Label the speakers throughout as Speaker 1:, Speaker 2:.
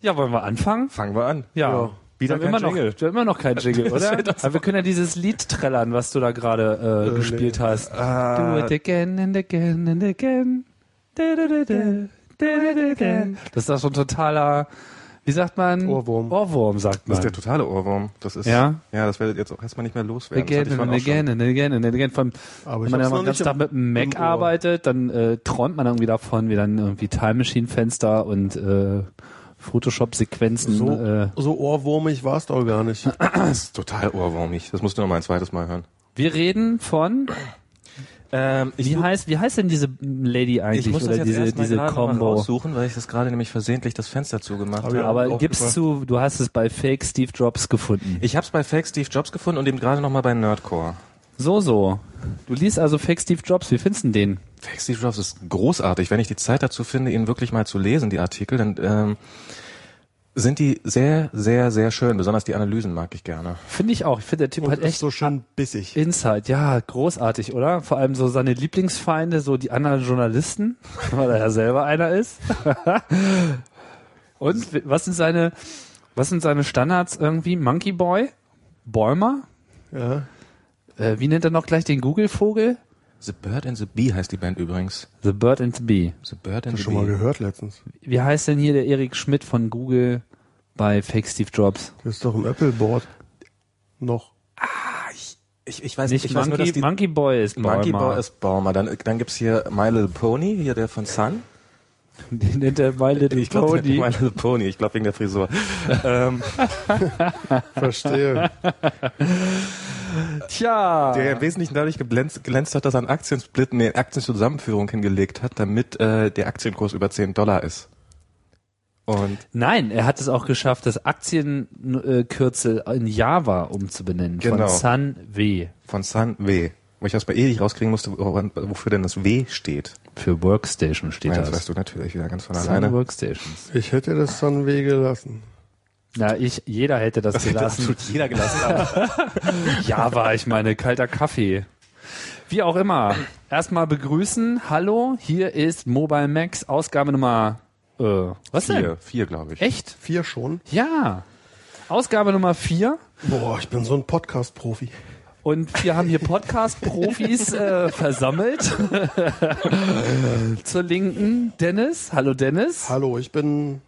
Speaker 1: Ja, wollen wir anfangen?
Speaker 2: Fangen wir an.
Speaker 1: Ja.
Speaker 2: Wieder
Speaker 1: wir, haben immer
Speaker 2: kein
Speaker 1: noch,
Speaker 2: Jingle.
Speaker 1: wir haben immer noch keinen Jingle, oder? Aber wir können ja dieses Lied trällern, was du da gerade äh, gespielt hast.
Speaker 2: Ah.
Speaker 1: Do
Speaker 2: Äh,
Speaker 1: it again and again and again. Da, da, da, da, da, da, da. Das ist doch so ein totaler, wie sagt man?
Speaker 3: Ohrwurm.
Speaker 1: Ohrwurm, sagt
Speaker 2: Das
Speaker 1: man.
Speaker 2: ist der totale Ohrwurm. Das ist,
Speaker 1: Ja?
Speaker 2: ja, das werdet ihr jetzt auch erstmal nicht mehr loswerden. Das hatte
Speaker 1: Again
Speaker 2: ich
Speaker 1: and
Speaker 2: vorhin auch schon.
Speaker 1: again and again and again. Von,
Speaker 3: Aber
Speaker 1: wenn
Speaker 3: ich
Speaker 1: man
Speaker 3: hab's
Speaker 1: ja mal
Speaker 3: noch
Speaker 1: den ganzen
Speaker 3: nicht
Speaker 1: Tag
Speaker 3: im-
Speaker 1: mit einem Mac
Speaker 3: im Ohr.
Speaker 1: arbeitet, dann äh, träumt man irgendwie davon, wie dann irgendwie Time Machine Fenster und äh, Photoshop-Sequenzen.
Speaker 3: So,
Speaker 1: Äh,
Speaker 3: so ohrwurmig war es doch gar nicht.
Speaker 2: Das ist total ohrwurmig. Das musst du noch mal ein zweites Mal hören.
Speaker 1: wir reden von
Speaker 2: Ähm,
Speaker 1: Wie heißt, wie heißt denn diese Lady eigentlich
Speaker 2: ich muss
Speaker 1: oder
Speaker 2: das jetzt
Speaker 1: diese,
Speaker 2: erstmal
Speaker 1: diese
Speaker 2: gerade noch mal
Speaker 1: Combo?
Speaker 2: raussuchen, weil ich das gerade nämlich versehentlich das Fenster zugemacht
Speaker 3: Aber
Speaker 2: habe.
Speaker 3: ja,
Speaker 1: Aber
Speaker 3: auch
Speaker 1: gibst du, du hast es bei Fake Steve Jobs gefunden.
Speaker 2: Ich habe es bei Fake Steve Jobs gefunden und eben gerade noch mal bei Nerdcore.
Speaker 1: So, so. Du liest also Fake Steve Jobs, wie findest du denn den?
Speaker 2: Fake Steve Jobs ist großartig. Wenn ich die Zeit dazu finde, ihn wirklich mal zu lesen, die Artikel, dann ähm, sind die sehr, sehr, sehr schön. Besonders die Analysen mag ich gerne.
Speaker 1: Finde ich auch. Ich finde, der Typ
Speaker 2: Oh,
Speaker 3: Und
Speaker 1: hat
Speaker 3: ist
Speaker 1: echt
Speaker 3: so schön bissig.
Speaker 1: Insight. Ja, großartig, oder? Vor allem so seine Lieblingsfeinde, so die anderen Journalisten, weil er ja selber einer ist. Und was sind seine, was sind seine Standards irgendwie? Monkey Boy? Bäumer?
Speaker 3: Ja.
Speaker 1: Äh, wie nennt er noch gleich den Google-Vogel?
Speaker 2: The Bird and the Bee heißt die Band übrigens.
Speaker 1: The Bird and the Bee.
Speaker 2: The Bird and the
Speaker 3: Schon mal
Speaker 2: Bee.
Speaker 3: gehört letztens.
Speaker 1: Wie heißt denn hier der Erik Schmidt von Google bei Fake Steve Jobs?
Speaker 3: Das ist doch im Apple-Board. Noch.
Speaker 2: Ich, ich weiß
Speaker 1: Nicht
Speaker 2: ich weiß nur,
Speaker 1: Monkey,
Speaker 2: dass die
Speaker 1: Monkey Boy ist Bäumer.
Speaker 2: Monkey Boy ist Baumer. Dann, dann gibt's hier My Little Pony, hier der von Sun.
Speaker 1: Den nennt er My Little
Speaker 2: Ich glaube, My
Speaker 1: Pony.
Speaker 2: Little Pony, ich glaube wegen der Frisur. ähm,
Speaker 3: Verstehe.
Speaker 1: Tja.
Speaker 2: der im Wesentlichen dadurch geglänzt, glänzt hat, dass er einen Aktiensplit, nee, eine Aktienzusammenführung hingelegt hat, damit äh, der Aktienkurs über 10 Dollar ist. Und
Speaker 1: Nein, er hat es auch geschafft, das Aktienkürzel in Java umzubenennen. Von
Speaker 2: Genau.
Speaker 1: Sun W
Speaker 2: von Sun W. Wo ich das bei ewig rauskriegen musste, woran, wofür denn das W steht.
Speaker 1: für Workstation steht
Speaker 2: Ja, das
Speaker 1: das.
Speaker 2: weißt du natürlich wieder ganz von
Speaker 1: Sun
Speaker 2: alleine.
Speaker 1: Workstations.
Speaker 3: Ich hätte das dann weh gelassen.
Speaker 1: Na, ich, jeder hätte das gelassen.
Speaker 2: jeder gelassen.
Speaker 1: Java, ich meine, kalter Kaffee. Wie auch immer. Erstmal begrüßen. Hallo, hier ist Mobile Max, Ausgabe Nummer, äh, was denn?
Speaker 2: Vier, vier glaube ich.
Speaker 1: Echt?
Speaker 3: Vier schon?
Speaker 1: Ja. Ausgabe Nummer vier.
Speaker 3: Boah, ich bin so ein Podcast-Profi.
Speaker 1: Und wir haben hier Podcast-Profis äh, versammelt. Zur Linken Dennis. Hallo Dennis.
Speaker 3: Hallo, ich bin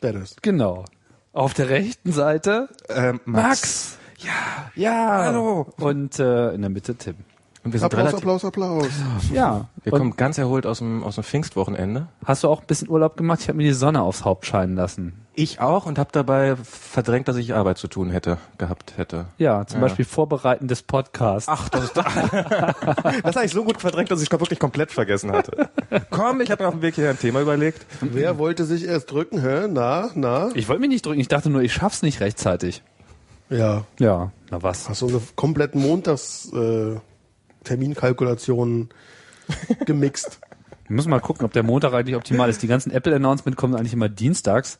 Speaker 3: Dennis.
Speaker 1: Genau. Auf der rechten Seite
Speaker 2: Ähm,
Speaker 1: Max. Ja. Ja.
Speaker 2: Hallo.
Speaker 1: Und äh, in der Mitte Tim.
Speaker 2: Und wir sind
Speaker 3: Applaus,
Speaker 2: relativ,
Speaker 3: Applaus, Applaus.
Speaker 1: Ja.
Speaker 2: wir
Speaker 1: Und
Speaker 2: kommen ganz erholt aus dem, aus dem Pfingstwochenende.
Speaker 1: hast du auch ein bisschen Urlaub gemacht? Ich habe mir die Sonne aufs Haupt scheinen lassen.
Speaker 2: Ich auch und habe dabei verdrängt, dass ich Arbeit zu tun hätte, gehabt hätte.
Speaker 1: Ja, zum Beispiel Vorbereiten des Podcasts.
Speaker 2: Ach, das ist das habe ich so gut verdrängt, dass ich es wirklich komplett vergessen hatte. Komm, ich habe mir auf dem Weg hier ein Thema überlegt.
Speaker 3: Wer wollte sich erst drücken? Hä? Na, na?
Speaker 1: Ich wollte mich nicht drücken. Ich dachte nur, ich schaff's nicht rechtzeitig.
Speaker 3: Ja.
Speaker 1: Ja. Na was?
Speaker 3: Hast du eine komplett Montags äh, Terminkalkulation gemixt?
Speaker 1: Wir müssen mal gucken, ob der Montag eigentlich optimal ist. Die ganzen Apple-Announcements kommen eigentlich immer dienstags.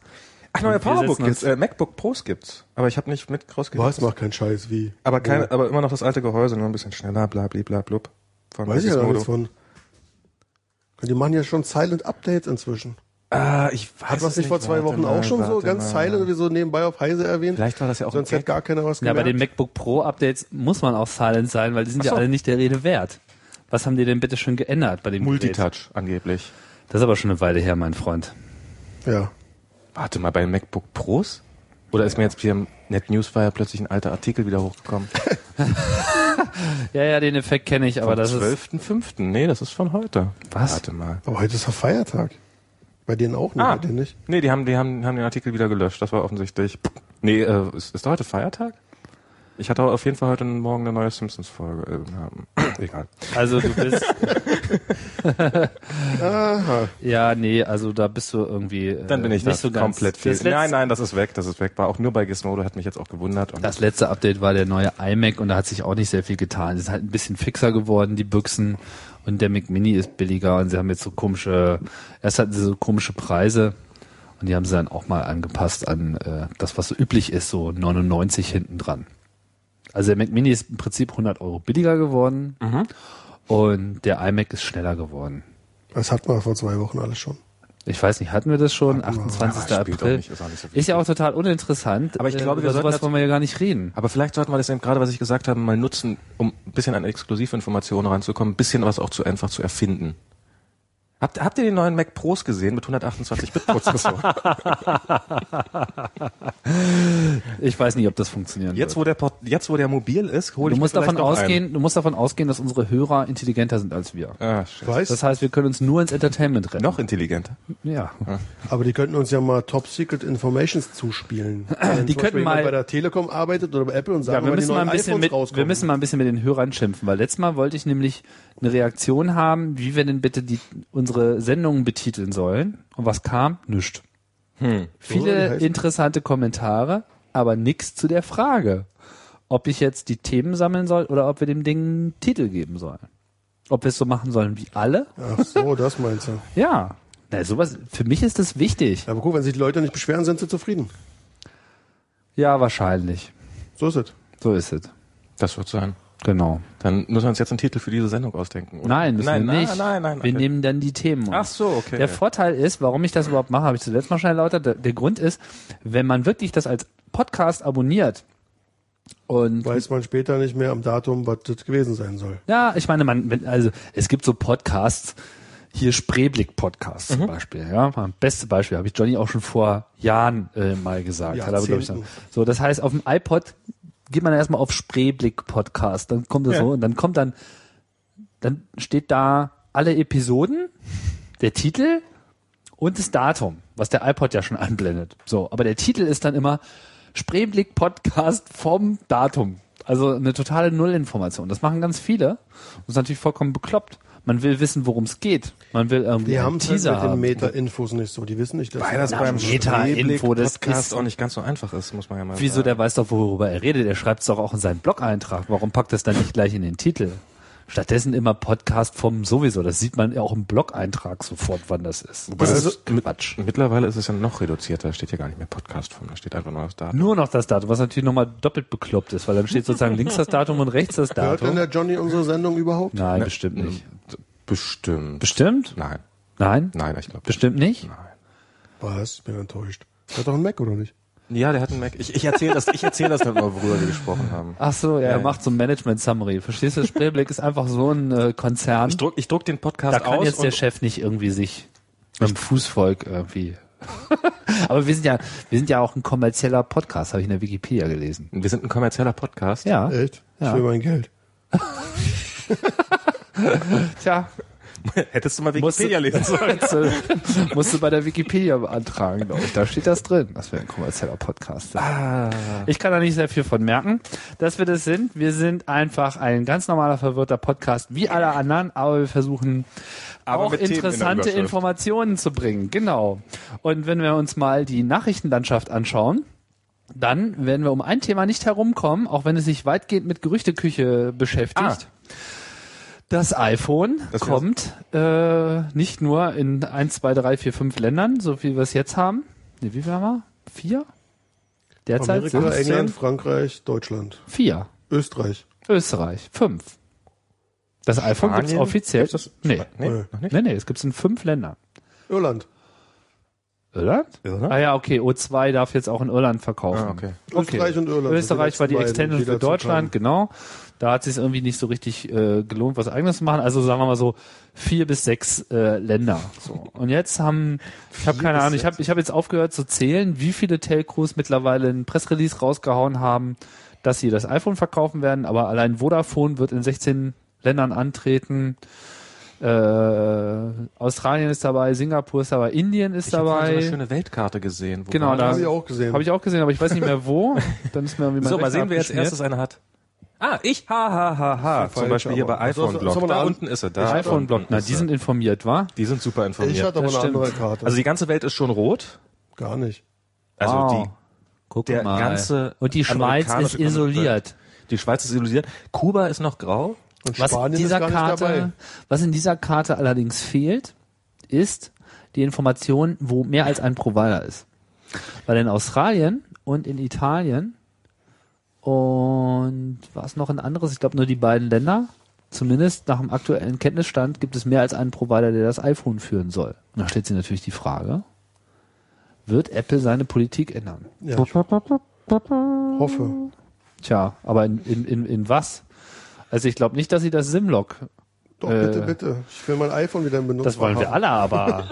Speaker 2: Ach, neue
Speaker 1: wir setzen
Speaker 2: Powerbook
Speaker 1: uns-
Speaker 2: gibt's, äh, MacBook Pros gibt's, aber ich habe nicht mit rausgekriegt.
Speaker 3: Was macht kein Scheiß wie?
Speaker 2: Aber keine, aber immer noch das alte Gehäuse, nur ein bisschen schneller, bla bla bla blub. Von
Speaker 3: Weiß ich ja
Speaker 2: Macis
Speaker 3: noch
Speaker 2: Modo.
Speaker 3: nichts von. Die machen ja schon Silent Updates inzwischen.
Speaker 2: Ah, ich weiß
Speaker 3: Hat
Speaker 2: es
Speaker 3: was nicht vor zwei
Speaker 2: warte
Speaker 3: Wochen
Speaker 2: mal,
Speaker 3: auch schon so
Speaker 2: warte
Speaker 3: ganz
Speaker 2: mal.
Speaker 3: Silent wie so nebenbei auf Heise erwähnt?
Speaker 2: Vielleicht war das ja auch
Speaker 3: Sonst
Speaker 2: ein
Speaker 3: hätte gar keiner was
Speaker 1: Ja, bei
Speaker 3: gemerkt.
Speaker 1: den MacBook Pro Updates muss man auch silent sein, weil die sind
Speaker 2: Ach so.
Speaker 1: ja alle nicht der Rede wert. Was haben die denn bitte schon geändert bei dem Gerät?
Speaker 2: Multitouch angeblich.
Speaker 1: Das ist aber schon eine Weile her, mein Freund.
Speaker 3: ja.
Speaker 2: Warte mal, bei MacBook Pros? Oder ist mir jetzt hier im NetNewsWire plötzlich ein alter Artikel wieder hochgekommen?
Speaker 1: Ja, ja, den Effekt kenne ich, aber
Speaker 2: Am
Speaker 1: das ist
Speaker 2: 12.05. Nee, das ist von heute.
Speaker 1: Was?
Speaker 2: Warte mal.
Speaker 3: Aber heute ist doch Feiertag. Bei denen auch nicht,
Speaker 2: Ah.
Speaker 3: bei denen nicht.
Speaker 2: Nee, die haben, die haben, haben den Artikel wieder gelöscht. Das war offensichtlich. Nee, äh, ist, ist heute Feiertag? Ich hatte auf jeden Fall heute Morgen eine neue Simpsons-Folge. Äh, egal.
Speaker 1: also du bist
Speaker 3: Aha.
Speaker 1: ja, nee, also da bist du irgendwie äh,
Speaker 2: Dann bin ich
Speaker 1: nicht
Speaker 2: das
Speaker 1: so ganz.
Speaker 2: komplett
Speaker 1: das,
Speaker 2: fehl.
Speaker 1: letzte,
Speaker 2: Nein, nein, das ist weg, das ist weg. War auch nur bei Gizmodo, hat mich jetzt auch gewundert. Und
Speaker 1: das letzte Update war der neue iMac und da hat sich auch nicht sehr viel getan. Es ist halt ein bisschen fixer geworden, die Büchsen und der Mac Mini ist billiger und sie haben jetzt so komische erst hatten sie so komische Preise und die haben sie dann auch mal angepasst an äh, das was so üblich ist, so 99 hinten dran. Also der Mac Mini ist im Prinzip 100 Euro billiger geworden
Speaker 2: Mhm.
Speaker 1: und der iMac ist schneller geworden.
Speaker 3: Das hat man vor zwei Wochen alles schon.
Speaker 1: Ich weiß nicht, hatten wir das schon?
Speaker 3: Hatten wir.
Speaker 1: 28.
Speaker 2: Ja, spielt auch
Speaker 1: April.
Speaker 2: nicht, ist auch nicht so
Speaker 1: ist ja auch total uninteressant.
Speaker 2: Aber ich
Speaker 1: Äh,
Speaker 2: glaube, wir
Speaker 1: über
Speaker 2: sollten
Speaker 1: sowas
Speaker 2: dazu-
Speaker 1: wollen wir ja gar nicht reden.
Speaker 2: Aber vielleicht sollten wir das eben gerade, was ich gesagt habe, mal nutzen, um ein bisschen an Exklusivinformationen ranzukommen, ein bisschen was auch zu einfach zu erfinden. Habt, habt ihr den neuen Mac Pros gesehen mit 128-Bit-Prozessor?
Speaker 1: Ich weiß nicht, ob das funktionieren
Speaker 2: jetzt,
Speaker 1: wird.
Speaker 2: wo der Port, jetzt, wo der mobil ist, hol
Speaker 1: Du
Speaker 2: ich
Speaker 1: musst
Speaker 2: mir vielleicht
Speaker 1: davon
Speaker 2: noch einen.
Speaker 1: ausgehen, du musst davon ausgehen, dass unsere Hörer intelligenter sind als wir.
Speaker 2: Ah, shit.
Speaker 3: Weiß,
Speaker 1: Das heißt, wir können uns nur ins Entertainment retten.
Speaker 2: Noch intelligenter.
Speaker 1: Ja.
Speaker 3: aber die könnten uns ja mal Top Secret Informations zuspielen. Wenn
Speaker 1: Die könnten
Speaker 3: zum Beispiel jemand
Speaker 1: mal-
Speaker 3: bei der Telekom arbeitet oder bei Apple und
Speaker 1: Ja,
Speaker 3: sagen,
Speaker 1: wir
Speaker 3: wann die
Speaker 1: müssen, mal
Speaker 3: neuen
Speaker 1: ein bisschen
Speaker 3: iPhones
Speaker 1: mit,
Speaker 3: rauskommen.
Speaker 1: wir müssen mal ein bisschen mit den Hörern schimpfen, weil letztes Mal wollte ich nämlich eine Reaktion haben, wie wir denn bitte die, unsere Sendungen betiteln sollen. Und was kam? Nüscht.
Speaker 2: Hm.
Speaker 3: So, die
Speaker 1: Viele
Speaker 3: heißt-
Speaker 1: interessante Kommentare, aber nichts zu der Frage, ob ich jetzt die Themen sammeln soll oder ob wir dem Ding einen Titel geben sollen. Ob wir es so machen sollen wie alle?
Speaker 3: Ach so, das meinst du.
Speaker 1: Ja. Na, sowas, für mich ist das wichtig.
Speaker 3: Aber guck, wenn sich die Leute nicht beschweren, sind sie zufrieden.
Speaker 1: Ja, wahrscheinlich.
Speaker 3: So ist es.
Speaker 1: So ist es.
Speaker 2: Das wird sein.
Speaker 1: Genau.
Speaker 2: Dann müssen wir uns jetzt einen Titel für diese Sendung ausdenken. oder?
Speaker 1: Nein, müssen
Speaker 2: nein,
Speaker 1: wir nicht.
Speaker 2: Nein, nein, nein.
Speaker 1: wir
Speaker 2: nein.
Speaker 1: nehmen dann die Themen.
Speaker 2: Ach so, okay.
Speaker 1: Der Vorteil ist, warum ich das überhaupt mache, habe ich zuletzt mal schon erläutert. Der, der Grund ist, wenn man wirklich das als Podcast abonniert und
Speaker 3: Weiß man später nicht mehr am Datum, was das gewesen sein soll.
Speaker 1: ja, ich meine, man, wenn, also es gibt so Podcasts, hier Spreeblick-Podcast zum Beispiel, ja. Mein Beste Beispiel habe ich Johnny auch schon vor Jahren äh, mal gesagt. Hat aber, glaub ich,
Speaker 3: Jahrzehnten.
Speaker 1: so, das heißt, auf dem iPod geht man erstmal auf Spreeblick-Podcast, dann kommt das
Speaker 2: Ja.
Speaker 1: so und dann kommt dann, dann steht da alle Episoden, der Titel und das Datum, was der iPod ja schon anblendet. So, aber der Titel ist dann immer Spreeblick Podcast vom Datum. Also eine totale Nullinformation. Das machen ganz viele. Das ist natürlich vollkommen bekloppt. Man will wissen, worum es geht. Man will irgendwie
Speaker 3: Die
Speaker 1: einen
Speaker 3: haben es halt
Speaker 1: Teaser
Speaker 3: mit den
Speaker 1: haben.
Speaker 3: Meta-Infos nicht so. Die wissen nicht, dass
Speaker 2: Weil das
Speaker 1: Na,
Speaker 2: beim
Speaker 1: Meta-Info, das
Speaker 2: Podcast
Speaker 1: ist-
Speaker 2: auch nicht ganz so einfach ist, muss man ja mal
Speaker 1: Wieso,
Speaker 2: sagen.
Speaker 1: der weiß doch, worüber er redet. Er schreibt es doch auch in seinen Blog-Eintrag. Warum packt er es dann nicht gleich in den Titel? Stattdessen immer Podcast vom sowieso. Das sieht man ja auch im Blog-Eintrag sofort, wann das ist.
Speaker 2: Wobei
Speaker 1: Das
Speaker 2: das
Speaker 1: ist Quatsch.
Speaker 2: Mittlerweile ist es ja noch reduzierter, da steht ja gar nicht mehr Podcast von, da steht einfach nur das Datum.
Speaker 1: Nur noch das Datum, was natürlich nochmal doppelt bekloppt ist, weil dann steht sozusagen links das Datum und rechts das
Speaker 3: Hört denn
Speaker 1: Datum.
Speaker 3: der ähm, Johnny unsere Sendung überhaupt?
Speaker 1: Nein, bestimmt nicht.
Speaker 2: Bestimmt.
Speaker 1: Bestimmt?
Speaker 2: Nein.
Speaker 1: Nein?
Speaker 2: Nein, ich glaube.
Speaker 1: Bestimmt nicht?
Speaker 2: Nein.
Speaker 3: Was? Bin enttäuscht. Hat doch ein Mac, oder nicht?
Speaker 2: Ja, der hat einen Mac. Ich, ich erzähle das, ich erzähl das dann mal, worüber wir gesprochen haben.
Speaker 1: Ach so, ja,
Speaker 2: Ja,
Speaker 1: er
Speaker 2: ja.
Speaker 1: macht so ein Management-Summary. Verstehst du, Spreeblick ist einfach so ein äh, Konzern.
Speaker 2: Ich druck, ich druck den Podcast
Speaker 1: Da kann
Speaker 2: aus
Speaker 1: jetzt der Chef nicht irgendwie sich mit dem Fußvolk irgendwie. Aber wir sind ja, wir sind ja auch ein kommerzieller Podcast, habe ich in der Wikipedia gelesen.
Speaker 2: wir sind ein kommerzieller Podcast.
Speaker 1: Ja.
Speaker 3: Echt?
Speaker 1: Ja.
Speaker 3: Ich will mein Geld.
Speaker 1: Tja,
Speaker 2: Hättest du mal
Speaker 1: musst du,
Speaker 2: Wikipedia lesen sollen.
Speaker 1: musst du bei der Wikipedia beantragen, glaube ich. Da steht das drin, dass wir ein kommerzieller Podcast sind. Ah. Ich kann da nicht sehr viel von merken, dass wir das sind. Wir sind einfach ein ganz normaler, verwirrter Podcast, wie alle anderen, aber wir versuchen
Speaker 2: Aber
Speaker 1: auch
Speaker 2: mit Themen in der
Speaker 1: interessante
Speaker 2: Überschrift.
Speaker 1: Informationen zu bringen. Genau. Und wenn wir uns mal die Nachrichtenlandschaft anschauen, dann werden wir um ein Thema nicht herumkommen, auch wenn es sich weitgehend mit Gerüchteküche beschäftigt. Das iPhone
Speaker 2: Ah. Das wär's.
Speaker 1: kommt äh, nicht nur in 1, 2, 3, 4, 5 Ländern, so wie wir es jetzt haben. Ne, wie viel haben wir? Vier? Derzeit
Speaker 3: Amerika,
Speaker 1: sind es
Speaker 3: England, Frankreich, Deutschland,
Speaker 1: vier.
Speaker 3: Österreich.
Speaker 1: Österreich, fünf. Das iPhone gibt es
Speaker 2: Spanien?
Speaker 1: offiziell.
Speaker 2: Gibt's das?
Speaker 1: nee.
Speaker 2: Nee,
Speaker 3: Nö.
Speaker 2: noch nicht.
Speaker 1: nee, nee, es gibt es in fünf Ländern.
Speaker 3: Äh, Irland.
Speaker 1: Irland?
Speaker 2: Irland?
Speaker 1: Ah ja, okay, O2 darf jetzt auch in Irland verkaufen.
Speaker 2: Ah, okay.
Speaker 3: Österreich und Irland.
Speaker 1: Österreich war die
Speaker 3: letzten beiden,
Speaker 1: Extension
Speaker 3: die
Speaker 1: für
Speaker 3: dazu
Speaker 1: Deutschland, genau. Da hat es sich irgendwie nicht so richtig äh, gelohnt, was eigenes zu machen. Also sagen wir mal so vier bis sechs äh, Länder. So. Und jetzt haben, ich habe keine Ahnung, ich habe ich hab jetzt aufgehört zu zählen, wie viele Telcos mittlerweile ein Pressrelease rausgehauen haben, dass sie das iPhone verkaufen werden. Aber allein Vodafone wird in 16 Ländern antreten. Äh, Australien ist dabei, Singapur ist dabei, Indien ist
Speaker 2: Ich habe so
Speaker 1: dabei.
Speaker 2: eine schöne Weltkarte gesehen. wo
Speaker 1: Genau,
Speaker 2: war
Speaker 3: kamen.
Speaker 1: da-
Speaker 2: das?
Speaker 3: Habe ich auch gesehen.
Speaker 1: Habe ich auch gesehen, aber ich weiß nicht mehr wo. Dann ist mir irgendwie mein
Speaker 2: So,
Speaker 1: Rechner
Speaker 2: mal sehen, wer jetzt
Speaker 1: abgeschmiert.
Speaker 2: erstes eine hat. Ah, ich, ha, ha, ha, ha. Zum
Speaker 3: Falsch,
Speaker 2: Beispiel hier bei
Speaker 3: aber- So, so,
Speaker 2: iPhone
Speaker 3: so,
Speaker 2: Blog.
Speaker 3: so,
Speaker 2: Da
Speaker 3: an-
Speaker 2: unten ist er. Da
Speaker 1: iPhone Block,
Speaker 2: unten
Speaker 1: na,
Speaker 2: ist
Speaker 1: die
Speaker 2: er.
Speaker 1: sind informiert, wa?
Speaker 2: die sind super informiert.
Speaker 3: Ich hatte aber
Speaker 1: Das
Speaker 3: eine
Speaker 1: stimmt.
Speaker 3: andere Karte.
Speaker 2: also die ganze Welt ist schon rot.
Speaker 3: Gar nicht.
Speaker 2: Also
Speaker 1: Wow.
Speaker 2: die
Speaker 1: Guck
Speaker 2: der
Speaker 1: mal.
Speaker 2: ganze
Speaker 1: Und die Schweiz ist
Speaker 2: amerikanische
Speaker 1: isoliert.
Speaker 2: Die Schweiz ist isoliert. Kuba ist noch grau.
Speaker 3: Und
Speaker 1: Was in
Speaker 3: Spanien
Speaker 1: dieser
Speaker 3: ist gar
Speaker 1: Karte,
Speaker 3: nicht dabei.
Speaker 1: was in dieser Karte allerdings fehlt, ist die Information, wo mehr als ein Provider ist. Weil in Australien und in Italien und war es noch ein anderes, ich glaube nur die beiden Länder, zumindest nach dem aktuellen Kenntnisstand gibt es mehr als einen Provider, der das iPhone führen soll. Und da stellt sich natürlich die Frage, wird Apple seine Politik ändern?
Speaker 3: Ja, ich hoffe.
Speaker 1: Tja, aber in, in, in, in was? Also ich glaube nicht, dass sie das Simlock,
Speaker 3: Doch,
Speaker 1: Äh.
Speaker 3: bitte, bitte. Ich will mein iPhone wieder in Benutzung
Speaker 1: das wollen wir
Speaker 3: haben.
Speaker 1: alle, aber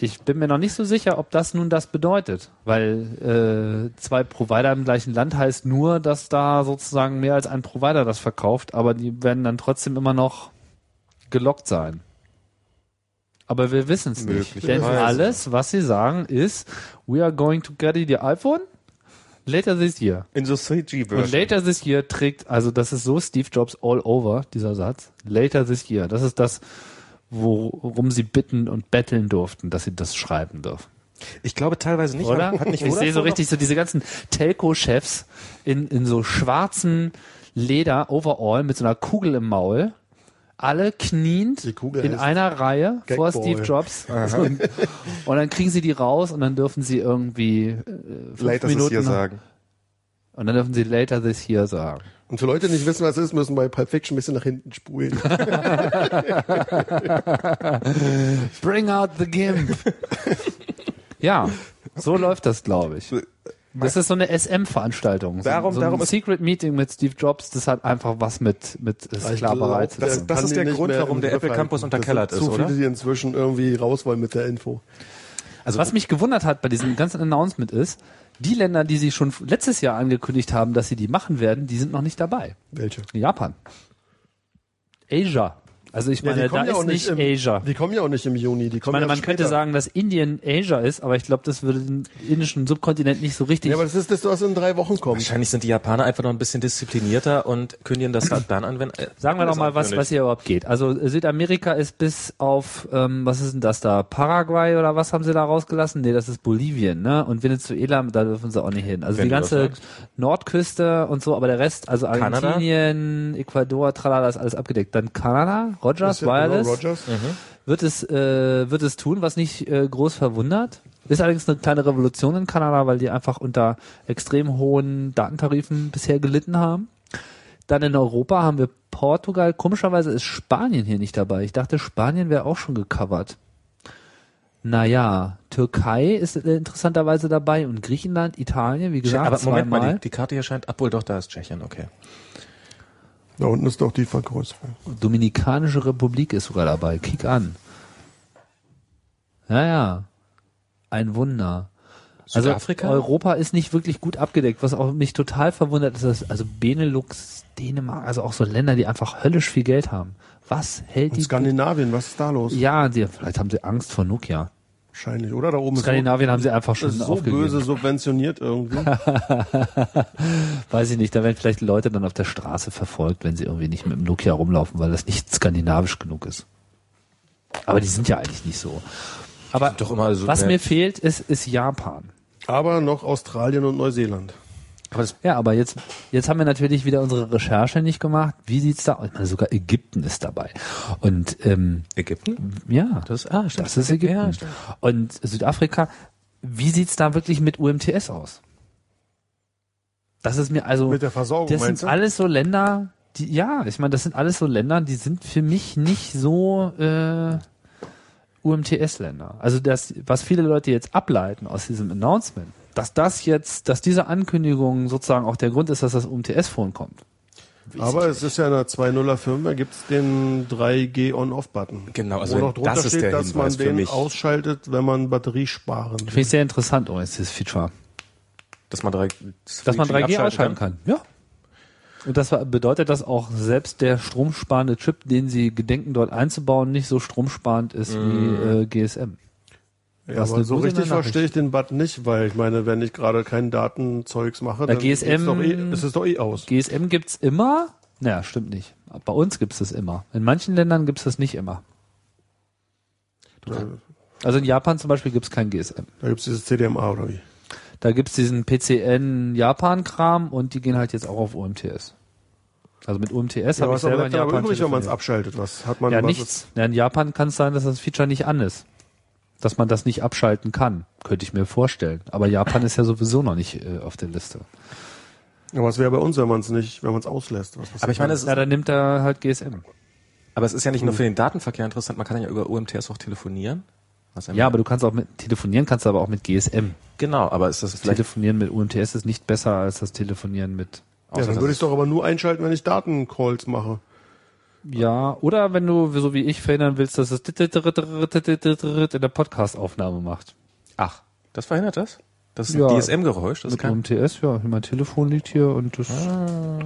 Speaker 1: ich bin mir noch nicht so sicher, ob das nun das bedeutet. Weil äh, zwei Provider im gleichen Land heißt nur, dass da sozusagen mehr als ein Provider das verkauft, aber die werden dann trotzdem immer noch gelockt sein. Aber wir wissen es nicht. Denn
Speaker 2: Möglicherweise.
Speaker 1: alles, was sie sagen, ist, we are going to get the iPhone later this year.
Speaker 4: In so CG-Version.
Speaker 1: Und later this year trägt, also das ist so Steve Jobs all over, dieser Satz. Later this year. Das ist das, worum sie bitten und betteln durften, dass sie das schreiben dürfen.
Speaker 2: Ich glaube teilweise nicht.
Speaker 1: Oder?
Speaker 2: Hat- Hat nicht
Speaker 1: ich sehe so
Speaker 2: Vodafone-
Speaker 1: richtig so diese ganzen Telco-Chefs in, in so schwarzen Leder, Overall, mit so einer Kugel im Maul. Alle kniend
Speaker 3: Die Kugel
Speaker 1: in
Speaker 3: heißt
Speaker 1: einer Reihe vor
Speaker 3: Gagball.
Speaker 1: Steve Jobs. Und, und dann kriegen sie die raus und dann dürfen sie irgendwie äh, fünf
Speaker 4: Later this
Speaker 1: Minuten
Speaker 4: year sagen.
Speaker 1: und dann dürfen sie later this year sagen.
Speaker 3: Und für Leute, die nicht wissen, was es ist, müssen bei Pulp Fiction ein bisschen nach hinten spulen.
Speaker 1: Bring out the Gimp. ja, so läuft das, glaube ich. Das ist so eine SM-Veranstaltung. So,
Speaker 4: Darum-
Speaker 1: so
Speaker 4: darum
Speaker 1: ein
Speaker 4: ist-
Speaker 1: Secret Meeting mit Steve Jobs, das hat einfach was mit, mit äh, Sklaverei zu
Speaker 2: das-
Speaker 1: tun.
Speaker 2: das ist der Grund, warum der Apple Campus unterkellert ist,
Speaker 3: so
Speaker 2: oder?
Speaker 3: Zu viele, die inzwischen irgendwie raus wollen mit der Info.
Speaker 1: Also was mich gewundert hat bei diesem ganzen Announcement ist, die Länder, die sie schon letztes Jahr angekündigt haben, dass sie die machen werden, die sind noch nicht dabei.
Speaker 3: Welche?
Speaker 1: Japan. Asia. Also ich meine, da ist nicht
Speaker 3: im,
Speaker 1: Asia.
Speaker 3: Die kommen ja auch nicht im Juni. Die
Speaker 1: Ich
Speaker 3: kommen
Speaker 1: meine,
Speaker 3: ja
Speaker 1: man
Speaker 3: erst
Speaker 1: könnte
Speaker 3: später.
Speaker 1: sagen, dass Indien Asia ist, aber ich glaube, das würde den indischen Subkontinent nicht so richtig
Speaker 3: Ja, aber das ist das, was in drei Wochen kommt.
Speaker 2: Wahrscheinlich sind die Japaner einfach noch ein bisschen disziplinierter und kündigen das halt dann an, wenn. äh,
Speaker 1: Sagen wir
Speaker 2: wenn
Speaker 1: doch
Speaker 2: das
Speaker 1: mal, was,
Speaker 2: ankündigt.
Speaker 1: was hier überhaupt geht. Also äh, Südamerika ist bis auf, ähm, was ist denn das da, Paraguay oder was haben sie da rausgelassen? Nee, das ist Bolivien, ne? Und Venezuela, da dürfen sie auch nicht hin. Also
Speaker 2: Wenn
Speaker 1: die
Speaker 2: du das
Speaker 1: ganze
Speaker 2: sagst.
Speaker 1: Nordküste und so, aber der Rest, also
Speaker 2: Kanada?
Speaker 1: Argentinien, Ecuador, tralala, ist alles abgedeckt. Dann Kanada, Rogers,
Speaker 3: ja genau
Speaker 1: Wireless, Mhm.
Speaker 3: Rogers.
Speaker 1: Ne? wird es, äh, wird es tun, was nicht äh, groß verwundert. Ist allerdings eine kleine Revolution in Kanada, weil die einfach unter extrem hohen Datentarifen bisher gelitten haben. Dann in Europa haben wir Portugal. Komischerweise ist Spanien hier nicht dabei. Ich dachte, Spanien wäre auch schon gecovert. Naja, Türkei ist äh, interessanterweise dabei und Griechenland, Italien, wie gesagt,
Speaker 2: aber Moment mal,
Speaker 1: zweimal.
Speaker 2: die, die Karte hier scheint. Obwohl, doch, da ist Tschechien, okay.
Speaker 3: Da unten ist doch die Vergrößerung.
Speaker 1: Dominikanische Republik ist sogar dabei. Kick an. Ja, ja. Ein Wunder. Also
Speaker 2: Südafrika?
Speaker 1: Europa ist nicht wirklich gut abgedeckt, was auch mich total verwundert ist, dass also Benelux, Dänemark, also auch so Länder, die einfach höllisch viel Geld haben. Was hält
Speaker 3: Und
Speaker 1: die?
Speaker 3: Skandinavien, was ist da los?
Speaker 1: ja, die, vielleicht haben sie Angst vor Nokia.
Speaker 3: Wahrscheinlich, oder? Da oben ist
Speaker 1: Skandinavien haben sie einfach
Speaker 3: so,
Speaker 1: schon
Speaker 3: ist so
Speaker 1: aufgegeben.
Speaker 3: böse subventioniert irgendwie.
Speaker 1: Weiß ich nicht, da werden vielleicht Leute dann auf der Straße verfolgt, wenn sie irgendwie nicht mit dem Nokia rumlaufen, weil das nicht skandinavisch genug ist. Aber die sind ja eigentlich nicht so. Aber
Speaker 2: Doch immer so.
Speaker 1: Was
Speaker 2: ne?
Speaker 1: mir fehlt, ist, ist Japan.
Speaker 3: Aber noch Australien und Neuseeland.
Speaker 2: aber das,
Speaker 1: Ja, aber jetzt, jetzt haben wir natürlich wieder unsere Recherche nicht gemacht. Wie sieht's da aus? Ich meine, sogar Ägypten ist dabei. Und ähm,
Speaker 2: Ägypten?
Speaker 1: ja,
Speaker 2: Das ist, ah, stimmt.
Speaker 1: das ist Ägypten.
Speaker 2: Ja, stimmt.
Speaker 1: Und Südafrika, wie sieht's da wirklich mit UMTS aus? Das ist mir also
Speaker 3: Mit der Versorgung,
Speaker 1: das
Speaker 3: Oh, meinst
Speaker 1: sind
Speaker 3: du?
Speaker 1: alles so Länder, die ja, ich meine, das sind alles so Länder, die sind für mich nicht so äh, UMTS-Länder. Also das, was viele Leute jetzt ableiten aus diesem Announcement, dass das jetzt, dass diese Ankündigung sozusagen auch der Grund ist, dass das UMTS-Phone kommt.
Speaker 3: Aber es ist ja eine 2.0er Firma, gibt's den 3G On-Off-Button.
Speaker 2: Genau, also
Speaker 3: wo
Speaker 2: wenn-
Speaker 3: noch drunter
Speaker 2: das ist
Speaker 3: steht,
Speaker 2: der
Speaker 3: dass man
Speaker 2: Hinweis für
Speaker 3: den
Speaker 2: mich.
Speaker 3: ausschaltet, wenn man Batterie sparen will.
Speaker 1: Finde ich sehr interessant oh, übrigens, dieses Feature.
Speaker 2: Dass man drei,
Speaker 1: Dass man 3G ausschalten
Speaker 2: abschalten
Speaker 1: kann. Ja. Und das war- bedeutet, dass auch selbst der stromsparende Chip, den sie gedenken dort einzubauen, nicht so stromsparend ist
Speaker 3: Mhm.
Speaker 1: wie äh, GSM.
Speaker 3: Ja,
Speaker 1: Das ist
Speaker 3: aber
Speaker 1: eine
Speaker 3: so
Speaker 1: gute
Speaker 3: richtig
Speaker 1: Nachricht.
Speaker 3: verstehe ich den Button nicht, weil ich meine, wenn ich gerade kein Datenzeugs mache,
Speaker 1: Bei
Speaker 3: dann
Speaker 1: GSM
Speaker 3: geht's doch eh, ist es doch eh aus.
Speaker 1: GSM gibt's immer? Naja, stimmt nicht. Bei uns gibt's das immer. In manchen Ländern gibt's das nicht immer. Also in Japan zum Beispiel gibt's kein GSM.
Speaker 3: Da gibt's dieses CDMA oder wie?
Speaker 1: Da gibt's diesen PCN-Japan-Kram und die gehen halt jetzt auch auf UMTS. Also mit UMTS
Speaker 3: Ja,
Speaker 1: habe ich
Speaker 3: was aber
Speaker 1: selber
Speaker 3: bleibt
Speaker 1: in
Speaker 3: dann aber
Speaker 1: Japan
Speaker 3: übrig, wenn man es
Speaker 1: telefoniert.
Speaker 3: abschaltet? Was hat man?
Speaker 1: Ja,
Speaker 3: was
Speaker 1: nichts. Ja, in Japan kann es sein, dass das Feature nicht an ist. Dass man das nicht abschalten kann, könnte ich mir vorstellen. Aber Japan ist ja sowieso noch nicht äh, auf der Liste.
Speaker 3: Ist, aber es wäre bei uns, wenn man es nicht, wenn man es auslässt. Was passiert
Speaker 2: Aber ich meine, es ist,
Speaker 1: Ja, dann nimmt er halt GSM.
Speaker 2: Aber es ist ja nicht nur für den Datenverkehr interessant, man kann ja über UMTS auch telefonieren. Was einem-
Speaker 1: Ja, aber du kannst auch mit telefonieren, kannst aber auch mit GSM.
Speaker 2: genau, aber ist das
Speaker 1: Das
Speaker 2: vielleicht
Speaker 1: Telefonieren mit UMTS ist nicht besser als das Telefonieren mit.
Speaker 3: Ja,
Speaker 2: außer
Speaker 3: dann
Speaker 2: dass
Speaker 3: würde
Speaker 2: es-
Speaker 3: ich doch aber nur einschalten, wenn ich Datencalls mache.
Speaker 1: Ja, oder wenn du, so wie ich, verhindern willst, dass es in der Podcast-Aufnahme macht.
Speaker 2: Ach, das verhindert das? Das ist
Speaker 1: Ja.
Speaker 2: ein DSM-Geräusch, das
Speaker 1: Mit
Speaker 2: kann
Speaker 1: UMTS, ja. Mein Telefon liegt hier und das Ah.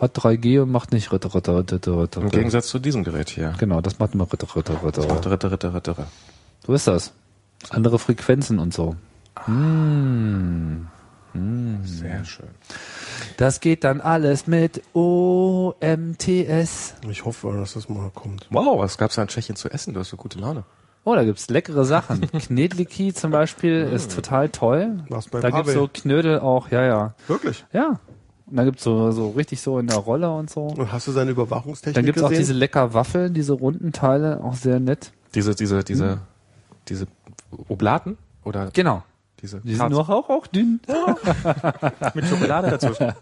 Speaker 1: hat 3G und macht nicht ritter, ritter, ritter, ritter, ritter.
Speaker 2: im Gegensatz zu diesem Gerät hier.
Speaker 1: Genau, das macht immer ritter, ritter, ritter.
Speaker 2: Das macht Ritter, Ritter, Ritter.
Speaker 1: So ist das. Andere Frequenzen und so.
Speaker 2: Sehr schön.
Speaker 1: Das geht dann alles mit OMTS.
Speaker 3: Ich hoffe, dass das mal kommt.
Speaker 2: Wow, was gab's da in Tschechien zu essen? Du hast so gute Laune.
Speaker 1: Oh, da gibt's leckere Sachen. Knedliki zum Beispiel ist total toll.
Speaker 3: War's bei
Speaker 1: da
Speaker 3: Pavel?
Speaker 1: gibt's so Knödel auch, ja, ja.
Speaker 3: Wirklich?
Speaker 1: Ja. Und da gibt's so, so richtig so in der Rolle und so.
Speaker 3: Und hast du seine Überwachungstechnik
Speaker 1: Dann gibt's auch diese
Speaker 3: gesehen?
Speaker 1: lecker Waffeln, diese runden Teile, auch sehr nett.
Speaker 2: Diese, diese, diese,
Speaker 1: Hm.
Speaker 2: diese Oblaten? Oder
Speaker 1: Genau.
Speaker 2: diese
Speaker 1: Die sind nur auch, auch dünn.
Speaker 2: mit Schokolade dazwischen.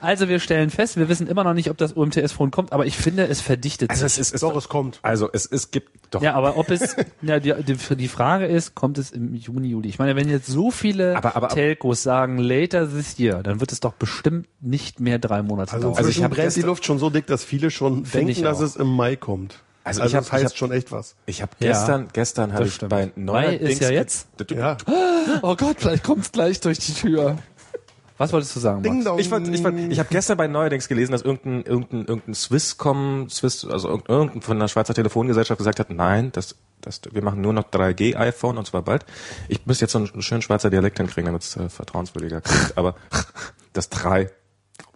Speaker 1: Also wir stellen fest, wir wissen immer noch nicht, ob das UMTS-Phone kommt, aber ich finde, es verdichtet
Speaker 2: Also
Speaker 1: sich.
Speaker 2: es, ist, es,
Speaker 3: Doch, es kommt.
Speaker 2: also es, es gibt doch.
Speaker 1: Ja, aber ob es, ja, die, die, für die Frage ist, kommt es im Juni, Juli? Ich meine, wenn jetzt so viele
Speaker 2: Aber- aber-
Speaker 1: Telcos sagen, later this year, dann wird es doch bestimmt nicht mehr drei Monate
Speaker 3: Also,
Speaker 1: dauern.
Speaker 2: also ich
Speaker 3: ich
Speaker 2: hab
Speaker 3: brennt die
Speaker 2: gestern-
Speaker 3: Luft schon so dick, dass viele schon denken,
Speaker 1: ich
Speaker 3: dass
Speaker 1: auch.
Speaker 3: es im Mai kommt.
Speaker 2: Also
Speaker 3: Also,
Speaker 2: ich hab-
Speaker 3: das
Speaker 2: ich
Speaker 3: heißt
Speaker 2: hab-
Speaker 3: schon echt was.
Speaker 2: Ich habe
Speaker 1: Ja.
Speaker 2: gestern, gestern habe ich
Speaker 1: stimmt.
Speaker 2: bei
Speaker 1: Mai ist ja jetzt.
Speaker 3: Ja.
Speaker 1: oh Gott, vielleicht kommt's gleich durch die Tür. Was wolltest du sagen, Max?
Speaker 3: Ding dong.
Speaker 2: Ich, fand, ich, fand, ich habe gestern bei Neuerdings gelesen, dass irgendein, irgendein, irgendein Swisscom, Swiss, also irgend- irgendein von der Schweizer Telefongesellschaft gesagt hat, nein, das, das, wir machen nur noch 3G-iPhone und zwar bald. Ich müsste jetzt so einen schönen Schweizer Dialekt hinkriegen, damit es äh, vertrauenswürdiger klingt, aber das 3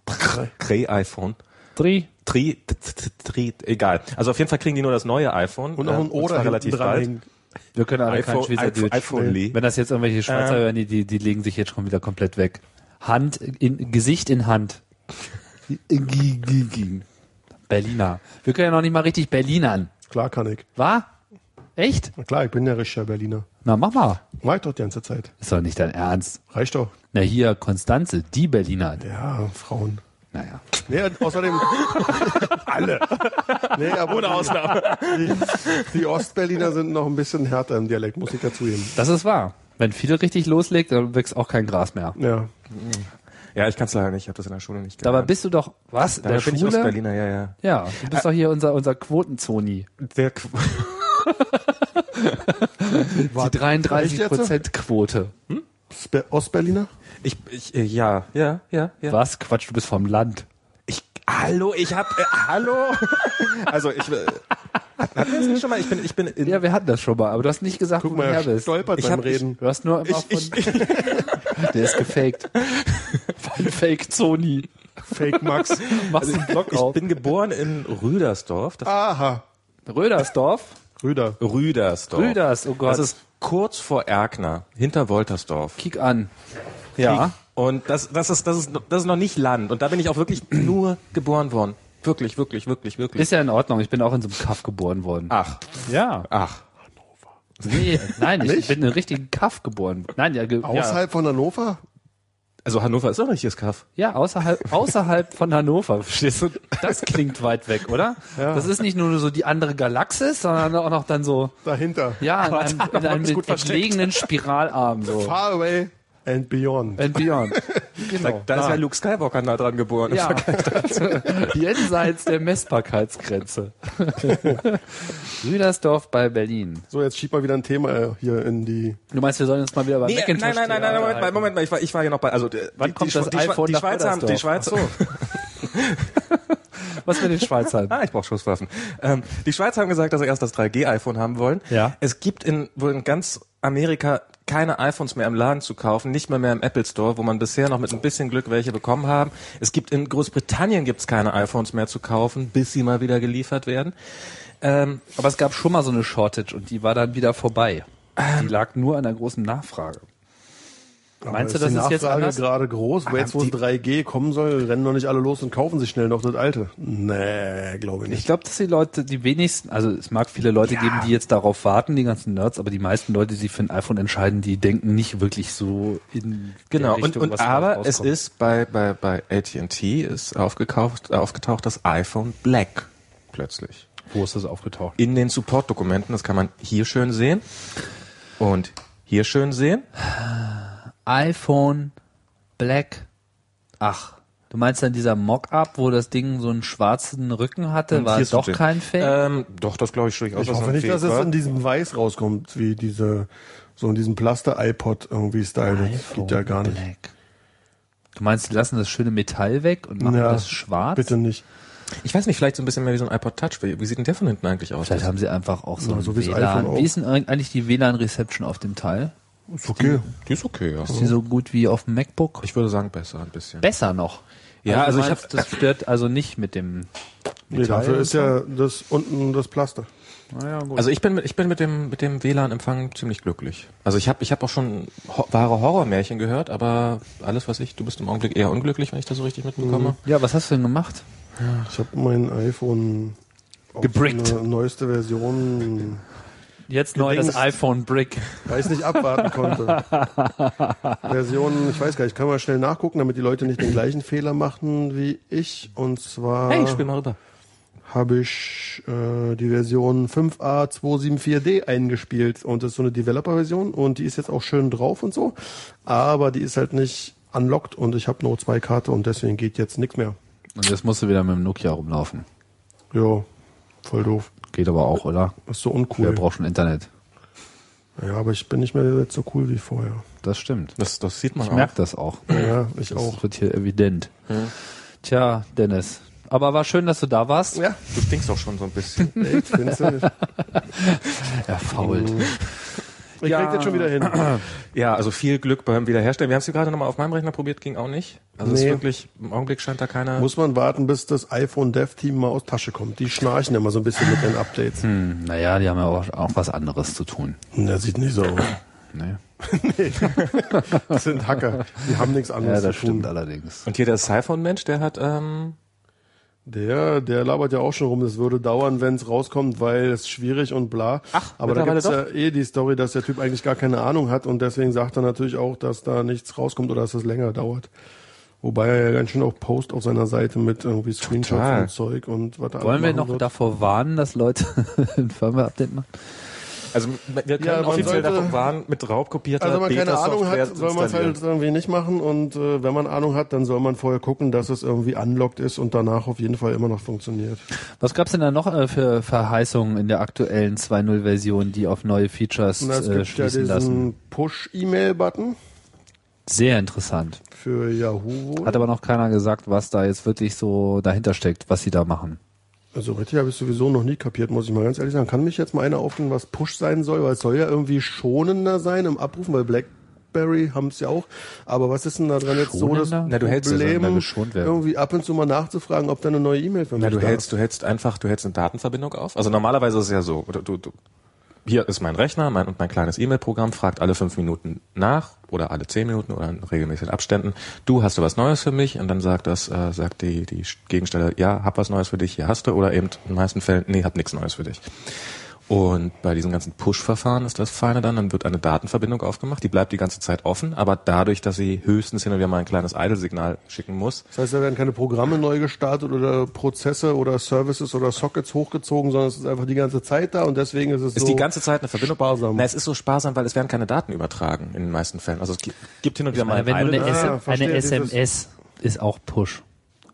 Speaker 2: 3-iPhone.
Speaker 1: Dreh.
Speaker 2: Tri, t- t- tri, egal. Also auf jeden Fall kriegen die nur das neue iPhone.
Speaker 3: Und noch
Speaker 2: äh,
Speaker 3: ein
Speaker 2: zwar
Speaker 3: Oder
Speaker 2: relativ bald.
Speaker 3: relativ dran.
Speaker 1: Wir können alle kein
Speaker 2: iPhone, iPhone,
Speaker 1: Schweizerdeutsch.
Speaker 2: iPhone Ähm.
Speaker 1: Wenn das jetzt irgendwelche Schweizer hören, die, die, die legen sich jetzt schon wieder komplett weg. Hand, in, Gesicht in Hand. Berliner. Wir können ja noch nicht mal richtig Berlinern.
Speaker 3: Klar kann ich.
Speaker 1: War? Echt?
Speaker 3: Na klar, ich bin ja richtiger Berliner.
Speaker 1: Na, mach mal.
Speaker 3: Mach ich doch die ganze Zeit.
Speaker 1: Ist doch nicht dein Ernst.
Speaker 3: Reicht doch.
Speaker 1: Na hier, Konstanze, die Berliner.
Speaker 3: Ja, Frauen.
Speaker 1: Naja.
Speaker 3: Nee, und außerdem alle. Nee, aber Ohne Ausnahme. Die, die Ostberliner sind noch ein bisschen härter im Dialekt, muss ich dazugeben.
Speaker 1: Das ist wahr. Wenn viele richtig loslegt, dann wächst auch kein Gras mehr.
Speaker 3: Ja.
Speaker 2: Ja, ich kann es leider nicht, ich habe das in der Schule nicht
Speaker 1: Dabei
Speaker 2: gelernt.
Speaker 1: bist du doch, was?
Speaker 2: Dabei
Speaker 1: der
Speaker 2: bin ich
Speaker 1: Schule?
Speaker 2: Ostberliner, ja, ja.
Speaker 1: ja, du bist doch hier unser, unser Quotenzoni.
Speaker 2: Der Qu-
Speaker 1: Die 33
Speaker 3: jetzt so?
Speaker 1: Prozent Quote.
Speaker 3: Spe Ostberliner?
Speaker 2: ich, ich, äh, ja, ja, ja, ja.
Speaker 1: Was? Quatsch, du bist vom Land.
Speaker 2: Ich, hallo, ich hab, äh, hallo. Also ich, äh, hatten wir das nicht schon mal? Ich bin, ich bin, in,
Speaker 1: Ja, wir hatten das schon mal, aber du hast nicht gesagt,
Speaker 3: Guck
Speaker 1: wo
Speaker 3: mal,
Speaker 1: du her
Speaker 3: er
Speaker 1: bist.
Speaker 3: stolpert
Speaker 2: Ich
Speaker 3: beim
Speaker 2: hab-
Speaker 3: Reden.
Speaker 1: Du hast nur immer
Speaker 2: ich, ich,
Speaker 1: von, der ist gefaked. Von Fake Sony.
Speaker 3: Fake Max.
Speaker 1: Machst einen Blog
Speaker 2: Also ich
Speaker 1: auf.
Speaker 2: bin geboren in Rüdersdorf. Das
Speaker 3: Aha.
Speaker 1: Rödersdorf?
Speaker 3: Rüder.
Speaker 2: Rüdersdorf.
Speaker 1: Rüders, oh Gott.
Speaker 2: Das ist kurz vor Erkner, hinter Woltersdorf.
Speaker 1: Kick an. Ja.
Speaker 2: Und das, das ist, das ist, das ist noch nicht Land. Und da bin ich auch wirklich nur geboren worden. Wirklich, wirklich, wirklich, wirklich.
Speaker 1: Ist ja in Ordnung. Ich bin auch in so einem Kaff geboren worden.
Speaker 2: ach,
Speaker 1: Ja.
Speaker 2: ach.
Speaker 1: Nee, nein, ich bin in einem richtigen Kaff geboren. Nein, ja, ge ja,
Speaker 3: Außerhalb von Hannover?
Speaker 2: Also Hannover ist doch ein richtiges Kaff.
Speaker 1: ja außerhalb, außerhalb von Hannover. Verstehst du? Das klingt weit weg, oder?
Speaker 3: Ja.
Speaker 1: Das ist nicht nur so die andere Galaxis, sondern auch noch dann so,
Speaker 3: Dahinter.
Speaker 1: ja, in einem, in einem
Speaker 2: gut versteckt.
Speaker 1: entlegenen Spiralarm so.
Speaker 3: Far away and beyond.
Speaker 1: And beyond. Genau.
Speaker 2: Da ist ja Luke Skywalker nah dran geboren.
Speaker 1: Ja. Jenseits der Messbarkeitsgrenze. Rüdersdorf bei Berlin.
Speaker 3: So, jetzt schieb mal wieder ein Thema äh, hier in die.
Speaker 1: Du meinst, wir sollen uns mal wieder bei
Speaker 2: Nee, nein,
Speaker 1: Macintosh
Speaker 2: nein, nein, nein, nein, Moment mal, Moment mal, ich war, ich war hier noch bei, also, die,
Speaker 1: Wann
Speaker 2: die,
Speaker 1: kommt
Speaker 2: die,
Speaker 1: das
Speaker 2: die,
Speaker 1: iPhone
Speaker 2: die
Speaker 1: nach
Speaker 2: Schweizer haben, die
Speaker 1: Rüdersdorf?
Speaker 2: Schweizer,
Speaker 1: Was mit den Schweizern?
Speaker 2: Ah, ich brauche Schusswaffen. Ähm, die Schweizer haben gesagt, dass sie erst das 3G-iPhone haben wollen.
Speaker 1: Ja.
Speaker 2: Es gibt in, wohl in ganz Amerika keine iPhones mehr im Laden zu kaufen, nicht mal mehr im Apple Store, wo man bisher noch mit ein bisschen Glück welche bekommen haben. Es gibt in Großbritannien gibt's keine iPhones mehr zu kaufen, bis sie mal wieder geliefert werden. Ähm,
Speaker 1: Aber es gab schon mal so eine Shortage und die war dann wieder vorbei.
Speaker 3: Ähm.
Speaker 1: Die lag nur an der großen Nachfrage. Meinst du,
Speaker 3: äh, ist
Speaker 1: das
Speaker 3: die
Speaker 1: ist jetzt
Speaker 3: Nachfrage
Speaker 1: anders? Ah,
Speaker 3: gerade groß? Weil jetzt, wo es 3G kommen soll, rennen doch nicht alle los und kaufen sich schnell noch das alte. Nee, glaube ich
Speaker 1: Ich
Speaker 3: nicht.
Speaker 1: glaube, dass die Leute, die wenigsten, also es mag viele Leute geben, die jetzt darauf warten, die ganzen Nerds, aber die meisten Leute, die für ein iPhone entscheiden, die denken nicht wirklich so in
Speaker 2: Genau,
Speaker 1: die
Speaker 2: und,
Speaker 1: Richtung,
Speaker 2: und
Speaker 1: was da
Speaker 2: aber es
Speaker 1: rauskommt.
Speaker 2: ist bei, bei, bei AT&T ist aufgekauft, äh, aufgetaucht das iPhone Black plötzlich.
Speaker 1: Wo ist das aufgetaucht?
Speaker 2: in den Support-Dokumenten. Das kann man hier schön sehen und hier schön sehen.
Speaker 1: iPhone Black. Ach, du meinst dann dieser Mock-up, wo das Ding so einen schwarzen Rücken hatte,
Speaker 2: Und
Speaker 1: war
Speaker 2: hier ist
Speaker 1: doch
Speaker 2: Fake.
Speaker 1: kein Fake?
Speaker 3: Äh,
Speaker 2: Ähm, doch, das glaube ich durchaus.
Speaker 3: Ich
Speaker 2: dass
Speaker 3: hoffe
Speaker 2: ein
Speaker 3: nicht,
Speaker 2: Fake
Speaker 3: dass es
Speaker 2: war.
Speaker 3: in diesem Weiß rauskommt, wie diese, so in diesem Plaster-iPod irgendwie Style. Das geht ja gar nicht.
Speaker 1: Black. Du meinst, die lassen das schöne Metall weg und machen
Speaker 3: Ja,
Speaker 1: das schwarz?
Speaker 3: Bitte nicht.
Speaker 2: Ich weiß nicht, vielleicht so ein bisschen mehr wie so ein iPod Touch. Wie, wie sieht denn der von hinten eigentlich aus?
Speaker 1: Vielleicht haben sie einfach auch so,
Speaker 3: Na,
Speaker 1: ein
Speaker 3: so wie das iPhone
Speaker 1: WLAN.
Speaker 3: auch.
Speaker 1: Wie ist denn eigentlich die WLAN-Reception auf dem Teil?
Speaker 3: Ist okay.
Speaker 2: die ist okay, ja.
Speaker 1: Ist die so gut wie auf dem MacBook?
Speaker 2: Ich würde sagen, besser ein bisschen.
Speaker 1: Besser noch.
Speaker 2: Ja, also
Speaker 1: du
Speaker 2: ich
Speaker 1: meinst,
Speaker 2: hab-
Speaker 1: das stört also nicht mit dem.
Speaker 3: Nee, dafür ist ja das unten das Plaster.
Speaker 1: Naja, gut.
Speaker 2: Also ich bin mit, ich bin mit dem mit dem WLAN-Empfang ziemlich glücklich. Also ich habe ich habe auch schon ho wahre Horrormärchen gehört, aber alles was ich, du bist im Augenblick eher unglücklich, wenn ich das so richtig mitbekomme.
Speaker 1: ja, was hast du denn gemacht?
Speaker 3: Ich habe mein iPhone auf
Speaker 1: Gebrickt.
Speaker 3: so eine neueste Version,
Speaker 1: Jetzt neu
Speaker 3: Gedingst.
Speaker 1: das iPhone Brick.
Speaker 3: weil ich es nicht abwarten konnte. Version, ich weiß gar nicht, ich kann mal schnell nachgucken, damit die Leute nicht den gleichen Fehler machen wie ich. Und zwar
Speaker 2: Hey, spiel mal rüber.
Speaker 3: habe ich äh, die Version 5A274D eingespielt und das ist so eine Developer-Version und die ist jetzt auch schön drauf und so, aber die ist halt nicht unlocked und ich habe nur zwei Karte und deswegen geht jetzt nichts mehr.
Speaker 1: Und jetzt musst du wieder mit dem Nokia rumlaufen.
Speaker 3: Ja, voll doof.
Speaker 1: Geht aber auch, oder?
Speaker 3: Ist so
Speaker 1: Wer
Speaker 3: uncool.
Speaker 1: braucht schon Internet?
Speaker 3: Ja, aber ich bin nicht mehr so cool wie vorher.
Speaker 1: Das stimmt.
Speaker 2: Das das sieht man
Speaker 1: Ich
Speaker 2: auch.
Speaker 1: merke das auch.
Speaker 3: Ja, ich
Speaker 1: Das
Speaker 3: auch.
Speaker 1: wird hier evident. Tja, Dennis. Aber war schön, dass du da warst.
Speaker 3: Ja,
Speaker 2: Du stinkst auch schon so ein bisschen.
Speaker 3: echt, findest du? nicht?
Speaker 1: Erfault.
Speaker 3: Mhm. Ich krieg das schon wieder hin.
Speaker 2: Ja, also viel Glück beim Wiederherstellen. Wir haben es hier gerade nochmal auf meinem Rechner probiert, ging auch nicht. Also es ist
Speaker 3: Nee.
Speaker 2: wirklich, im Augenblick scheint da keiner.
Speaker 3: Muss man warten, bis das iPhone Dev Team mal aus Tasche kommt. Die schnarchen immer so ein bisschen mit den Updates.
Speaker 1: Hm. Naja, die haben ja auch, auch was anderes zu tun.
Speaker 3: Das sieht nicht so aus.
Speaker 1: Ne?
Speaker 3: Das sind Hacker. Die haben nichts anderes
Speaker 1: Ja, das
Speaker 3: zu tun.
Speaker 1: stimmt allerdings.
Speaker 2: Und hier der Siphon-Mensch, der hat, ähm,
Speaker 3: Der, der labert ja auch schon rum, das würde dauern, wenn es rauskommt, weil es schwierig und bla.
Speaker 2: Ach,
Speaker 3: aber da
Speaker 2: mittlerweile
Speaker 3: gibt's ja eh die Story, dass der Typ eigentlich gar keine Ahnung hat und deswegen sagt er natürlich auch, dass da nichts rauskommt oder dass es länger dauert. Wobei er ja ganz schön auch Post auf seiner Seite mit irgendwie Screenshots
Speaker 2: Total.
Speaker 3: und Zeug und was da
Speaker 1: Wollen wir
Speaker 3: alles machen
Speaker 1: noch
Speaker 3: wird.
Speaker 1: davor warnen, dass Leute ein Firmware-Update machen?
Speaker 2: also wir können
Speaker 3: man
Speaker 2: offiziell
Speaker 3: sollte-
Speaker 2: davon warnen, mit raubkopierter
Speaker 3: Also wenn man keine Ahnung
Speaker 2: Beta-Software
Speaker 3: hat, soll man es halt
Speaker 2: installieren.
Speaker 3: irgendwie nicht machen und äh, wenn man Ahnung hat, dann soll man vorher gucken, dass es irgendwie unlocked ist und danach auf jeden Fall immer noch funktioniert.
Speaker 1: Was gab's denn da noch äh, für Verheißungen in der aktuellen 2.0-Version, die auf neue Features
Speaker 3: Und
Speaker 1: äh,
Speaker 3: es gibt ja
Speaker 1: schließen
Speaker 3: diesen
Speaker 1: lassen?
Speaker 3: Push-E-Mail-Button
Speaker 1: Sehr interessant.
Speaker 3: für Yahoo wohl.
Speaker 1: Hat aber noch keiner gesagt, was da jetzt wirklich so dahinter steckt, was sie da machen.
Speaker 3: Also richtig habe ich sowieso noch nie kapiert, muss ich mal ganz ehrlich sagen. Kann mich jetzt mal einer aufnehmen, was Push sein soll, weil es soll ja irgendwie schonender sein im Abrufen, weil Blackberry haben es ja auch. Aber was ist denn da dran jetzt so das
Speaker 1: Schonender?
Speaker 2: Na, du hältst ja
Speaker 3: Problem,
Speaker 1: dann geschont werden.
Speaker 3: irgendwie ab und zu mal nachzufragen, ob da eine neue E-Mail von
Speaker 2: Na,
Speaker 3: mir
Speaker 2: du hältst, du hältst einfach, du hältst eine Datenverbindung auf. Also normalerweise ist es ja so, du, du, du, hier ist mein Rechner, mein und mein kleines E-Mail-Programm fragt alle fünf Minuten nach oder alle zehn Minuten oder in regelmäßigen Abständen. Du hast du was Neues für mich und dann sagt das, äh, sagt die die Gegenstelle, ja, hab was Neues für dich, hier hast du oder eben in den meisten Fällen, nee, hab nichts Neues für dich. Und bei diesem ganzen Push-Verfahren ist das Feine dann, dann wird eine Datenverbindung aufgemacht, die bleibt die ganze Zeit offen, aber dadurch, dass sie höchstens hin und wieder mal ein kleines Idle-Signal schicken muss,
Speaker 3: Das heißt, da werden keine Programme neu gestartet oder Prozesse oder Services oder Sockets hochgezogen, sondern es ist einfach die ganze Zeit da und deswegen ist es
Speaker 2: Ist
Speaker 3: so
Speaker 2: die ganze Zeit eine Verbindung?
Speaker 3: sparsam.
Speaker 2: Na, es ist so sparsam, weil es werden keine Daten übertragen in den meisten Fällen. Also es gi- gibt hin und wieder mal
Speaker 1: Meine, wenn
Speaker 2: einen
Speaker 1: du eine,
Speaker 2: Idle-
Speaker 3: Ah,
Speaker 1: S
Speaker 3: verstehe,
Speaker 1: eine
Speaker 3: dieses-
Speaker 1: SMS ist auch Push.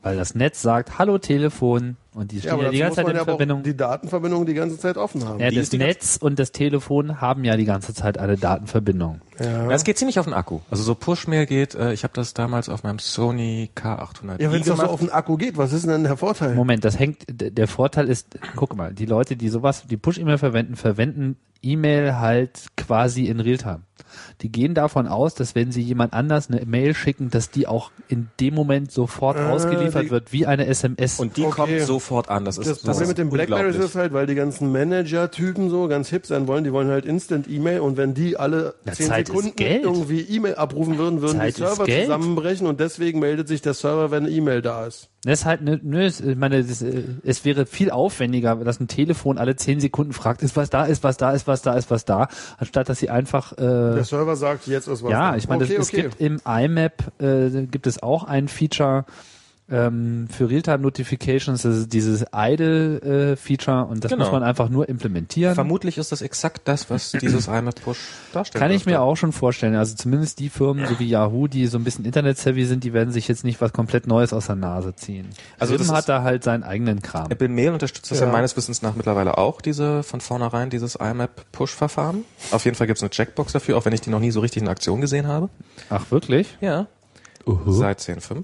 Speaker 1: Weil das Netz sagt, hallo Telefon und die
Speaker 3: ja,
Speaker 1: stehen
Speaker 3: aber
Speaker 1: ja, die
Speaker 3: dazu
Speaker 1: ganze
Speaker 3: muss
Speaker 1: Zeit
Speaker 3: man
Speaker 1: in
Speaker 3: ja aber auch
Speaker 1: Verbindung.
Speaker 3: die Datenverbindung die ganze Zeit offen haben.
Speaker 1: Ja,
Speaker 2: die
Speaker 1: das
Speaker 2: ist die
Speaker 1: Netz und das Telefon haben ja die ganze Zeit eine Datenverbindung.
Speaker 2: Ja, es geht ziemlich auf den Akku. Also so Push mehr geht. Äh, ich habe das damals auf meinem Sony K800i
Speaker 3: Ja, wenn es doch so
Speaker 2: gemacht.
Speaker 3: auf den Akku geht, was ist denn der Vorteil?
Speaker 1: Moment, das hängt, d- der Vorteil ist, guck mal, die Leute, die sowas, die Push-E-Mail verwenden, verwenden E-Mail halt quasi in Realtime. Die gehen davon aus, dass wenn sie jemand anders eine Mail schicken, dass die auch in dem Moment sofort ausgeliefert
Speaker 3: Ah, die-
Speaker 1: wird, wie eine SMS.
Speaker 2: und die
Speaker 3: Okay.
Speaker 2: kommt sofort an. Das ist
Speaker 3: Das Problem mit den Blackberries ist halt, weil die ganzen Manager-Typen so ganz hip sein wollen, die wollen halt Instant-E-Mail und wenn die alle
Speaker 1: Na,
Speaker 3: 10
Speaker 1: Zeit ist
Speaker 3: Sekunden
Speaker 1: Geld.
Speaker 3: irgendwie E-Mail abrufen würden, würden
Speaker 1: Zeit ist
Speaker 3: die Server
Speaker 1: Geld.
Speaker 3: zusammenbrechen und deswegen meldet sich der Server, wenn eine E-Mail da ist.
Speaker 1: das ist halt, ne- nö, es- ich meine, das, äh, es wäre viel aufwendiger, dass ein Telefon alle zehn Sekunden fragt, ist was da, ist was da, ist was da, ist was da, anstatt dass sie einfach, äh,
Speaker 3: Der Server sagt, jetzt ist was
Speaker 1: Ja,
Speaker 3: da.
Speaker 1: ich meine, das- es gibt im IMAP äh, gibt es auch ein Feature, ähm, für Realtime Notifications, das ist dieses Idle-Feature und das
Speaker 2: Genau.
Speaker 1: muss man einfach nur implementieren.
Speaker 2: Vermutlich ist das exakt das, was dieses eine Push darstellt.
Speaker 1: Kann ich mir auch schon vorstellen. Also zumindest die Firmen, so wie Yahoo, die so ein bisschen Internet-savvy sind, die werden sich jetzt nicht was komplett Neues aus der Nase ziehen. Also
Speaker 2: Also das
Speaker 1: Tim
Speaker 2: ist-
Speaker 1: hat da halt seinen eigenen Kram.
Speaker 2: Apple Mail unterstützt das ja.
Speaker 3: Ja.
Speaker 2: meines Wissens nach mittlerweile auch, diese von vornherein, dieses IMAP-Push-Verfahren. Auf jeden Fall gibt's eine Checkbox dafür, auch wenn ich die noch nie so richtig in Aktion gesehen habe.
Speaker 1: Ach wirklich?
Speaker 2: Ja. Seit 10.5.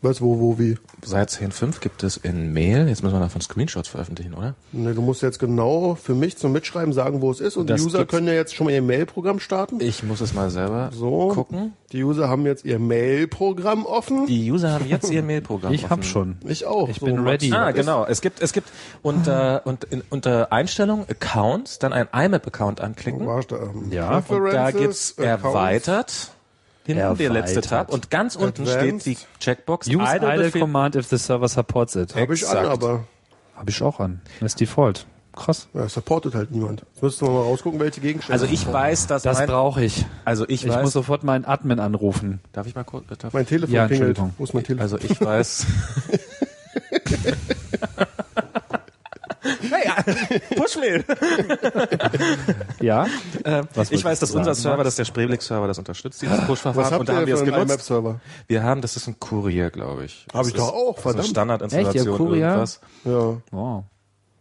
Speaker 3: Weißt du, wo, wo, wie?
Speaker 2: Seit 10.5 gibt es in Mail, jetzt müssen wir davon Screenshots veröffentlichen, oder?
Speaker 3: Ne, du musst jetzt genau für mich zum Mitschreiben sagen, wo es ist. Und
Speaker 2: Das
Speaker 3: die User
Speaker 2: gibt's-
Speaker 3: können ja jetzt schon mal ihr Mail-Programm starten.
Speaker 2: Ich muss es mal selber
Speaker 3: so.
Speaker 2: gucken.
Speaker 3: Die User haben jetzt ihr Mail-Programm offen.
Speaker 2: Die User haben jetzt ihr Mail-Programm.
Speaker 1: Ich
Speaker 2: offen.
Speaker 1: hab schon.
Speaker 3: ich auch. Ich
Speaker 1: bin ready.
Speaker 2: Ah, genau. Es gibt, es gibt unter,
Speaker 1: Ah.
Speaker 2: und in, unter Einstellung Accounts dann einen IMAP-Account anklicken.
Speaker 3: ähm,
Speaker 1: Ja.
Speaker 2: Und da gibt's erweitert. Hinten der letzte
Speaker 1: Erweitert.
Speaker 2: Tab. Und ganz unten
Speaker 3: Advanced.
Speaker 2: steht die Checkbox.
Speaker 1: Use idle,
Speaker 2: Idle-Befehl.
Speaker 1: command if the server supports it.
Speaker 3: Habe ich an,
Speaker 2: exakt.
Speaker 3: aber
Speaker 1: Hab ich auch an. Das ist Default. Krass.
Speaker 3: ja, supportet halt niemand. Jetzt müssten wir mal rausgucken, welche Gegenstände.
Speaker 2: also ich weiß, dass
Speaker 1: Das
Speaker 2: mein,
Speaker 1: brauche ich.
Speaker 2: also ich,
Speaker 1: Ich,
Speaker 2: weiß,
Speaker 1: muss sofort meinen Admin anrufen.
Speaker 2: darf ich mal kurz, darf,
Speaker 3: mein Telefon
Speaker 1: Ja,
Speaker 3: klingelt.
Speaker 1: Entschuldigung.
Speaker 3: Wo ist mein Telefon?
Speaker 2: also ich weiß. naja, Pushmail.
Speaker 1: Ja? Was
Speaker 2: Ähm, Ich
Speaker 1: wolltest
Speaker 2: weiß, dass
Speaker 1: du
Speaker 2: unser
Speaker 1: sagen,
Speaker 2: Server,
Speaker 1: Max?
Speaker 2: dass der Spreeblick-Server das unterstützt, dieses
Speaker 3: Was
Speaker 2: Push-Verfahren.
Speaker 3: habt
Speaker 2: Und
Speaker 3: ihr
Speaker 2: da haben wir es
Speaker 3: für einen
Speaker 2: genutzt.
Speaker 3: IMAP-Server?
Speaker 2: Wir haben, das ist ein Courier, glaube ich.
Speaker 3: Hab ich
Speaker 2: Das
Speaker 3: doch
Speaker 2: ist-
Speaker 3: auch,
Speaker 2: das ist eine
Speaker 3: verdammt.
Speaker 1: Echt, ihr
Speaker 2: Standardinstallation,
Speaker 1: Courier?
Speaker 2: irgendwas.
Speaker 3: Ja.
Speaker 1: Wow.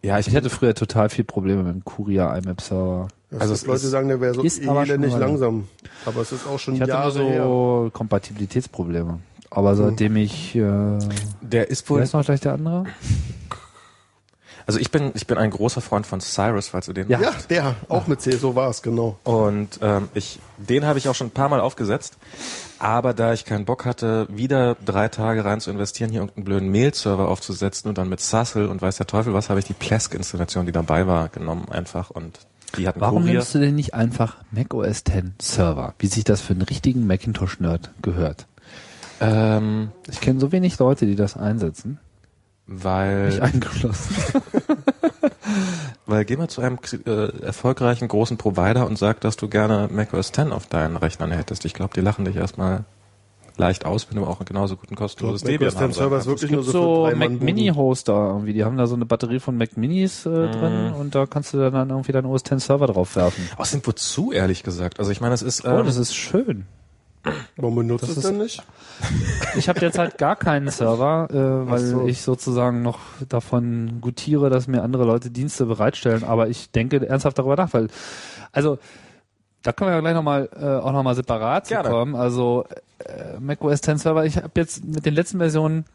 Speaker 2: Ja, ich
Speaker 1: Oh. Ich hatte früher total viel Probleme mit dem Courier IMAP Server.
Speaker 3: Das
Speaker 2: Also
Speaker 3: also
Speaker 2: es
Speaker 3: Leute
Speaker 2: ist-
Speaker 3: sagen, der wäre so
Speaker 1: ist aber schon
Speaker 3: elendig
Speaker 1: eine Weile.
Speaker 3: langsam. Aber es ist auch schon
Speaker 1: Ich hatte
Speaker 3: Jahre
Speaker 1: immer
Speaker 3: her.
Speaker 1: so Kompatibilitätsprobleme. Aber seitdem ich äh, wer
Speaker 2: Der ist wohl
Speaker 1: ist noch gleich der andere?
Speaker 2: Also ich bin, ich bin ein großer Freund von Cyrus, falls du den
Speaker 1: Ja.
Speaker 3: Ja, der, auch mit C, so war es, genau.
Speaker 2: Und ähm, ich, den habe ich auch schon ein paar Mal aufgesetzt. Aber da ich keinen Bock hatte, wieder drei Tage rein zu investieren, hier irgendeinen blöden Mail-Server aufzusetzen und dann mit Sassel und weiß der Teufel was, habe ich die Plesk-Installation, die dabei war, genommen einfach und die hatten
Speaker 1: Warum
Speaker 2: Kurier.
Speaker 1: nimmst du denn nicht einfach Mac OS X Server, wie sich das für einen richtigen Macintosh Nerd gehört?
Speaker 2: Ähm,
Speaker 1: Ich kenne so wenig Leute, die das einsetzen. Mich
Speaker 2: weil,
Speaker 1: eingeschlossen.
Speaker 2: weil geh mal zu einem äh, erfolgreichen großen Provider und sag, dass du gerne macOS 10 auf deinen Rechnern hättest. Ich glaube, die lachen dich erstmal leicht aus, wenn du auch genauso guten kostenloses Debian haben
Speaker 3: Server ist
Speaker 2: solltest.
Speaker 3: wirklich
Speaker 1: Gibt
Speaker 3: nur
Speaker 1: so,
Speaker 3: so, für drei
Speaker 1: Mac
Speaker 3: Mann
Speaker 1: Mini
Speaker 3: Buden. Mhm.
Speaker 1: Hoster irgendwie. Die haben da so eine Batterie von Mac Minis äh, drin und da kannst du dann irgendwie deinen OS X Server drauf werfen.
Speaker 2: Außerdem wozu, ehrlich gesagt? Also ich meine, es ist...
Speaker 1: Oh,
Speaker 2: ähm,
Speaker 1: das ist schön.
Speaker 3: Warum benutzt es
Speaker 1: ist-
Speaker 3: denn nicht?
Speaker 1: Ich habe derzeit gar keinen Server, äh, weil
Speaker 3: Ach so.
Speaker 1: ich sozusagen noch davon gutiere, dass mir andere Leute Dienste bereitstellen. Aber ich denke ernsthaft darüber nach, weil also da können wir ja gleich nochmal äh, auch nochmal separat zu
Speaker 2: Gerne.
Speaker 1: kommen. Also äh, macOS 10 Server, ich habe jetzt mit den letzten Versionen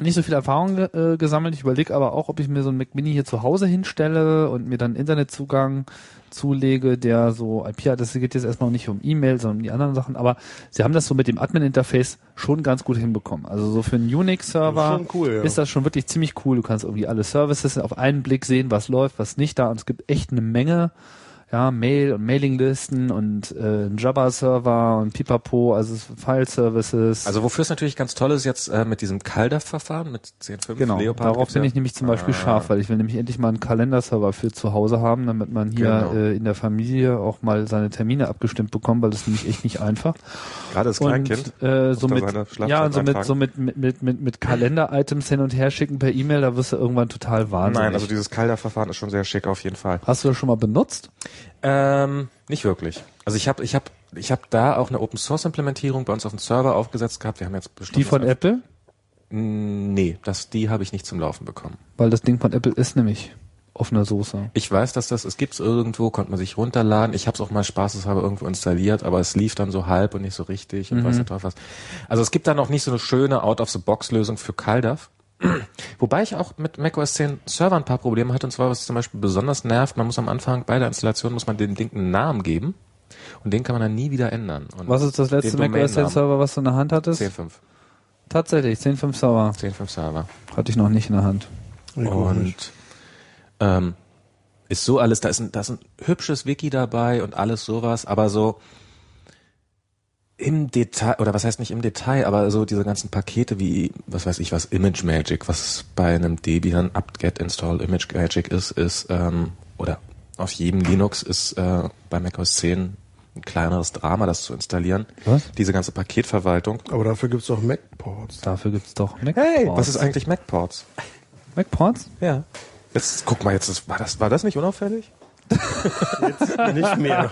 Speaker 1: nicht so viel Erfahrung äh, gesammelt. Ich überlege aber auch, ob ich mir so einen Mac Mini hier zu Hause hinstelle und mir dann Internetzugang zulege, der so IP hat. Das geht jetzt erstmal nicht um E-Mail, sondern um die anderen Sachen. Aber sie haben das so mit dem Admin-Interface schon ganz gut hinbekommen. Also so für einen Unix-Server
Speaker 3: Das ist schon cool, ja.
Speaker 1: ist das schon wirklich ziemlich cool. Du kannst irgendwie alle Services auf einen Blick sehen, was läuft, was nicht da. Und es gibt echt eine Menge ja, Mail und Mailinglisten und äh, einen Jabber-Server und Pipapo, also es- File-Services.
Speaker 2: Also wofür es natürlich ganz toll ist jetzt äh, mit diesem CalDAV-Verfahren mit 10.5
Speaker 1: genau,
Speaker 2: Leopard.
Speaker 1: darauf
Speaker 2: gibt's
Speaker 1: bin
Speaker 2: ja- Ah.
Speaker 1: ich nämlich zum Beispiel scharf, weil ich will nämlich endlich mal einen Kalenderserver für zu Hause haben, damit man hier
Speaker 2: Genau.
Speaker 1: äh, in der Familie auch mal seine Termine abgestimmt bekommt, weil das ist nämlich echt nicht einfach.
Speaker 2: Gerade das Kleinkind.
Speaker 1: Und, äh, so
Speaker 2: da
Speaker 1: mit,
Speaker 2: seine Schlafzeit
Speaker 1: ja, und so mit,
Speaker 2: eintragen.
Speaker 1: so mit, mit, mit, mit, mit Kalender-Items hin und her schicken per E-Mail, da wirst du irgendwann total wahnsinnig.
Speaker 2: Nein, also dieses CalDAV-Verfahren ist schon sehr schick auf jeden Fall.
Speaker 1: Hast du das schon mal benutzt?
Speaker 2: Ähm, nicht wirklich. Also ich habe ich hab, ich hab da auch eine Open-Source-Implementierung bei uns auf dem Server aufgesetzt gehabt. Wir haben jetzt bestimmt...
Speaker 1: Die von Apple?
Speaker 2: Nee, das, die habe ich nicht zum Laufen bekommen.
Speaker 1: Weil das Ding von Apple ist nämlich offene Soße.
Speaker 2: Ich weiß, dass das, es gibt's irgendwo, konnte man sich runterladen. Ich habe es auch mal spaßeshalber irgendwo installiert, aber es lief dann so halb und nicht so richtig und
Speaker 1: Mhm.
Speaker 2: weiß der Teufel was. Also es gibt da noch nicht so eine schöne Out-of-the-Box-Lösung für CalDAV. Wobei ich auch mit macOS 10 Server ein paar Probleme hatte, und zwar, was zum Beispiel besonders nervt, man muss am Anfang bei der Installation, muss man dem Ding einen Namen geben und den kann man dann nie wieder ändern. Und
Speaker 1: Was ist das letzte
Speaker 2: den
Speaker 1: Mac OS X
Speaker 2: Domainnamen.
Speaker 1: Server, was du in der Hand hattest?
Speaker 2: 10.5.
Speaker 1: Tatsächlich, 10.5 Server
Speaker 2: 10.5 Server.
Speaker 1: hatte ich noch nicht in der Hand.
Speaker 3: Ich auch
Speaker 2: Und
Speaker 3: nicht.
Speaker 2: ähm, ist so alles, da ist, ein, da ist ein hübsches Wiki dabei und alles sowas, aber so im Detail, oder was heißt nicht im Detail, aber so diese ganzen Pakete wie, was weiß ich was, Image Magic, was bei einem Debian apt-get install Image Magic ist, ist, ähm, oder auf jedem Linux ist äh, bei macOS 10 ein kleineres Drama, das zu installieren.
Speaker 1: Was?
Speaker 2: Diese ganze Paketverwaltung.
Speaker 3: Aber dafür gibt's doch Mac-Ports.
Speaker 1: Dafür gibt's doch MacPorts.
Speaker 2: Hey, was ist eigentlich MacPorts?
Speaker 1: MacPorts?
Speaker 2: Ja. Jetzt guck mal, jetzt ist, war das war das nicht unauffällig?
Speaker 3: Nicht mehr.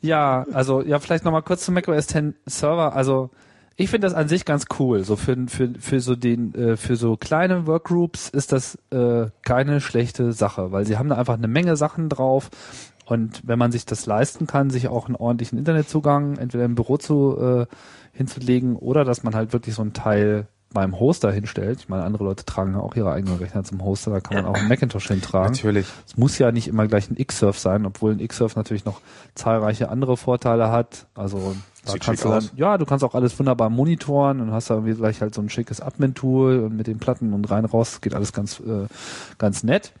Speaker 1: Ja, also ja, vielleicht nochmal kurz zum macOS 10 Server. Also ich finde das an sich ganz cool. So für für für so den äh, für so kleine Workgroups ist das äh, keine schlechte Sache, weil sie haben da einfach eine Menge Sachen drauf. Und wenn man sich das leisten kann, sich auch einen ordentlichen Internetzugang entweder im Büro zu äh, hinzulegen oder dass man halt wirklich so einen Teil beim Hoster hinstellt. Ich meine, andere Leute tragen ja auch ihre eigenen Rechner zum Hoster, da kann man auch einen Macintosh hintragen.
Speaker 2: Natürlich.
Speaker 1: Es muss ja nicht immer gleich ein Xsurf sein, obwohl ein Xsurf natürlich noch zahlreiche andere Vorteile hat. Also da
Speaker 2: Sieht
Speaker 1: kannst du
Speaker 2: schick
Speaker 1: dann,
Speaker 2: aus.
Speaker 1: ja, du kannst auch alles wunderbar monitoren und hast da irgendwie gleich halt so ein schickes Admin-Tool und mit den Platten und rein raus geht alles ganz äh, ganz nett.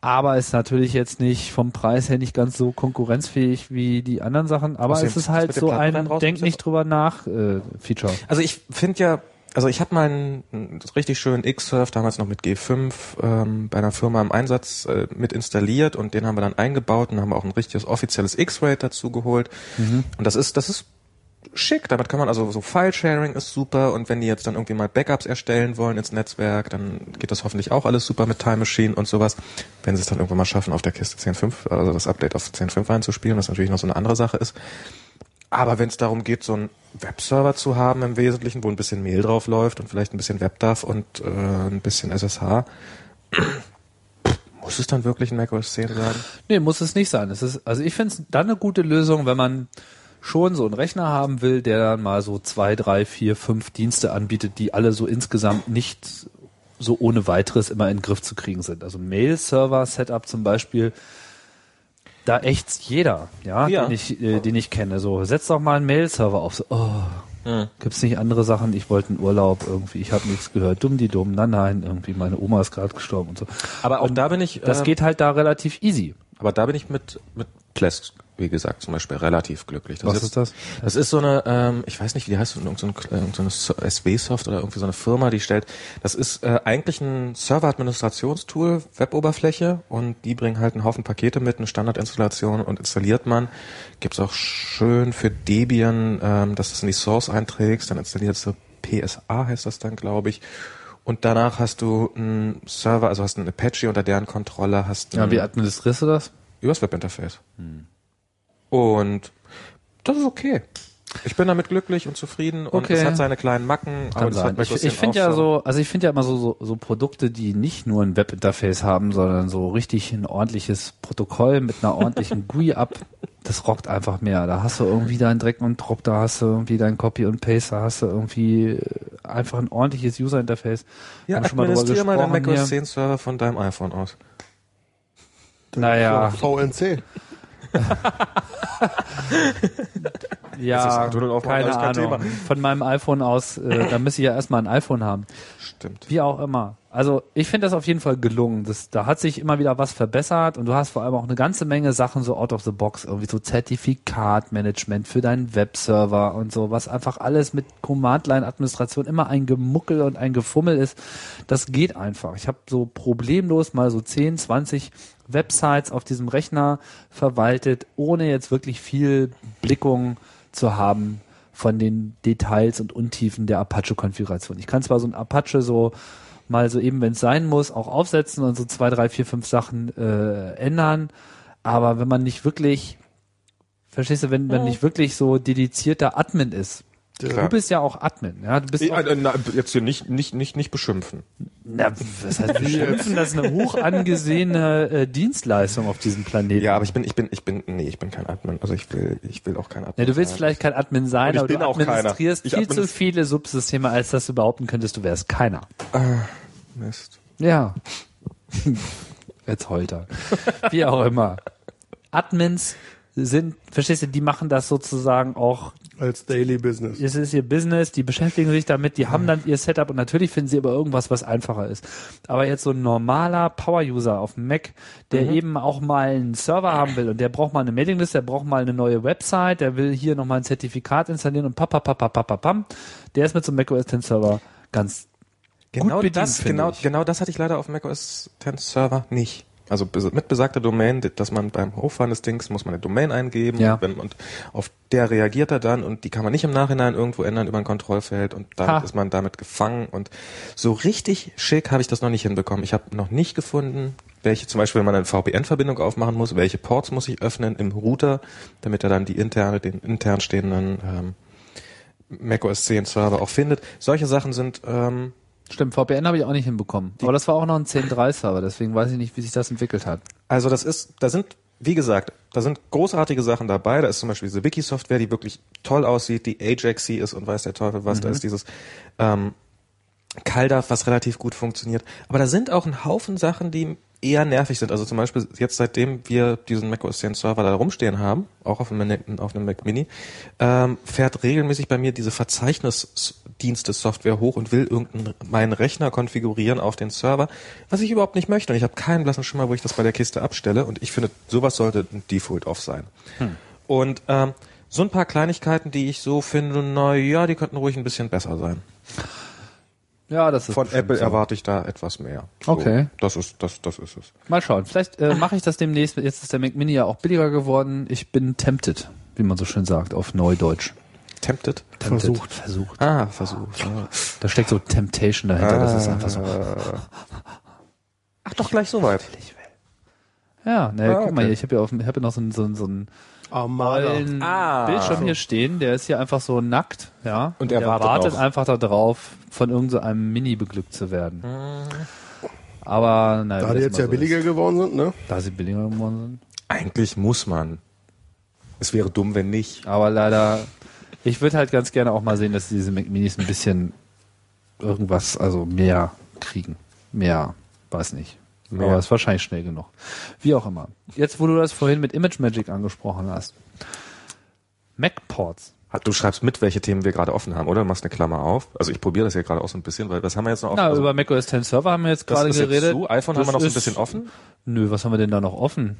Speaker 1: Aber ist natürlich jetzt nicht vom Preis her nicht ganz so konkurrenzfähig wie die anderen Sachen. Aber
Speaker 2: Außerdem
Speaker 1: es ist
Speaker 2: das
Speaker 1: halt
Speaker 2: mit den
Speaker 1: so
Speaker 2: Platten
Speaker 1: ein
Speaker 2: rein raus
Speaker 1: Denk
Speaker 2: ist ja-
Speaker 1: nicht drüber nach äh, Feature.
Speaker 2: Also ich finde ja, also ich habe meinen äh, richtig schönen Xsurf damals noch mit G5 ähm, bei einer Firma im Einsatz äh, mit installiert und den haben wir dann eingebaut und haben auch ein richtiges offizielles X-Rate dazu geholt. Und das ist, das ist schick. Damit kann man also so File-Sharing ist super und wenn die jetzt dann irgendwie mal Backups erstellen wollen ins Netzwerk, dann geht das hoffentlich auch alles super mit Time Machine und sowas. Wenn sie es dann irgendwann mal schaffen, auf der Kiste 10.5, also das Update auf 10.5 einzuspielen, was natürlich noch so eine andere Sache ist. Aber wenn es darum geht, so einen Webserver zu haben im Wesentlichen, wo ein bisschen Mail drauf läuft und vielleicht ein bisschen WebDAV und äh, ein bisschen SSH, muss es dann wirklich ein macOS 10 sein?
Speaker 1: Nee, muss es nicht sein. Es ist, also ich finde es dann eine gute Lösung, wenn man schon so einen Rechner haben will, der dann mal so zwei, drei, vier, fünf Dienste anbietet, die alle so insgesamt nicht so ohne weiteres immer in den Griff zu kriegen sind. Also Mail-Server-Setup zum Beispiel, da ächzt jeder, ja,
Speaker 2: Ja.
Speaker 1: Den, ich, äh, den ich kenne. So, setz doch mal einen Mail-Server auf. So, oh, gibt's nicht andere Sachen? Ich wollte einen Urlaub irgendwie, ich habe nichts gehört. Dumm die dumm, nein, nein, irgendwie, meine Oma ist gerade gestorben und so.
Speaker 2: Aber auch
Speaker 1: Und
Speaker 2: da bin ich,
Speaker 1: Das
Speaker 2: äh,
Speaker 1: geht halt da relativ easy.
Speaker 2: aber da bin ich mit, mit Plesk, wie gesagt, zum Beispiel relativ glücklich. Das
Speaker 1: Was ist das?
Speaker 2: Das ist so eine, ähm, ich weiß nicht, wie die heißt, irgend so ein- irgend so eine So- SW-Soft oder irgendwie so eine Firma, die stellt, das ist äh, eigentlich ein Server-Administrationstool, Web-Oberfläche und die bringen halt einen Haufen Pakete mit, eine Standardinstallation und installiert man. Gibt's auch schön für Debian, ähm, dass du es in die Source einträgst, dann installierst du PSA, heißt das dann, glaube ich. Und danach hast du einen Server, also hast einen Apache unter deren Kontrolle, hast
Speaker 1: Ja,
Speaker 2: einen-
Speaker 1: wie administrierst du das?
Speaker 2: übers Webinterface. Und das ist okay. Ich bin damit glücklich und zufrieden und
Speaker 1: Okay.
Speaker 2: es hat seine kleinen Macken, aber
Speaker 1: Kann
Speaker 2: das
Speaker 1: sein.
Speaker 2: hat
Speaker 1: Ich,
Speaker 2: macOS
Speaker 1: ich finde ja
Speaker 2: auch schon-
Speaker 1: so, also ich finde ja immer so, so, so Produkte, die nicht nur ein Webinterface haben, sondern so richtig ein ordentliches Protokoll mit einer ordentlichen GUI ab, das rockt einfach mehr. Da hast du irgendwie deinen Dreck und Drop, da hast du irgendwie dein Copy und Paste, da hast du irgendwie äh, einfach ein ordentliches User-Interface. Wir
Speaker 2: Ja,
Speaker 1: haben schon mal drüber
Speaker 2: administriere mal den
Speaker 1: gesprochen
Speaker 2: macOS
Speaker 1: hier.
Speaker 2: 10 Server von deinem iPhone aus.
Speaker 1: Naja.
Speaker 3: VNC.
Speaker 2: Das ist
Speaker 1: Ja,
Speaker 2: ein Tunnel aufmachen,
Speaker 1: keine
Speaker 2: alles kein
Speaker 1: Ahnung. Von meinem iPhone aus, äh, da müsste ich ja erstmal ein iPhone haben.
Speaker 2: Stimmt.
Speaker 1: Wie auch immer. Also ich finde das auf jeden Fall gelungen. Das, da hat sich immer wieder was verbessert und du hast vor allem auch eine ganze Menge Sachen so out of the box, irgendwie so Zertifikatmanagement für deinen Webserver und so, was einfach alles mit Command-Line-Administration immer ein Gemuckel und ein Gefummel ist. Das geht einfach. Ich habe so problemlos mal so 10, 20 Websites auf diesem Rechner verwaltet, ohne jetzt wirklich viel Blickung zu haben von den Details und Untiefen der Apache-Konfiguration. Ich kann zwar so ein Apache so mal so eben, wenn es sein muss, auch aufsetzen und so zwei, drei, vier, fünf Sachen äh, ändern, aber wenn man nicht wirklich, verstehst du, wenn, wenn nicht wirklich so dedizierter Admin ist,
Speaker 2: Klar.
Speaker 1: du bist ja auch Admin, ja, du bist
Speaker 2: Äh,
Speaker 1: auch,
Speaker 2: äh, na, jetzt hier nicht, nicht, nicht, nicht beschimpfen.
Speaker 1: na, was heißt beschimpfen, das ist eine hoch angesehene äh, Dienstleistung auf diesem Planeten.
Speaker 2: Ja, aber ich bin, ich bin, ich bin, nee, ich bin kein Admin. Also ich will, ich will auch kein Admin.
Speaker 1: Ne, du willst
Speaker 2: sein.
Speaker 1: vielleicht kein Admin sein,
Speaker 2: Und ich
Speaker 1: aber du
Speaker 2: bin auch keiner.
Speaker 1: administrierst
Speaker 2: Ich
Speaker 1: viel
Speaker 2: administ-
Speaker 1: zu viele Subsysteme, als dass du behaupten könntest, du wärst keiner.
Speaker 2: Mist.
Speaker 1: Ja. Jetzt heult er. Wie auch immer. Admins sind, verstehst du, die machen das sozusagen auch,
Speaker 3: Als Daily Business.
Speaker 1: es ist ihr Business, die beschäftigen sich damit, die haben dann ihr Setup und natürlich finden sie aber irgendwas, was einfacher ist. Aber jetzt so ein normaler Power-User auf dem Mac, der eben auch mal einen Server haben will und der braucht mal eine Mailingliste, der braucht mal eine neue Website, der will hier nochmal ein Zertifikat installieren und papapapapapam, der ist mit so einem macOS 10 Server ganz
Speaker 2: Genau
Speaker 1: bedient,
Speaker 2: das,
Speaker 1: finde
Speaker 2: genau,
Speaker 1: ich.
Speaker 2: genau das hatte ich leider auf dem macOS 10 Server nicht. Also bes- mit besagter Domain, dass man beim Hochfahren des Dings muss man eine Domain eingeben
Speaker 1: Ja.
Speaker 2: und, wenn, und auf der reagiert er dann und die kann man nicht im Nachhinein irgendwo ändern über ein Kontrollfeld und dann
Speaker 1: Ha.
Speaker 2: ist man damit gefangen und so richtig schick habe ich das noch nicht hinbekommen. Ich habe noch nicht gefunden, welche zum Beispiel, wenn man eine VPN-Verbindung aufmachen muss, welche Ports muss ich öffnen im Router, damit er dann die interne, den intern stehenden ähm, macOS 10 Server auch findet. Solche Sachen sind ähm,
Speaker 1: Stimmt, VPN habe ich auch nicht hinbekommen. Aber das war auch noch ein 10.3-Server, deswegen weiß ich nicht, wie sich das entwickelt hat.
Speaker 2: Also das ist, da sind, wie gesagt, da sind großartige Sachen dabei. Da ist zum Beispiel diese Wiki-Software, die wirklich toll aussieht, die Ajaxy ist und weiß der Teufel was. Da ist dieses ähm, CalDAV, was relativ gut funktioniert. Aber da sind auch ein Haufen Sachen, die eher nervig sind. Also zum Beispiel jetzt, seitdem wir diesen macOS 10 Server da rumstehen haben, auch auf einem, Mac- auf einem Mac Mini, ähm, fährt regelmäßig bei mir diese Verzeichnisdienste-Software hoch und will irgendeinen meinen Rechner konfigurieren auf den Server, was ich überhaupt nicht möchte. Und ich habe keinen blassen Schimmer, wo ich das bei der Kiste abstelle. Und ich finde, sowas sollte ein Default-Off sein. Und ähm, so ein paar Kleinigkeiten, die ich so finde, na ja, die könnten ruhig ein bisschen besser sein.
Speaker 1: Ja, das ist
Speaker 2: Von
Speaker 1: bestimmt
Speaker 2: Apple
Speaker 1: so.
Speaker 2: erwarte ich da etwas mehr.
Speaker 1: Okay.
Speaker 2: Das ist, das, das ist es.
Speaker 1: Mal schauen. Vielleicht äh, mache ich das demnächst. Jetzt ist der Mac Mini ja auch billiger geworden. Ich bin tempted, wie man so schön sagt, auf Neudeutsch.
Speaker 2: Tempted?
Speaker 1: Tempted.
Speaker 3: Versucht.
Speaker 1: Versucht.
Speaker 2: Ah, versucht. Ja.
Speaker 1: Da steckt so Temptation dahinter. Das
Speaker 2: Ah.
Speaker 1: ist einfach so.
Speaker 2: Ach doch, gleich soweit.
Speaker 1: Ja, ne,
Speaker 2: Ah,
Speaker 1: guck mal
Speaker 2: okay.
Speaker 1: hier. Ich habe ja, auf dem- ich hab ja noch so einen so einen- so einen
Speaker 3: Armada.
Speaker 1: tollen
Speaker 2: Ah.
Speaker 1: Bildschirm hier stehen. Der ist hier einfach so nackt. Ja.
Speaker 2: Und er
Speaker 1: Der
Speaker 2: wartet
Speaker 1: wartet
Speaker 2: noch.
Speaker 1: einfach darauf, von irgendeinem Mini beglückt zu werden.
Speaker 2: Mhm.
Speaker 1: Aber naja.
Speaker 3: Da
Speaker 1: wie
Speaker 3: die
Speaker 1: das
Speaker 3: jetzt
Speaker 1: mal
Speaker 3: ja
Speaker 1: so
Speaker 3: billiger geworden sind, ne?
Speaker 1: Ist. Da sie billiger geworden sind.
Speaker 2: Eigentlich muss man. Es wäre dumm, wenn nicht.
Speaker 1: Aber leider, ich würde halt ganz gerne auch mal sehen, dass diese Mac Minis ein bisschen irgendwas, also mehr kriegen. Mehr, weiß nicht.
Speaker 2: Mehr.
Speaker 1: Aber ist wahrscheinlich schnell genug. Wie auch immer. Jetzt, wo du das vorhin mit Image Magic angesprochen hast. MacPorts.
Speaker 2: Du schreibst mit, welche Themen wir gerade offen haben, oder? Du machst eine Klammer auf. Also ich probiere das hier gerade auch so ein bisschen, weil was haben wir jetzt noch offen?
Speaker 1: Na,
Speaker 2: also,
Speaker 1: über macOS 10 Server haben wir jetzt
Speaker 2: das
Speaker 1: gerade
Speaker 2: ist
Speaker 1: geredet.
Speaker 2: jetzt zu. iPhone haben
Speaker 1: Das
Speaker 2: wir noch so ein
Speaker 1: ist-
Speaker 2: bisschen offen.
Speaker 1: Nö, was haben wir denn da noch offen?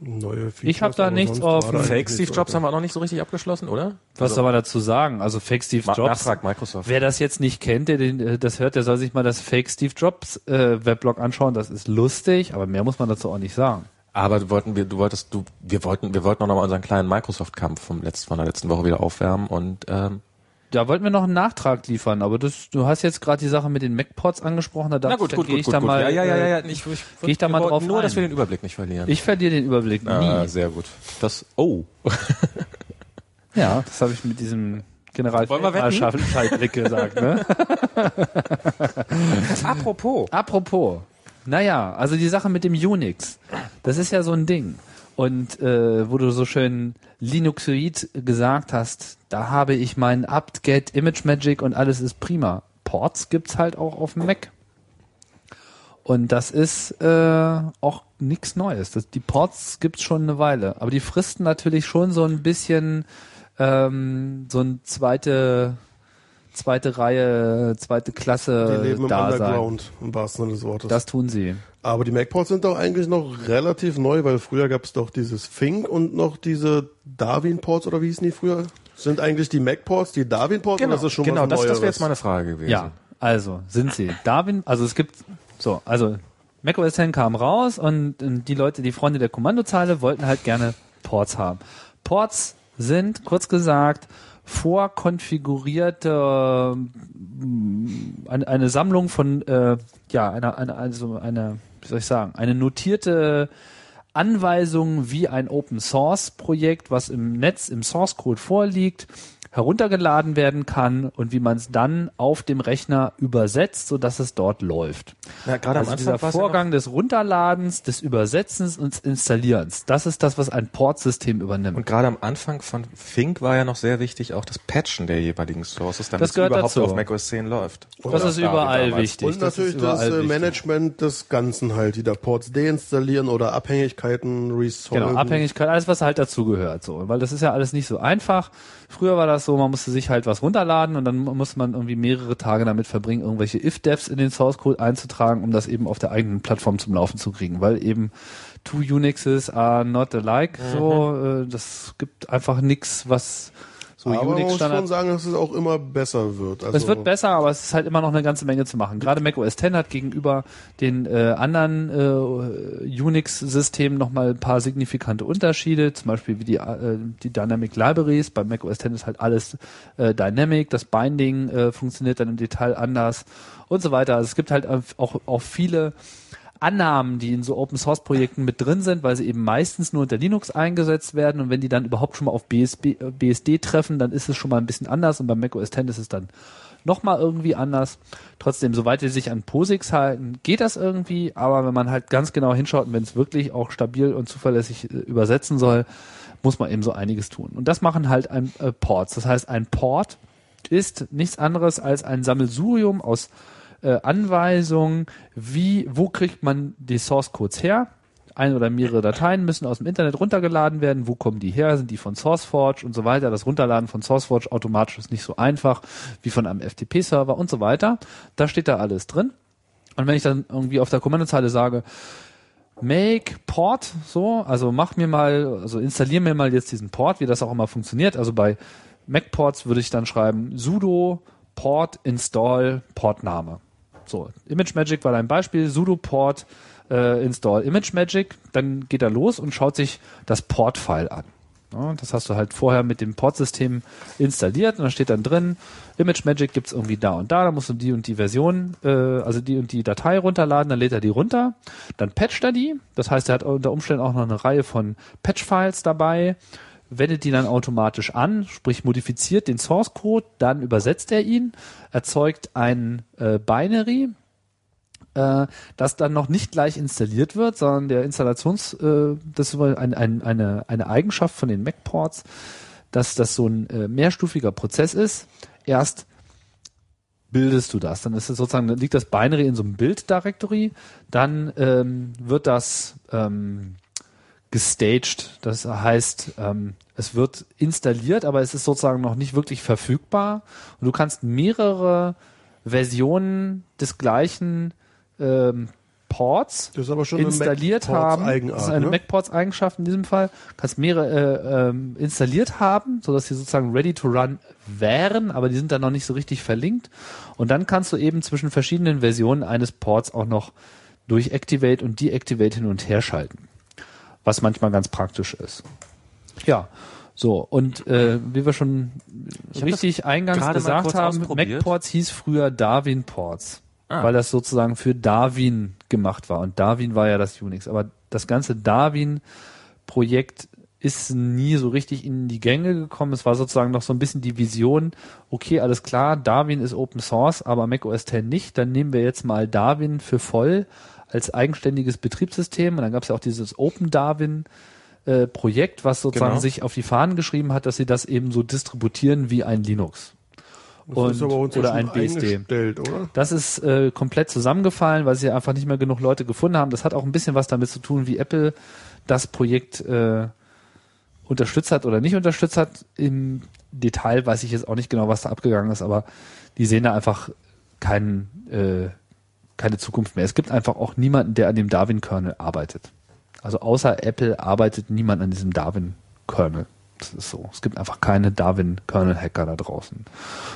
Speaker 3: Neue Features,
Speaker 1: Ich hab da
Speaker 3: aber
Speaker 1: nichts
Speaker 3: sonst
Speaker 1: auf
Speaker 3: war
Speaker 1: dem
Speaker 3: da
Speaker 2: Fake
Speaker 3: eigentlich
Speaker 2: Steve
Speaker 3: nichts,
Speaker 2: Jobs
Speaker 3: Alter.
Speaker 2: haben wir noch nicht so richtig abgeschlossen, oder?
Speaker 1: Was soll man dazu sagen? Also Fake Steve
Speaker 2: Also Ma-
Speaker 1: Jobs.
Speaker 2: Nachtrag Microsoft.
Speaker 1: Wer das jetzt nicht kennt, der den, äh, das hört, der soll sich mal das Fake Steve Jobs äh, Weblog anschauen. Das ist lustig, aber mehr muss man dazu auch nicht sagen.
Speaker 2: Aber du wollten wir, du wolltest, du, wir wollten, wir wollten auch nochmal unseren kleinen Microsoft-Kampf vom letzten, von der letzten Woche wieder aufwärmen und ähm,
Speaker 1: Da wollten wir noch einen Nachtrag liefern, aber das, du hast jetzt gerade die Sache mit den MacPods angesprochen. Da dachte ich, dann gehe ich da mal.
Speaker 2: ja, ja, ja,
Speaker 1: äh,
Speaker 2: ja, ja. Ich, ich,
Speaker 1: geh ich da
Speaker 2: wir
Speaker 1: mal
Speaker 2: wollten
Speaker 1: drauf
Speaker 2: Nur,
Speaker 1: ein.
Speaker 2: dass wir den Überblick nicht verlieren.
Speaker 1: Ich verliere den Überblick nie.
Speaker 2: Ah, sehr gut. Das, oh.
Speaker 1: Ja, das habe ich mit diesem
Speaker 2: Wollen wir wetten?
Speaker 1: Generalfeldmarschallblick gesagt. Ne?
Speaker 2: Apropos.
Speaker 1: Apropos, naja, also die Sache mit dem Unix, das ist ja so ein Ding. Und äh, wo du so schön Linuxoid gesagt hast, da habe ich meinen apt-get, image-magic und alles ist prima. Ports gibt's halt auch auf dem Mac. Und das ist äh, auch nichts Neues. Das, die Ports gibt's schon eine Weile. Aber die fristen natürlich schon so ein bisschen ähm, so ein zweite, zweite Reihe, zweite Klasse
Speaker 3: Die leben im
Speaker 1: Dasein.
Speaker 3: Underground, im wahrsten Sinne des Wortes.
Speaker 1: Das tun sie.
Speaker 3: Aber die MacPorts sind doch eigentlich noch relativ neu, weil früher gab es doch dieses Fink und noch diese Darwin-Ports oder wie hießen die früher? Sind eigentlich die MacPorts die Darwin-Ports
Speaker 2: Genau,
Speaker 3: oder ist das schon
Speaker 2: genau
Speaker 3: was
Speaker 2: das, das
Speaker 3: Neueres?
Speaker 2: wäre jetzt meine Frage gewesen.
Speaker 1: Ja, also sind sie. Darwin, also es gibt so, also macOS 10 kam raus und ähm, die Leute, die Freunde der Kommandozeile wollten halt gerne Ports haben. Ports sind kurz gesagt vorkonfigurierte ähm, eine, eine Sammlung von äh, ja, einer eine, also eine wie soll ich sagen, eine notierte Anweisungen wie ein Open Source Projekt, was im Netz im Source Code vorliegt, heruntergeladen werden kann und wie man es dann auf dem Rechner übersetzt, so dass es dort läuft.
Speaker 2: Na, gerade
Speaker 1: Also
Speaker 2: am Anfang
Speaker 1: dieser
Speaker 2: war es ja
Speaker 1: Vorgang des Runterladens, des Übersetzens und des Installierens, das ist das, was ein Port-System übernimmt.
Speaker 2: Und gerade am Anfang von Fink war ja noch sehr wichtig, auch das Patchen der jeweiligen Sources, damit
Speaker 1: Das
Speaker 2: es
Speaker 1: gehört
Speaker 2: überhaupt
Speaker 1: dazu.
Speaker 2: auf macOS 10 läuft.
Speaker 1: das
Speaker 2: Oder
Speaker 1: ist
Speaker 2: Darwin
Speaker 1: überall
Speaker 2: damals.
Speaker 1: wichtig.
Speaker 3: Und natürlich
Speaker 1: ist
Speaker 3: das,
Speaker 1: überall
Speaker 3: äh,
Speaker 1: wichtig.
Speaker 3: Management des Ganzen halt, die da Ports deinstallieren oder Abhängigkeiten resolven.
Speaker 1: Genau, Abhängigkeit, alles was halt dazugehört, so, weil das ist ja alles nicht so einfach. Früher war das so, man musste sich halt was runterladen und dann musste man irgendwie mehrere Tage damit verbringen, irgendwelche if-devs in den Source Code einzutragen, um das eben auf der eigenen Plattform zum Laufen zu kriegen, weil eben two Unixes are not alike, so, äh, das gibt einfach nix, was So
Speaker 3: Mhm. Aber man muss
Speaker 1: Unix-Standard.
Speaker 3: schon sagen, dass es auch immer besser wird. Also
Speaker 1: Es wird besser, aber es ist halt immer noch eine ganze Menge zu machen. Gerade Mac OS X hat gegenüber den äh, anderen äh, Unix-Systemen nochmal ein paar signifikante Unterschiede, zum Beispiel wie die, äh, die Dynamic Libraries. Bei Mac OS X ist halt alles äh, Dynamic, das Binding äh, funktioniert dann im Detail anders und so weiter. Also es gibt halt auch, auch viele Annahmen, die in so Open Source Projekten mit drin sind, weil sie eben meistens nur unter Linux eingesetzt werden und wenn die dann überhaupt schon mal auf BSB, äh, BSD treffen, dann ist es schon mal ein bisschen anders und bei macOS 10 ist es dann nochmal irgendwie anders. Trotzdem, soweit die sich an POSIX halten, geht das irgendwie, aber wenn man halt ganz genau hinschaut und wenn es wirklich auch stabil und zuverlässig äh, übersetzen soll, muss man eben so einiges tun. Und das machen halt ein, äh, Ports. Das heißt, ein Port ist nichts anderes als ein Sammelsurium aus äh, Anweisungen, wie, wo kriegt man die Source Codes her? Ein oder mehrere Dateien müssen aus dem Internet runtergeladen werden. Wo kommen die her? Sind die von SourceForge und so weiter? Das Runterladen von SourceForge automatisch ist nicht so einfach wie von einem FTP-Server und so weiter. Da steht da alles drin. Und wenn ich dann irgendwie auf der Kommandozeile sage, Make Port, so, also mach mir mal, also installier mir mal jetzt diesen Port, wie das auch immer funktioniert. Also bei Mac Ports würde ich dann schreiben sudo port install Portname. So, ImageMagick war dein Beispiel, sudo port äh, install ImageMagick, dann geht er los und schaut sich das Port-File an. Ja, das hast du halt vorher mit dem Port-System installiert und da steht dann drin, ImageMagick gibt's irgendwie da und da, da musst du die und die Version, äh, also die und die Datei runterladen, dann lädt er die runter, dann patcht er die, das heißt, er hat unter Umständen auch noch eine Reihe von Patch-Files dabei, wendet die dann automatisch an, sprich modifiziert den Source-Code, dann übersetzt er ihn, erzeugt ein äh, Binary, äh, das dann noch nicht gleich installiert wird, sondern der Installations, äh, das ist wohl ein, ein, eine, eine Eigenschaft von den Mac-Ports, dass das so ein äh, mehrstufiger Prozess ist. Erst bildest du das, dann ist es sozusagen, dann liegt das Binary in so einem Build-Directory, dann ähm, wird das ähm, gestaged, das heißt, ähm, es wird installiert, aber es ist sozusagen noch nicht wirklich verfügbar und du kannst mehrere Versionen des gleichen ähm, Ports
Speaker 3: Das ist aber schon eine
Speaker 1: installiert
Speaker 3: Mac-Ports
Speaker 1: haben.
Speaker 3: Eigenart,
Speaker 1: Das ist eine
Speaker 3: ne?
Speaker 1: MacPorts-Eigenschaft in diesem Fall. Kannst mehrere äh, ähm, installiert haben, sodass sie sozusagen ready to run wären, aber die sind dann noch nicht so richtig verlinkt. Und dann kannst du eben zwischen verschiedenen Versionen eines Ports auch noch durch Activate und Deactivate hin und her schalten. Was manchmal ganz praktisch ist. Ja. So, und äh, wie wir schon
Speaker 2: hab
Speaker 1: richtig eingangs
Speaker 2: gerade mal
Speaker 1: gesagt
Speaker 2: kurz
Speaker 1: haben,
Speaker 2: ausprobiert.
Speaker 1: MacPorts hieß früher Darwin-Ports
Speaker 2: Ah.
Speaker 1: weil das sozusagen für Darwin gemacht war. Und Darwin war ja das Unix. Aber das ganze Darwin-Projekt ist nie so richtig in die Gänge gekommen. Es war sozusagen noch so ein bisschen die Vision, okay, alles klar, Darwin ist Open Source, aber Mac OS X nicht. Dann nehmen wir jetzt mal Darwin für voll als eigenständiges Betriebssystem. Und dann gab es ja auch dieses Open Darwin. äh, Projekt, was sozusagen
Speaker 2: Genau.
Speaker 1: sich auf die Fahnen geschrieben hat, dass sie das eben so distributieren wie ein Linux.
Speaker 3: Das ist aber uns ja
Speaker 1: oder
Speaker 3: schon
Speaker 1: ein BSD.
Speaker 3: eingestellt, oder?
Speaker 1: Das ist äh, komplett zusammengefallen, weil sie einfach nicht mehr genug Leute gefunden haben. Das hat auch ein bisschen was damit zu tun, wie Apple das Projekt äh, unterstützt hat oder nicht unterstützt hat. Im Detail weiß ich jetzt auch nicht genau, was da abgegangen ist, aber die sehen da einfach keinen, äh, keine Zukunft mehr. Es gibt einfach auch niemanden, der an dem Darwin-Kernel arbeitet. Also außer Apple arbeitet niemand an diesem Darwin-Kernel. Das ist so. Es gibt einfach keine Darwin-Kernel-Hacker da draußen.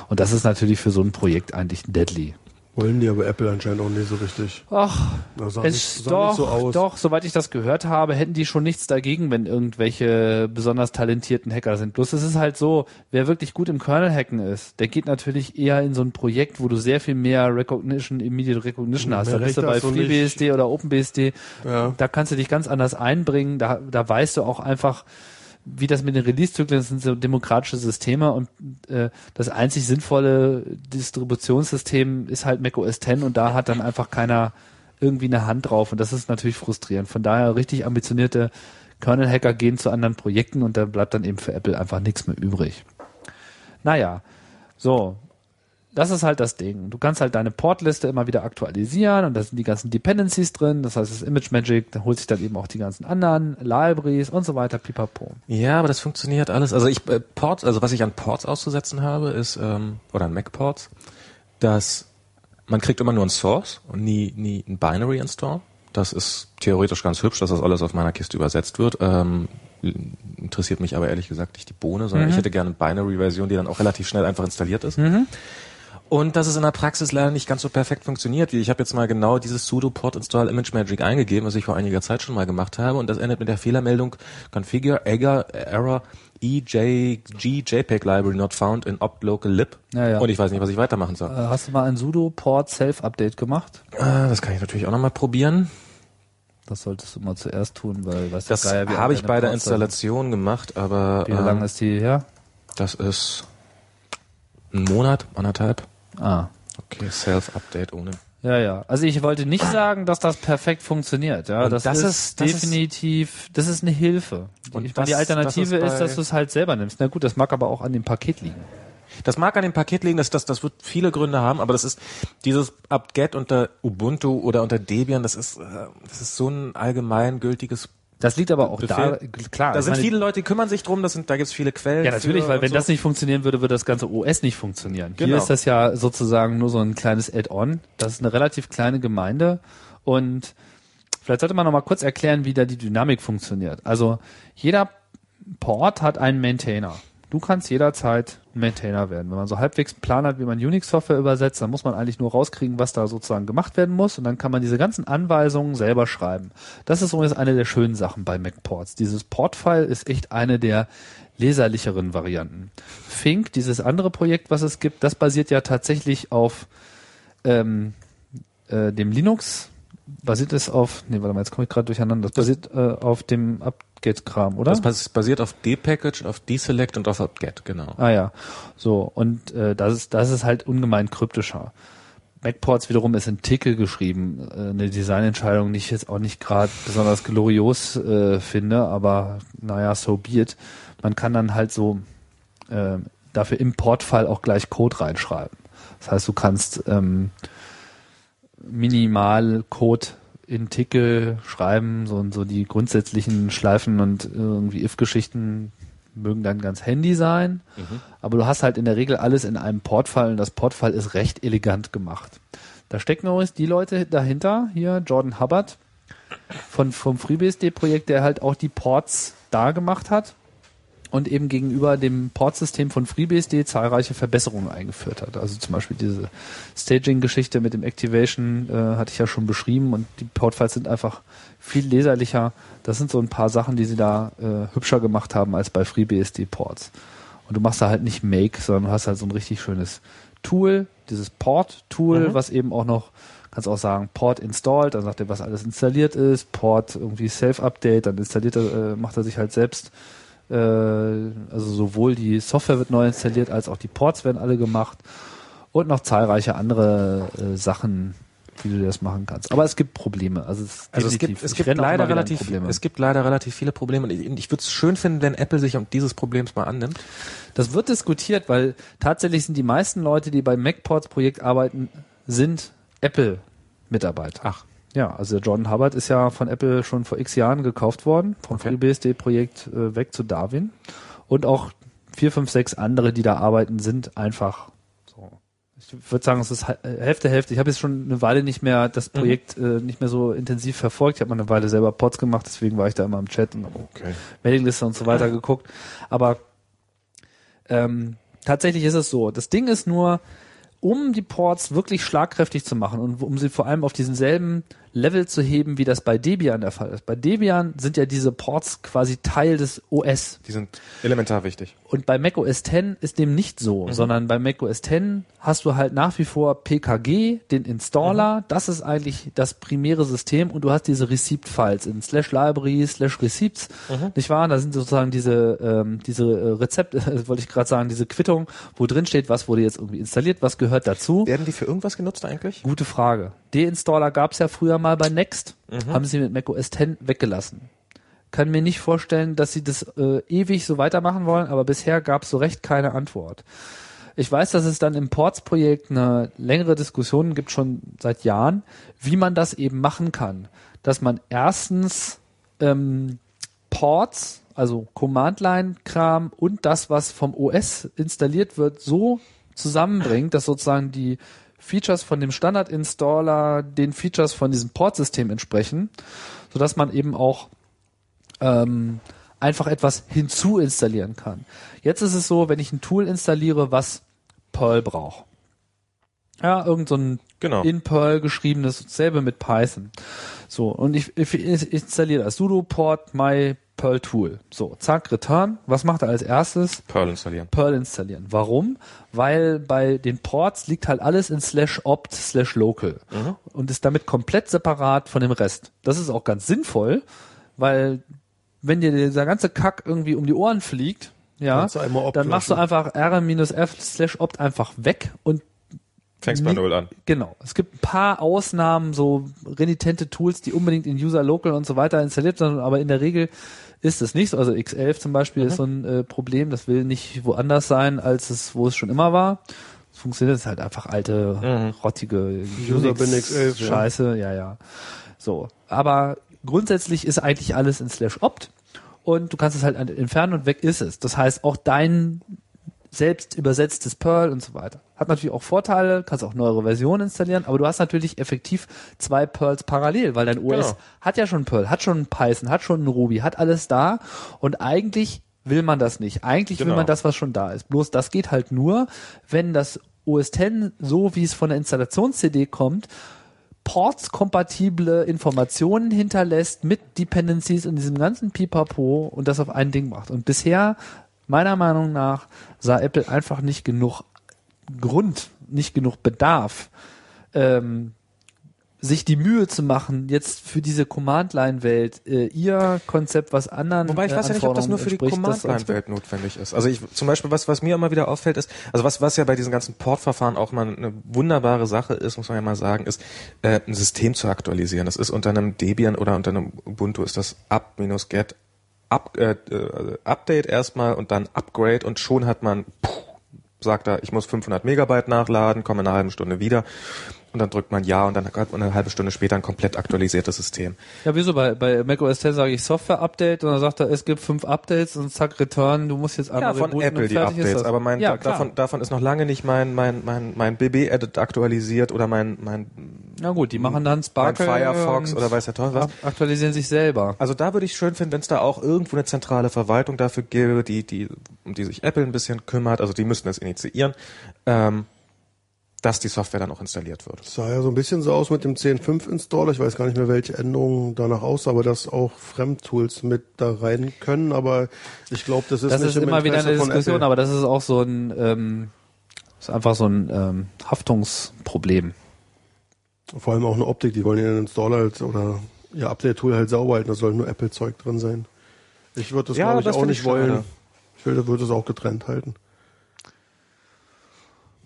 Speaker 1: Und das ist natürlich für so ein Projekt eigentlich deadly.
Speaker 3: Wollen die aber Apple anscheinend auch nicht so richtig.
Speaker 1: Ach,
Speaker 3: Das sah
Speaker 1: es
Speaker 3: nicht- sah
Speaker 1: doch,
Speaker 3: nicht so aus.
Speaker 1: doch, soweit ich das gehört habe, hätten die schon nichts dagegen, wenn irgendwelche besonders talentierten Hacker sind. Bloß es ist halt so, wer wirklich gut im Kernel hacken ist, der geht natürlich eher in so ein Projekt, wo du sehr viel mehr Recognition, Immediate Recognition hast. Da
Speaker 3: Mehr
Speaker 1: bist du
Speaker 3: Rechte
Speaker 1: bei
Speaker 3: hast du nicht.
Speaker 1: FreeBSD oder OpenBSD,
Speaker 3: Ja.
Speaker 1: da kannst du dich ganz anders einbringen, da, da weißt du auch einfach, wie das mit den Release-Zyklen ist, sind so demokratische Systeme und äh, das einzig sinnvolle Distributionssystem ist halt macOS 10 und da hat dann einfach keiner irgendwie eine Hand drauf und das ist natürlich frustrierend. Von daher richtig ambitionierte Kernel-Hacker gehen zu anderen Projekten und da bleibt dann eben für Apple einfach nichts mehr übrig. Naja, so. Das ist halt das Ding. Du kannst halt deine Portliste immer wieder aktualisieren und da sind die ganzen Dependencies drin. Das heißt, das Image Magic, da holt sich dann eben auch die ganzen anderen Libraries und so weiter, pipapo.
Speaker 2: Ja, aber das funktioniert alles. Also ich äh, Ports, also was ich an Ports auszusetzen habe, ist ähm, oder an Mac Ports, dass man kriegt immer nur ein Source und nie nie ein Binary Install. Das ist theoretisch ganz hübsch, dass das alles auf meiner Kiste übersetzt wird. Ähm, interessiert mich aber ehrlich gesagt nicht die Bohne, sondern
Speaker 1: Mhm.
Speaker 2: ich hätte gerne eine Binary-Version, die dann auch relativ schnell einfach installiert ist. Und dass es in der Praxis leider nicht ganz so perfekt funktioniert. wie Ich habe jetzt mal genau dieses sudo port install image magic eingegeben, was ich vor einiger Zeit schon mal gemacht habe. Und das endet mit der Fehlermeldung configure Egger, error E EJG JPEG library not found in opt local lib.
Speaker 1: Ja, ja.
Speaker 2: Und ich weiß nicht, was ich weitermachen soll.
Speaker 1: Äh, Hast du mal ein sudo port self update gemacht?
Speaker 2: Ah, das kann ich natürlich auch nochmal probieren.
Speaker 1: Das solltest du mal zuerst tun, weil weißt
Speaker 2: Das
Speaker 1: du, Geier, wir haben
Speaker 2: habe ich
Speaker 1: keine
Speaker 2: bei der
Speaker 1: Ports, also-
Speaker 2: Installation gemacht, aber
Speaker 1: Wie lange
Speaker 2: ähm,
Speaker 1: ist die her?
Speaker 2: das ist ein Monat, anderthalb.
Speaker 1: Ah.
Speaker 2: Okay, Self-Update ohne.
Speaker 1: Ja, ja. Also ich wollte nicht sagen, dass das perfekt funktioniert. Ja,
Speaker 2: Und
Speaker 1: das,
Speaker 2: das
Speaker 1: ist
Speaker 2: ist- das ist-
Speaker 1: definitiv, das ist eine Hilfe. Und
Speaker 2: Und
Speaker 1: ich meine, die
Speaker 2: das-
Speaker 1: Alternative
Speaker 2: das
Speaker 1: ist,
Speaker 2: ist bei-
Speaker 1: dass du es halt selber nimmst. Na gut, das mag aber auch an dem Paket liegen.
Speaker 2: Das mag an dem Paket liegen, das, das, das wird viele Gründe haben, aber das ist dieses Apt-Get unter Ubuntu oder unter Debian, das ist, äh, das ist so ein allgemeingültiges
Speaker 1: Das liegt aber auch
Speaker 2: Befehl.
Speaker 1: da, klar.
Speaker 2: Da
Speaker 1: ich
Speaker 2: sind
Speaker 1: meine,
Speaker 2: viele Leute, die kümmern sich drum, das sind, da gibt's viele Quellen.
Speaker 1: Ja, natürlich,
Speaker 2: für
Speaker 1: weil
Speaker 2: und
Speaker 1: wenn
Speaker 2: so.
Speaker 1: das nicht funktionieren würde, würde das ganze OS nicht funktionieren. Hier
Speaker 2: Genau.
Speaker 1: ist das ja sozusagen nur so ein kleines Add-on. Das ist eine relativ kleine Gemeinde und vielleicht sollte man noch mal kurz erklären, wie da die Dynamik funktioniert. Also jeder Port hat einen Maintainer. Du kannst jederzeit ein Maintainer werden. Wenn man so halbwegs einen Plan hat, wie man Unix-Software übersetzt, dann muss man eigentlich nur rauskriegen, was da sozusagen gemacht werden muss. Und dann kann man diese ganzen Anweisungen selber schreiben. Das ist übrigens eine der schönen Sachen bei Mac-Ports. Dieses Port-File ist echt eine der leserlicheren Varianten. Fink, dieses andere Projekt, was es gibt, das basiert ja tatsächlich auf ähm, äh, dem Linux. Basiert es auf, nee, warte mal, jetzt komme ich gerade durcheinander. Das basiert äh, auf dem Update-Kram, oder?
Speaker 2: Das bas- basiert auf D-Package, auf D-Select und auf Apt-Get, genau.
Speaker 1: Ah ja, so und äh, das ist das ist halt ungemein kryptischer. Backports wiederum ist in Tickel geschrieben, äh, eine Designentscheidung, die ich jetzt auch nicht gerade besonders glorios äh, finde, aber naja, so be it. Man kann dann halt so äh, dafür im Portfall auch gleich Code reinschreiben. Das heißt, du kannst ähm, minimal Code in Tickel schreiben, so und so die grundsätzlichen Schleifen und äh, irgendwie if-Geschichten mögen dann ganz handy sein, aber du hast halt in der Regel alles in einem Portfall und das Portfall ist recht elegant gemacht. Da stecken übrigens die Leute dahinter, hier Jordan Hubbard von, vom FreeBSD-Projekt, der halt auch die Ports da gemacht hat und eben gegenüber dem Portsystem von FreeBSD zahlreiche Verbesserungen eingeführt hat. Also zum Beispiel diese Staging-Geschichte mit dem Activation äh, hatte ich ja schon beschrieben und die Portfiles sind einfach viel leserlicher. Das sind so ein paar Sachen, die sie da äh, hübscher gemacht haben als bei FreeBSD-Ports. Und du machst da halt nicht Make, sondern du hast halt so ein richtig schönes Tool, dieses Port-Tool, was eben auch noch, kannst auch sagen, Port installed, dann sagt er, was alles installiert ist, Port irgendwie Self-Update, dann installiert er, äh, macht er sich halt selbst äh, also sowohl die Software wird neu installiert, als auch die Ports werden alle gemacht und noch zahlreiche andere äh, Sachen, wie du das machen kannst. Aber es gibt Probleme. Also es, ist
Speaker 2: Also es
Speaker 1: definitiv-
Speaker 2: gibt, es
Speaker 1: ich
Speaker 2: gibt
Speaker 1: renn auch immer
Speaker 2: leider
Speaker 1: wieder in
Speaker 2: relativ,
Speaker 1: Probleme.
Speaker 2: es gibt leider relativ viele Probleme. Und ich, ich würde es schön finden, wenn Apple sich um dieses Problems mal annimmt.
Speaker 1: Das wird diskutiert, weil tatsächlich sind die meisten Leute, die beim MacPorts-Projekt arbeiten, sind Apple-Mitarbeiter.
Speaker 2: Ach.
Speaker 1: Ja, also der Jordan Hubbard ist ja von Apple schon vor x Jahren gekauft worden, vom
Speaker 2: Okay.
Speaker 1: FreeBSD-Projekt äh, weg zu Darwin. Und auch vier, fünf, sechs andere, die da arbeiten, sind einfach so. Ich würde sagen, es ist hal- äh, Hälfte, Hälfte. Ich habe jetzt schon eine Weile nicht mehr das
Speaker 2: Mhm.
Speaker 1: Projekt äh, nicht mehr so intensiv verfolgt. Ich habe mal eine Weile selber Pods gemacht, deswegen war ich da immer im Chat und
Speaker 2: Okay.
Speaker 1: Mailingliste und so weiter geguckt. Aber ähm, tatsächlich ist es so. Das Ding ist nur, um die Ports wirklich schlagkräftig zu machen und um sie vor allem auf diesen selben Level zu heben, wie das bei Debian der Fall ist. Bei Debian sind ja diese Ports quasi Teil des OS.
Speaker 2: Die sind elementar wichtig.
Speaker 1: Und bei macOS 10 ist dem nicht so, sondern bei macOS 10 hast du halt nach wie vor PKG, den Installer, das ist eigentlich das primäre System und du hast diese Receipt-Files in slash library, slash receipts, nicht wahr? Da sind sozusagen diese, ähm, diese äh, Rezepte, wollte ich gerade sagen, diese Quittung, wo drin steht, was wurde jetzt irgendwie installiert, was gehört dazu.
Speaker 2: Werden die für irgendwas genutzt eigentlich?
Speaker 1: Gute Frage. D-Installer gab es ja früher mal bei Next, haben sie mit macOS 10 weggelassen. Kann mir nicht vorstellen, dass sie das äh, ewig so weitermachen wollen, aber bisher gab es so recht keine Antwort. Ich weiß, dass es dann im Ports-Projekt eine längere Diskussion gibt, schon seit Jahren, wie man das eben machen kann. Dass man erstens ähm, Ports, also Command-Line-Kram und das, was vom OS installiert wird, so zusammenbringt, dass sozusagen die Features von dem Standard-Installer den Features von diesem Port-System entsprechen, sodass man eben auch ähm, einfach etwas hinzuinstallieren kann. Jetzt ist es so, wenn ich ein Tool installiere, was Perl braucht. Ja, irgend so ein
Speaker 2: Genau.
Speaker 1: in Perl geschriebenes, dasselbe mit Python. So, und ich, ich, ich installiere das sudo port my Perl Tool. So, zack, return. Was macht er als erstes?
Speaker 2: Perl installieren.
Speaker 1: Perl installieren. Warum? Weil bei den Ports liegt halt alles in slash opt slash local
Speaker 3: Mhm.
Speaker 1: und ist damit komplett separat von dem Rest. Das ist auch ganz sinnvoll, weil wenn dir dieser ganze Kack irgendwie um die Ohren fliegt, ja,
Speaker 3: Kannst du einmal opt
Speaker 1: dann machst du
Speaker 3: löschen.
Speaker 1: einfach r-f slash opt einfach weg und
Speaker 2: Fängst bei
Speaker 1: nie-
Speaker 2: Null an.
Speaker 1: Genau. Es gibt ein paar Ausnahmen, so renitente Tools, die unbedingt in User Local und so weiter installiert sind, aber in der Regel ist es nicht. so. Also X11 zum Beispiel
Speaker 2: Mhm.
Speaker 1: ist so ein äh, Problem, das will nicht woanders sein, als es, wo es schon immer war. Es funktioniert es halt einfach alte,
Speaker 2: Mhm.
Speaker 1: rottige
Speaker 3: User
Speaker 1: Unix-
Speaker 3: bin X11, ja.
Speaker 1: Scheiße, ja, ja. So. Aber grundsätzlich ist eigentlich alles in slash opt und du kannst es halt entfernen und weg ist es. Das heißt, auch dein selbst übersetztes Perl und so weiter. Hat natürlich auch Vorteile, kannst auch neuere Versionen installieren, aber du hast natürlich effektiv zwei Perls parallel, weil dein OS
Speaker 2: Genau.
Speaker 1: hat ja schon Perl, hat schon Python, hat schon Ruby, hat alles da und eigentlich will man das nicht. Eigentlich will
Speaker 2: Genau.
Speaker 1: man das, was schon da ist. Bloß das geht halt nur, wenn das OS X, so wie es von der Installations-CD kommt, ports-kompatible Informationen hinterlässt mit Dependencies und diesem ganzen Pipapo und das auf ein Ding macht. Und bisher, meiner Meinung nach, sah Apple einfach nicht genug Grund, nicht genug Bedarf, ähm, sich die Mühe zu machen, jetzt für diese Command-Line-Welt äh, ihr Konzept, was anderen
Speaker 2: Wobei ich
Speaker 1: äh,
Speaker 2: weiß ja nicht, ob das nur für die
Speaker 1: Anforderungen entspricht, das als-
Speaker 2: Command-Line-Welt notwendig ist. Also ich, zum Beispiel, was, was mir immer wieder auffällt, ist, also was, was ja bei diesen ganzen Portverfahren auch mal eine wunderbare Sache ist, muss man ja mal sagen, ist, äh, ein System zu aktualisieren. Das ist unter einem Debian oder unter einem Ubuntu ist das up-get up, äh, äh, Update erstmal und dann Upgrade und schon hat man, puh, sagt er, ich muss 500 Megabyte nachladen, komme in einer halben Stunde wieder. Und dann drückt man Ja und dann hat man eine halbe Stunde später ein komplett aktualisiertes System.
Speaker 1: Ja, wieso? Bei, bei Mac OS X sage ich Software-Update und dann sagt er, es gibt fünf Updates und zack, Return, du musst jetzt einmal
Speaker 2: Ja, von
Speaker 1: rebooten
Speaker 2: Apple
Speaker 1: und
Speaker 2: die
Speaker 1: fertig ist
Speaker 2: Updates,
Speaker 1: das.
Speaker 2: aber mein,
Speaker 1: ja,
Speaker 2: da-
Speaker 1: klar.
Speaker 2: davon, davon ist noch lange nicht mein, mein, mein, mein BB-Edit aktualisiert oder mein, mein,
Speaker 1: Na gut, die machen dann
Speaker 2: mein
Speaker 1: Sparkle
Speaker 2: Firefox
Speaker 1: und
Speaker 2: oder weiß der Teufel was.
Speaker 1: aktualisieren sich selber.
Speaker 2: Also da würde ich schön finden, wenn es da auch irgendwo eine zentrale Verwaltung dafür gäbe, die, die, um die sich Apple ein bisschen kümmert, also die müssten das initiieren, ähm, dass die Software dann auch installiert wird.
Speaker 3: Das sah ja so ein bisschen so aus mit dem 10.5 Installer. Ich weiß gar nicht mehr, welche Änderungen danach aussah, aber dass auch Fremdtools mit da rein können. Aber ich glaube, das ist
Speaker 1: Das
Speaker 3: nicht
Speaker 1: ist
Speaker 3: im
Speaker 1: immer wieder
Speaker 3: Interesse
Speaker 1: eine
Speaker 3: von
Speaker 1: Diskussion,
Speaker 3: Apple.
Speaker 1: aber das ist auch so ein ähm, ist einfach so ein ähm, Haftungsproblem.
Speaker 3: Vor allem auch eine Optik, die wollen ihren Installer halt oder ihr Update-Tool halt sauber halten, da soll nur Apple-Zeug drin sein. Ich würde das
Speaker 2: Ja,
Speaker 3: glaube ich
Speaker 2: das
Speaker 3: auch
Speaker 2: find ich
Speaker 3: nicht wollen.
Speaker 2: schade.
Speaker 3: Ich will, würde es auch getrennt halten.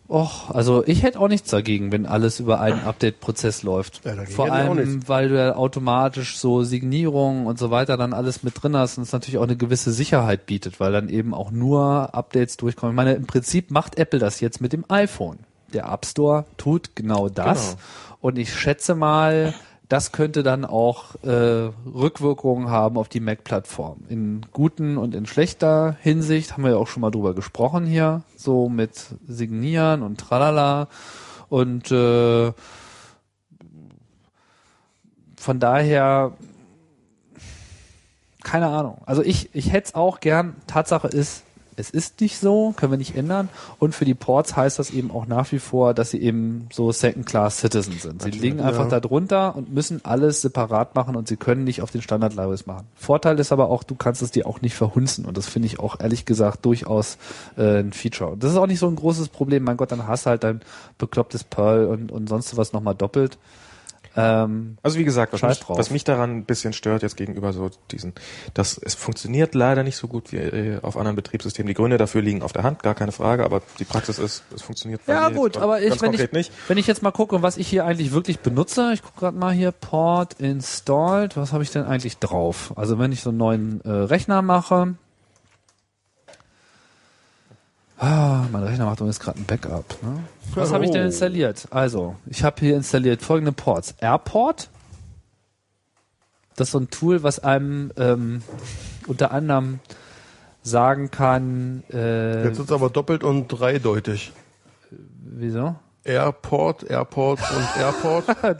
Speaker 1: Och, also ich hätte auch nichts dagegen, wenn alles über einen Update-Prozess läuft.
Speaker 3: Ja, dagegen
Speaker 1: Vor
Speaker 3: hätte ich auch
Speaker 1: allem,
Speaker 3: nichts.
Speaker 1: weil du ja automatisch so Signierungen und so weiter dann alles mit drin hast und es natürlich auch eine gewisse Sicherheit bietet, weil dann eben auch nur Updates durchkommen. Ich meine, im Prinzip macht Apple das jetzt mit dem iPhone. Der App Store tut genau das. Und ich schätze mal, das könnte dann auch äh, Rückwirkungen haben auf die Mac-Plattform. In guten und in schlechter Hinsicht haben wir ja auch schon mal drüber gesprochen hier, so mit Signieren und Tralala. Und äh, von daher, keine Ahnung. Also ich, ich hätte es auch gern. Tatsache ist, es ist nicht so, können wir nicht ändern. Und für die Ports heißt das eben auch nach wie vor, dass sie eben so Second-Class Citizen sind. Sie liegen einfach da drunter und müssen alles separat machen und sie können nicht auf den standard libraries machen. Vorteil ist aber auch, du kannst es dir auch nicht verhunzen und das finde ich auch ehrlich gesagt durchaus äh, ein Feature. Und das ist auch nicht so ein großes Problem. Mein Gott, dann hast du halt dein beklopptes Perl und, und sonst was nochmal doppelt. Ähm,
Speaker 2: Also wie gesagt, was
Speaker 1: Scheiß
Speaker 2: mich,
Speaker 1: drauf.
Speaker 2: was mich daran ein bisschen stört jetzt gegenüber so diesen, dass es funktioniert leider nicht so gut wie äh, auf anderen Betriebssystemen. Die Gründe dafür liegen auf der Hand, gar keine Frage, aber die Praxis ist, es funktioniert bei
Speaker 1: Ja
Speaker 2: mir
Speaker 1: gut,
Speaker 2: jetzt
Speaker 1: aber ich,
Speaker 2: ganz
Speaker 1: wenn, ich
Speaker 2: konkret nicht.
Speaker 1: wenn ich jetzt mal gucke, was ich hier eigentlich wirklich benutze, ich gucke gerade mal hier Port installed, was habe ich denn eigentlich drauf? Also wenn ich so einen neuen äh, Rechner mache, ah, mein Rechner macht übrigens gerade ein Backup. Ne? Was habe ich denn
Speaker 3: Oh.
Speaker 1: installiert? Also ich habe hier installiert folgende Ports: Airport, das ist so ein Tool, was einem ähm, unter anderem sagen kann, äh,
Speaker 3: Jetzt ist es aber doppelt und dreideutig.
Speaker 1: wieso?
Speaker 3: Airport, Airport und Airport.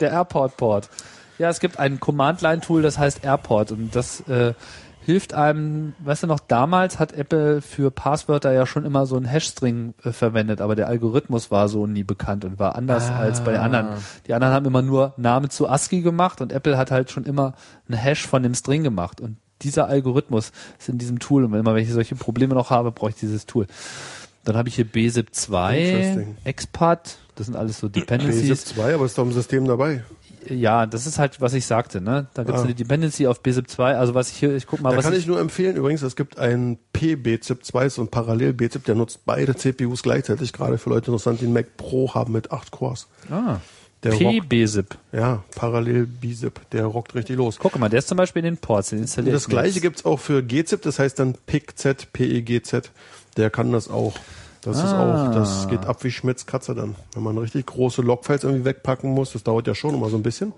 Speaker 1: Der Airport-Port. Ja, es gibt ein Command-Line-Tool, das heißt Airport und das äh, hilft einem, weißt du noch, damals hat Apple für Passwörter ja schon immer so einen Hashstring äh, verwendet, aber der Algorithmus war so nie bekannt und war anders als bei den anderen. Die anderen haben immer nur Name zu ASCII gemacht und Apple hat halt schon immer einen Hash von dem String gemacht und dieser Algorithmus ist in diesem Tool und immer wenn ich solche Probleme noch habe, brauche ich dieses Tool. Dann habe ich hier B zip2,
Speaker 3: Interesting.
Speaker 1: XPath, das sind alles so
Speaker 3: BSIP
Speaker 1: Dependencies.
Speaker 3: 2, aber ist doch im System dabei.
Speaker 1: Ja, das ist halt, was ich sagte, ne? Da gibt es
Speaker 3: Ah.
Speaker 1: eine Dependency auf BSIP2, also was ich hier, ich guck mal,
Speaker 3: da
Speaker 1: was
Speaker 3: kann ich, nur empfehlen, übrigens, es gibt einen PBZIP 2, so ein Parallel-BZIP, der nutzt beide CPUs gleichzeitig, gerade für Leute interessant, die einen Mac Pro haben mit 8 Cores.
Speaker 1: Ah,
Speaker 3: Der rockt,
Speaker 1: P-BSIP.
Speaker 3: ja, Parallel-BZIP, der rockt richtig los.
Speaker 1: Guck mal, der ist zum Beispiel in den Ports, den installiert.
Speaker 3: Und das gleiche gibt's auch für GZIP, das heißt dann PIGZ, PEGZ, der kann das auch. Das ist
Speaker 1: Ah.
Speaker 3: auch, das geht ab wie Schmitz Katze dann. Wenn man richtig große Logfiles irgendwie wegpacken muss, das dauert ja schon immer so ein bisschen.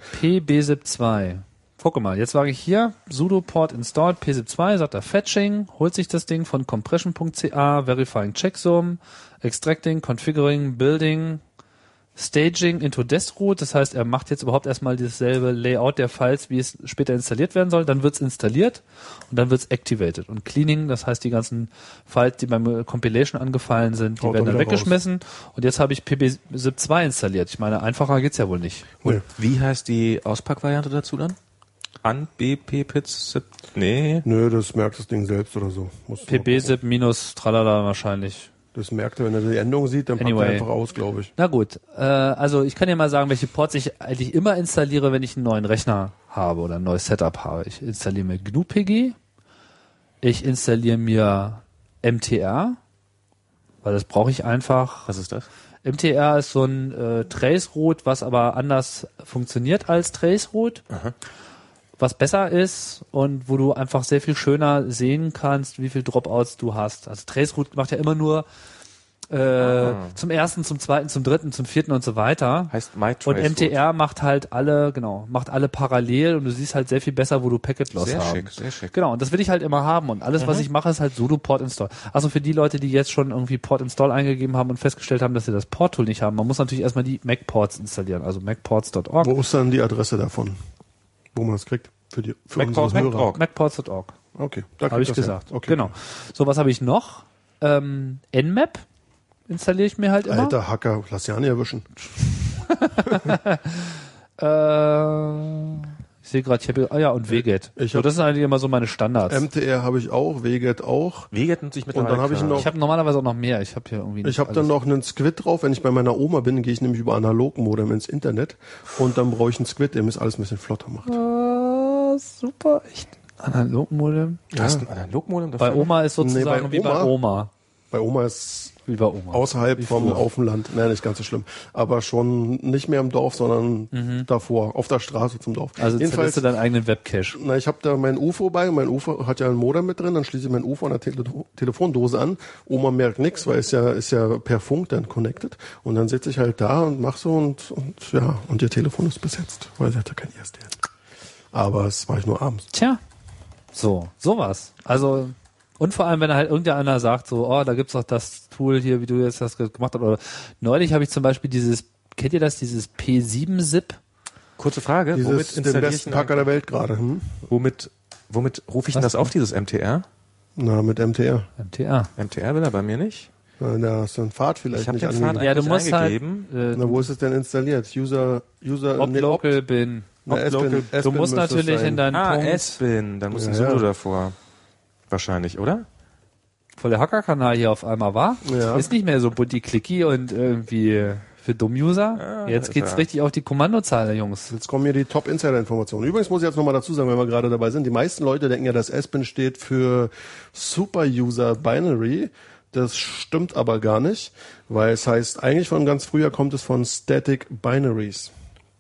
Speaker 1: PBSIP2. Guck mal, jetzt sage ich hier, sudo port installed psip2, sagt er fetching, holt sich das Ding von compression.ca, verifying checksum, extracting, configuring, building, staging into destroot, das heißt, er macht jetzt überhaupt erstmal dasselbe Layout der Files, wie es später installiert werden soll, dann wird's installiert und dann wird's activated und cleaning, das heißt, die ganzen Files, die beim äh, Compilation angefallen sind, die
Speaker 3: Haut
Speaker 1: werden
Speaker 3: er
Speaker 1: dann
Speaker 3: Oh, wieder raus.
Speaker 1: weggeschmissen und jetzt habe ich pbsip2 installiert. Ich meine, einfacher geht's ja wohl nicht.
Speaker 3: Cool.
Speaker 2: Wie heißt die Auspackvariante dazu dann? An BP Pits. Nee.
Speaker 3: Nö, das merkt das Ding selbst oder so. Muss man gucken.
Speaker 1: PB-SIP minus tralala wahrscheinlich.
Speaker 3: Das merkt er, wenn er die Endung sieht, dann packt
Speaker 1: Anyway.
Speaker 3: er einfach aus, glaube ich.
Speaker 1: Na gut, äh, also ich kann ja mal sagen, welche Ports ich eigentlich immer installiere, wenn ich einen neuen Rechner habe oder ein neues Setup habe. Ich installiere mir GNU-PG, ich installiere mir MTR, weil das brauche ich einfach.
Speaker 2: Was ist das?
Speaker 1: MTR ist so ein äh, Traceroute, was aber anders funktioniert als Traceroute. Was besser ist und wo du einfach sehr viel schöner sehen kannst, wie viel Dropouts du hast. Also Traceroute macht ja immer nur äh,
Speaker 2: Ah.
Speaker 1: zum ersten, zum zweiten, zum dritten, zum vierten und so weiter.
Speaker 2: Heißt MyTrace.
Speaker 1: und MTR macht halt alle, genau, macht alle parallel und du siehst halt sehr viel besser, wo du Packet Loss
Speaker 2: Sehr
Speaker 1: haben.
Speaker 2: schick, sehr schick.
Speaker 1: Genau, und das will ich halt immer haben. Und alles,
Speaker 3: Mhm.
Speaker 1: was ich mache, ist halt sudo port install. Also für die Leute, die jetzt schon irgendwie port install eingegeben haben und festgestellt haben, dass sie das Port-Tool nicht haben, man muss natürlich erstmal die Mac-Ports installieren, also macports.org.
Speaker 3: Wo ist dann die Adresse davon, wo man das kriegt? Für die für
Speaker 2: Mac- Mac-
Speaker 3: unsere Hörer.
Speaker 2: Mac-
Speaker 1: Macports.org,
Speaker 3: Okay, da
Speaker 1: habe
Speaker 3: kriegt
Speaker 1: ich
Speaker 3: das her.
Speaker 1: gesagt.
Speaker 3: Okay.
Speaker 1: Genau. So, was habe ich noch? Ähm, Nmap installiere ich mir halt immer.
Speaker 3: Alter Hacker, lass ja nicht erwischen.
Speaker 1: Äh, ich sehe gerade, ich habe, ah ja, und WGET.
Speaker 3: Ich
Speaker 1: so,
Speaker 3: hab-
Speaker 1: das sind eigentlich immer so meine Standards.
Speaker 3: MTR habe ich auch, WGET auch.
Speaker 2: Weget nutze ich mittlerweile.
Speaker 3: dann habe ich
Speaker 2: klar.
Speaker 3: noch-
Speaker 1: ich habe normalerweise auch noch mehr. Ich habe hier irgendwie. nicht
Speaker 3: Ich habe
Speaker 1: alles.
Speaker 3: dann noch einen Squid drauf. Wenn ich bei meiner Oma bin, gehe ich nämlich über Analogmodem ins Internet und dann brauche ich einen Squid, der mir das alles ein bisschen flotter macht.
Speaker 1: Ah, super, echt. Analogmodem.
Speaker 2: Du hast ein Analogmodem dafür?
Speaker 1: Bei Oma ist sozusagen
Speaker 3: Nee, bei
Speaker 1: wie bei
Speaker 3: Oma-
Speaker 1: Oma.
Speaker 3: Bei Oma ist
Speaker 1: Wie bei Oma.
Speaker 3: außerhalb vom auf dem Land. Nein, nicht ganz so schlimm. Aber schon nicht mehr im Dorf, sondern
Speaker 2: Mhm.
Speaker 3: davor, auf der Straße zum Dorf.
Speaker 1: also installierst du deinen eigenen Webcache.
Speaker 3: Na, ich habe da mein UFO bei. Mein UFO hat ja ein Modem mit drin. Dann schließe ich mein UFO an der Tele Telefondose an. Oma merkt nichts, weil es ja ist ja per Funk dann connected. Und dann sitze ich halt da und mach so und, und ja und ihr Telefon ist besetzt, weil sie hat ja kein E ISDN. Aber das mache ich nur abends.
Speaker 1: Tja. So, sowas. Also, und vor allem, wenn halt irgendeiner sagt, so, oh, da gibt's doch das Tool hier, wie du jetzt das gemacht hast. Oder neulich habe ich zum Beispiel dieses, kennt ihr das, dieses P7-Zip?
Speaker 2: Kurze Frage.
Speaker 3: Dieses
Speaker 2: womit
Speaker 3: den
Speaker 2: installiere
Speaker 3: besten
Speaker 2: ich
Speaker 3: Packer
Speaker 2: ein-
Speaker 3: der Welt gerade. Hm?
Speaker 2: Womit, womit rufe ich denn
Speaker 1: Was?
Speaker 2: das auf, dieses MTR?
Speaker 3: Na mit MTR.
Speaker 1: MTA.
Speaker 2: MTR will er bei mir nicht.
Speaker 3: Na, da hast du einen Pfad vielleicht
Speaker 2: Ich hab
Speaker 3: nicht
Speaker 2: den Pfad
Speaker 3: angegeben.
Speaker 1: Ja, du
Speaker 2: Eigentlich
Speaker 1: musst halt,
Speaker 2: eingegeben.
Speaker 1: äh,
Speaker 3: Na, wo ist es denn installiert? User, User,
Speaker 1: ob
Speaker 3: nee,
Speaker 1: local bin.
Speaker 3: na,
Speaker 2: ob
Speaker 3: Aspen-
Speaker 2: local.
Speaker 1: Du
Speaker 3: Aspen
Speaker 1: musst
Speaker 3: müsste es
Speaker 1: natürlich
Speaker 3: sein.
Speaker 1: in deinen
Speaker 2: Ah,
Speaker 1: Punkt,
Speaker 2: S-Bin. Dann muss ein
Speaker 3: Ja, ja.
Speaker 2: Sudo davor. Wahrscheinlich, oder?
Speaker 1: voll der Hacker-Kanal hier auf einmal war.
Speaker 3: Ja.
Speaker 1: Ist nicht mehr so bunti clicky und irgendwie für Dumm-User.
Speaker 2: Ah,
Speaker 1: Jetzt
Speaker 2: ist
Speaker 1: geht's
Speaker 2: er.
Speaker 1: richtig auf die Kommandozeile, Jungs.
Speaker 3: Jetzt kommen hier die Top-Insider-Informationen. Übrigens muss ich jetzt nochmal dazu sagen, wenn wir gerade dabei sind, die meisten Leute denken ja, dass Aspen steht für Super-User Binary. Das stimmt aber gar nicht, weil es heißt, eigentlich von ganz früher kommt es von Static Binaries,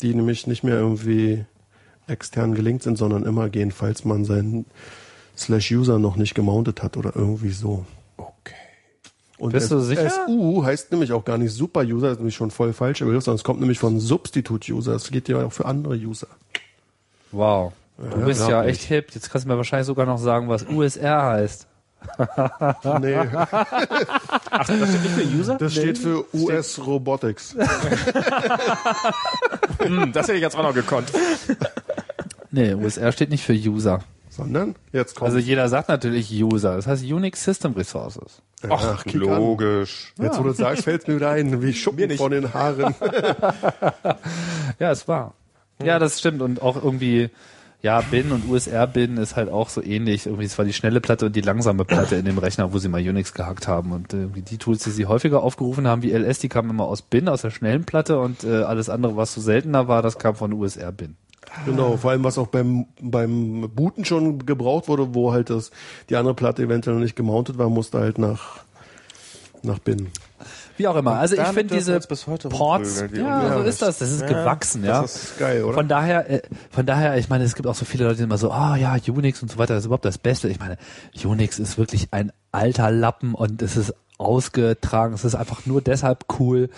Speaker 3: die nämlich nicht mehr irgendwie extern gelinkt sind, sondern immer gehen, falls man seinen Slash-User noch nicht gemountet hat oder irgendwie so.
Speaker 2: Okay.
Speaker 3: Und
Speaker 1: Bist du
Speaker 3: S-
Speaker 1: sicher?
Speaker 3: SU heißt nämlich auch gar nicht Super-User, das ist nämlich schon voll falsch, aber sondern es kommt nämlich von Substitute-User. Es geht ja auch für andere User.
Speaker 1: Wow. Du bist
Speaker 2: glaub
Speaker 1: ja
Speaker 2: ich.
Speaker 1: echt hip. Jetzt kannst du mir wahrscheinlich sogar noch sagen, was USR heißt.
Speaker 3: Nee,
Speaker 2: Das steht nicht für User?
Speaker 3: das steht für US Robotics.
Speaker 2: Hm, das hätte ich jetzt auch noch gekonnt.
Speaker 1: Nee, USR steht nicht für User,
Speaker 3: sondern jetzt kommt.
Speaker 1: Also jeder sagt natürlich User. Das heißt Unix System Resources.
Speaker 2: Ach,
Speaker 3: kick an.
Speaker 2: logisch.
Speaker 3: Jetzt, wo du sagst, fällt's Ah. mir wieder ein, wie
Speaker 2: Mir
Speaker 3: Schuppen
Speaker 2: nicht.
Speaker 3: von den Haaren.
Speaker 1: Ja, es war. Ja, das stimmt. Und auch irgendwie, ja, Bin und USR-Bin ist halt auch so ähnlich. Irgendwie, es war die schnelle Platte und die langsame Platte in dem Rechner, wo sie mal Unix gehackt haben. Und äh, irgendwie die Tools, die sie häufiger aufgerufen haben, wie LS, die kamen immer aus Bin, aus der schnellen Platte. Und äh, alles andere, was so seltener war, das kam von USR-Bin.
Speaker 3: Genau, vor allem was auch beim, beim Booten schon gebraucht wurde, wo halt das, die andere Platte eventuell noch nicht gemountet war, musste halt nach, nach Binnen.
Speaker 1: Wie auch immer. also ich
Speaker 2: damit
Speaker 1: finde
Speaker 2: dürfen
Speaker 1: diese
Speaker 2: wir uns bis heute
Speaker 1: Ports,
Speaker 2: rumprügeln, wie
Speaker 1: ja, so
Speaker 2: unglaublich.
Speaker 1: ist das. Das ist gewachsen, ja.
Speaker 3: Das ist geil, oder?
Speaker 1: Von daher, äh, von daher, ich meine, es gibt auch so viele Leute, die immer so, ah ja, Unix und so weiter, das ist überhaupt das Beste. Ich meine, Unix ist wirklich ein alter Lappen und es ist ausgetragen. Es ist einfach nur deshalb cool,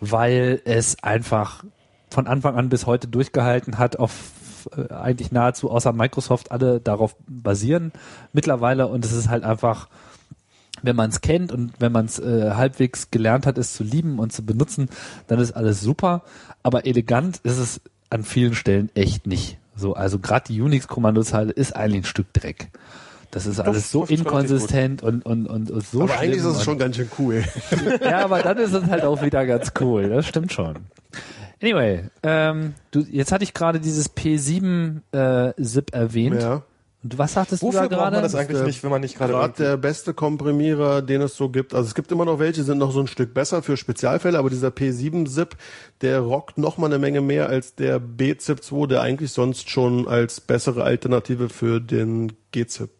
Speaker 1: weil es einfach von Anfang an bis heute durchgehalten hat, auf äh, eigentlich nahezu außer Microsoft alle darauf basieren mittlerweile und es ist halt einfach wenn man es kennt und wenn man es äh, halbwegs gelernt hat, es zu lieben und zu benutzen, dann ist alles super. Aber elegant ist es an vielen Stellen echt nicht. So, also gerade die Unix-Kommandozeile ist eigentlich ein Stück Dreck. Das ist alles so
Speaker 2: das ist relativ gut.
Speaker 1: inkonsistent und, und, und, und so
Speaker 3: Aber eigentlich ist
Speaker 1: schlimm
Speaker 3: es
Speaker 1: und-
Speaker 3: schon ganz schön cool.
Speaker 1: ja, aber dann ist es halt auch wieder ganz cool. Das stimmt schon. Anyway, ähm, du, jetzt hatte ich gerade dieses P7-Zip erwähnt.
Speaker 3: Ja.
Speaker 1: Und was sagtest
Speaker 2: Wofür
Speaker 1: du da
Speaker 2: braucht man
Speaker 1: gerade?
Speaker 2: das eigentlich
Speaker 3: äh,
Speaker 2: nicht, wenn man nicht gerade
Speaker 3: Gerade der beste Komprimierer, den es so gibt. Also es gibt immer noch welche, sind noch so ein Stück besser für Spezialfälle, aber dieser P7-Zip, der rockt noch mal eine Menge mehr als der B-Zip2, der eigentlich sonst schon als bessere Alternative für den G-Zip.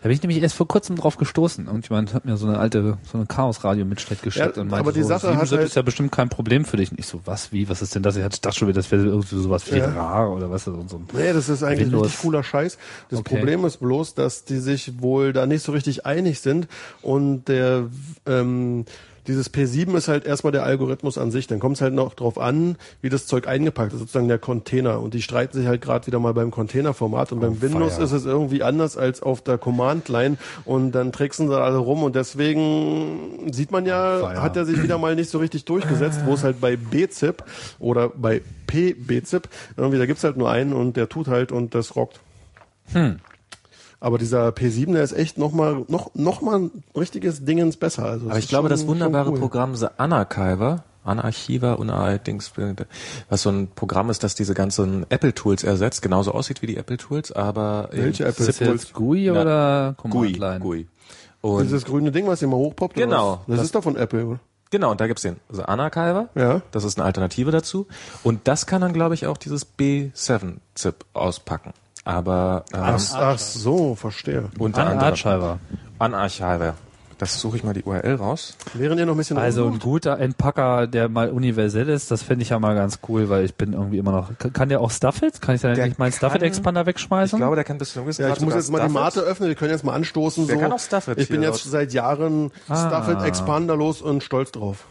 Speaker 1: Da bin ich nämlich erst vor kurzem drauf gestoßen. Irgendjemand hat mir so eine alte, so eine Chaos-Radio mitschnitt geschickt
Speaker 3: Ja,
Speaker 1: und meinte,
Speaker 3: aber die
Speaker 1: so,
Speaker 3: Sache hat
Speaker 1: Siebensip
Speaker 3: halt-
Speaker 1: ist ja bestimmt kein Problem für dich. Und ich so, was, wie, was ist denn das? Ich hatte- dachte schon wieder, das wäre irgendwie sowas wie
Speaker 3: Ja.
Speaker 1: rar oder was ist das? So ein
Speaker 3: Nee, das ist eigentlich
Speaker 1: Windows.
Speaker 3: richtig cooler Scheiß. Das
Speaker 1: Okay.
Speaker 3: Problem ist bloß, dass die sich wohl da nicht so richtig einig sind und der ähm, dieses P7 ist halt erstmal der Algorithmus an sich. Dann kommt es halt noch drauf an, wie das Zeug eingepackt ist, sozusagen der Container. Und die streiten sich halt gerade wieder mal beim Containerformat. Und beim Windows
Speaker 1: Oh, feier.
Speaker 3: ist es irgendwie anders als auf der Command-Line. Und dann tricksen sie alle rum. Und deswegen sieht man ja,
Speaker 1: Feier.
Speaker 3: hat er sich wieder mal nicht so richtig durchgesetzt, wo es halt bei BZIP oder bei PBZIP, irgendwie, da gibt's halt nur einen und der tut halt und das rockt.
Speaker 2: Hm.
Speaker 3: Aber dieser P7, der ist echt nochmal noch, noch mal ein richtiges Dingens besser. Also
Speaker 2: Aber ich glaube, das wunderbare Programm The Anarchiver, Anarchiver, Unarchiver, was so ein Programm ist, das diese ganzen Apple-Tools ersetzt, genauso aussieht wie die Apple-Tools, aber eben
Speaker 3: Welche Apple?
Speaker 1: ist das jetzt GUI
Speaker 2: Na,
Speaker 1: oder Command
Speaker 2: GUI,
Speaker 1: Line?
Speaker 2: GUI. Und
Speaker 3: Dieses grüne Ding, was immer hochpoppt. oder
Speaker 2: Genau.
Speaker 3: was? Das,
Speaker 2: Das-
Speaker 3: ist doch von Apple, oder?
Speaker 2: Genau, und da gibt's den The Anarchiver.
Speaker 3: Ja.
Speaker 2: Das ist eine Alternative dazu. Und das kann dann, glaube ich, auch dieses B7-Zip auspacken. Aber ähm,
Speaker 3: Ach, ach so, verstehe.
Speaker 2: unter
Speaker 1: An
Speaker 2: anderem
Speaker 1: Archiver.
Speaker 2: Anarchiver. Das suche ich mal die URL raus.
Speaker 3: Während ihr noch ein bisschen
Speaker 1: Also ein guter Entpacker, der mal universell ist, das fände ich ja mal ganz cool, weil ich bin irgendwie immer noch. Kann- Kann der auch Stuffit? Kann ich da
Speaker 2: Der
Speaker 1: nicht meinen
Speaker 2: kann-
Speaker 1: Stuffit-Expander
Speaker 2: Ich
Speaker 1: wegschmeißen?
Speaker 2: glaube, der kann bis zu einem gewissen
Speaker 3: Ja,
Speaker 2: Grad
Speaker 3: ich muss
Speaker 2: sogar
Speaker 3: jetzt mal die
Speaker 2: Stuff
Speaker 3: Mate
Speaker 2: it.
Speaker 3: öffnen, wir können jetzt mal anstoßen.
Speaker 2: Wer
Speaker 3: so.
Speaker 2: kann auch Stuff it
Speaker 3: Ich bin
Speaker 2: hier
Speaker 3: jetzt
Speaker 2: laut?
Speaker 3: seit Jahren Stuffit expanderlos und stolz drauf.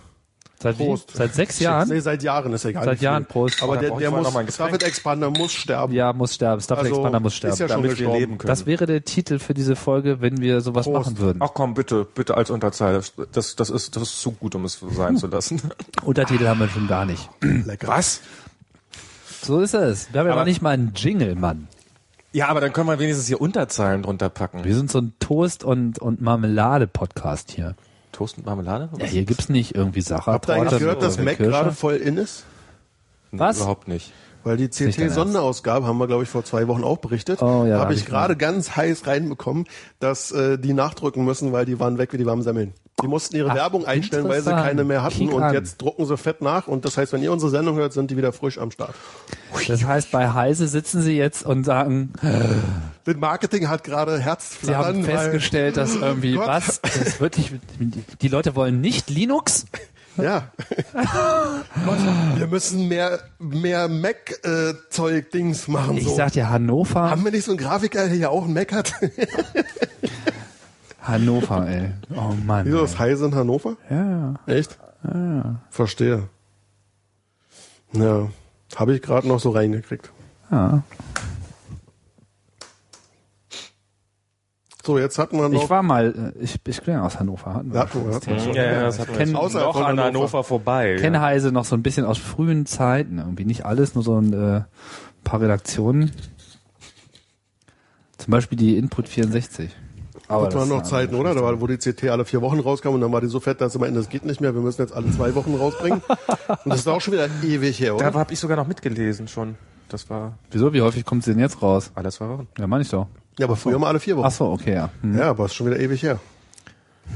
Speaker 1: seit, wie?
Speaker 3: Prost.
Speaker 1: seit sechs Jahren?
Speaker 3: Nee, seit Jahren ist egal.
Speaker 1: Seit
Speaker 3: wie viel.
Speaker 1: Jahren, Prost.
Speaker 3: Aber
Speaker 1: Oh,
Speaker 3: der,
Speaker 2: brauch ich
Speaker 3: der
Speaker 2: vorher noch mal ein
Speaker 3: muss,
Speaker 2: Getränk.
Speaker 3: Stuffit Expander muss sterben.
Speaker 1: Ja, muss sterben. Stuffit-Expander muss
Speaker 3: Also, ist
Speaker 1: sterben.
Speaker 3: ja schon
Speaker 2: damit wir
Speaker 3: gestorben.
Speaker 2: leben können.
Speaker 1: Das wäre der Titel für diese Folge, wenn wir sowas
Speaker 3: Prost.
Speaker 1: machen würden.
Speaker 2: Ach komm, bitte, bitte als Unterzeile. Das, das, ist, das ist zu gut, um es sein zu lassen.
Speaker 1: Untertitel haben wir schon gar nicht.
Speaker 3: Lecker.
Speaker 2: Was?
Speaker 1: So ist es. Wir haben ja
Speaker 2: Aber-
Speaker 1: noch nicht mal einen Jingle, Mann.
Speaker 2: Ja, aber dann können wir wenigstens hier Unterzeilen drunter packen.
Speaker 1: Wir sind so ein Toast- und, und Marmelade-Podcast hier.
Speaker 2: Toast und Marmelade?
Speaker 1: Ja, hier gibt's nicht irgendwie Sache.
Speaker 3: Habt ihr eigentlich gehört, dass Mac gerade voll in ist?
Speaker 1: was?
Speaker 2: Überhaupt nicht.
Speaker 3: Weil die
Speaker 1: nicht dein
Speaker 3: CT-Sonderausgabe haben wir, glaube ich, vor zwei Wochen auch berichtet.
Speaker 1: Oh ja, da hab
Speaker 3: Habe ich
Speaker 1: ich
Speaker 3: gerade ganz heiß reinbekommen, dass äh, die nachdrücken müssen, weil die waren weg wie die warmen Semmeln. Die mussten ihre
Speaker 1: Ach,
Speaker 3: Werbung einstellen, weil sie
Speaker 1: interessant.
Speaker 3: keine mehr hatten
Speaker 1: Kick
Speaker 3: und
Speaker 1: an.
Speaker 3: jetzt drucken sie fett nach. Und das heißt, wenn ihr unsere Sendung hört, sind die wieder frisch am Start.
Speaker 1: Das heißt, bei Heise sitzen sie jetzt und sagen,
Speaker 3: Das Marketing hat gerade
Speaker 1: sie
Speaker 3: Herzflattern.
Speaker 1: haben
Speaker 3: weil-
Speaker 1: festgestellt, dass irgendwie
Speaker 3: Gott.
Speaker 1: was, das wird nicht, die Leute wollen nicht Linux.
Speaker 3: Ja. Gott, wir müssen mehr, mehr Mac-Zeug-Dings machen.
Speaker 1: Ich
Speaker 3: so.
Speaker 1: sag dir, Hannover,
Speaker 3: haben wir nicht so einen Grafiker, der ja auch einen Mac hat?
Speaker 1: Hannover, ey. Oh Mann.
Speaker 3: Wieso
Speaker 1: ey.
Speaker 3: ist Heise in Hannover?
Speaker 1: Ja.
Speaker 3: Echt? Verstehe. Ja, habe ich gerade noch so reingekriegt.
Speaker 1: ja.
Speaker 3: So, jetzt hatten wir noch.
Speaker 1: Ich war mal, äh, ich, ich bin ja aus Hannover. Hatten wir
Speaker 3: Hatten wir,
Speaker 1: das
Speaker 3: hatten
Speaker 1: Thema schon.
Speaker 2: Ja, ja, das hat
Speaker 1: kenn-
Speaker 3: außerhalb
Speaker 2: noch
Speaker 3: von
Speaker 2: an
Speaker 3: Hannover.
Speaker 2: Hannover vorbei.
Speaker 1: kenne Heise noch so ein bisschen aus frühen Zeiten. Irgendwie nicht alles, nur so ein äh, paar Redaktionen. Zum Beispiel die Input 64.
Speaker 3: Aber das
Speaker 1: das
Speaker 3: waren noch
Speaker 1: ist eine
Speaker 3: Zeiten,
Speaker 1: andere
Speaker 3: oder? Da
Speaker 1: Geschichte.
Speaker 3: war, wo die CT alle vier Wochen rauskam und dann war die so fett, dass am Ende das geht nicht mehr. Wir müssen jetzt alle zwei Wochen rausbringen. Und das ist auch schon wieder ewig her,
Speaker 2: Da
Speaker 3: oder?
Speaker 2: habe ich sogar noch mitgelesen schon. Das war ah,
Speaker 1: Wieso? Wie häufig kommt sie denn jetzt raus?
Speaker 2: alle zwei Wochen.
Speaker 1: Ja, meine ich doch.
Speaker 3: Ja, aber früher mal alle vier
Speaker 1: Ach
Speaker 3: Wochen.
Speaker 1: so, okay, ja. Hm.
Speaker 3: Ja, aber ist schon wieder ewig her.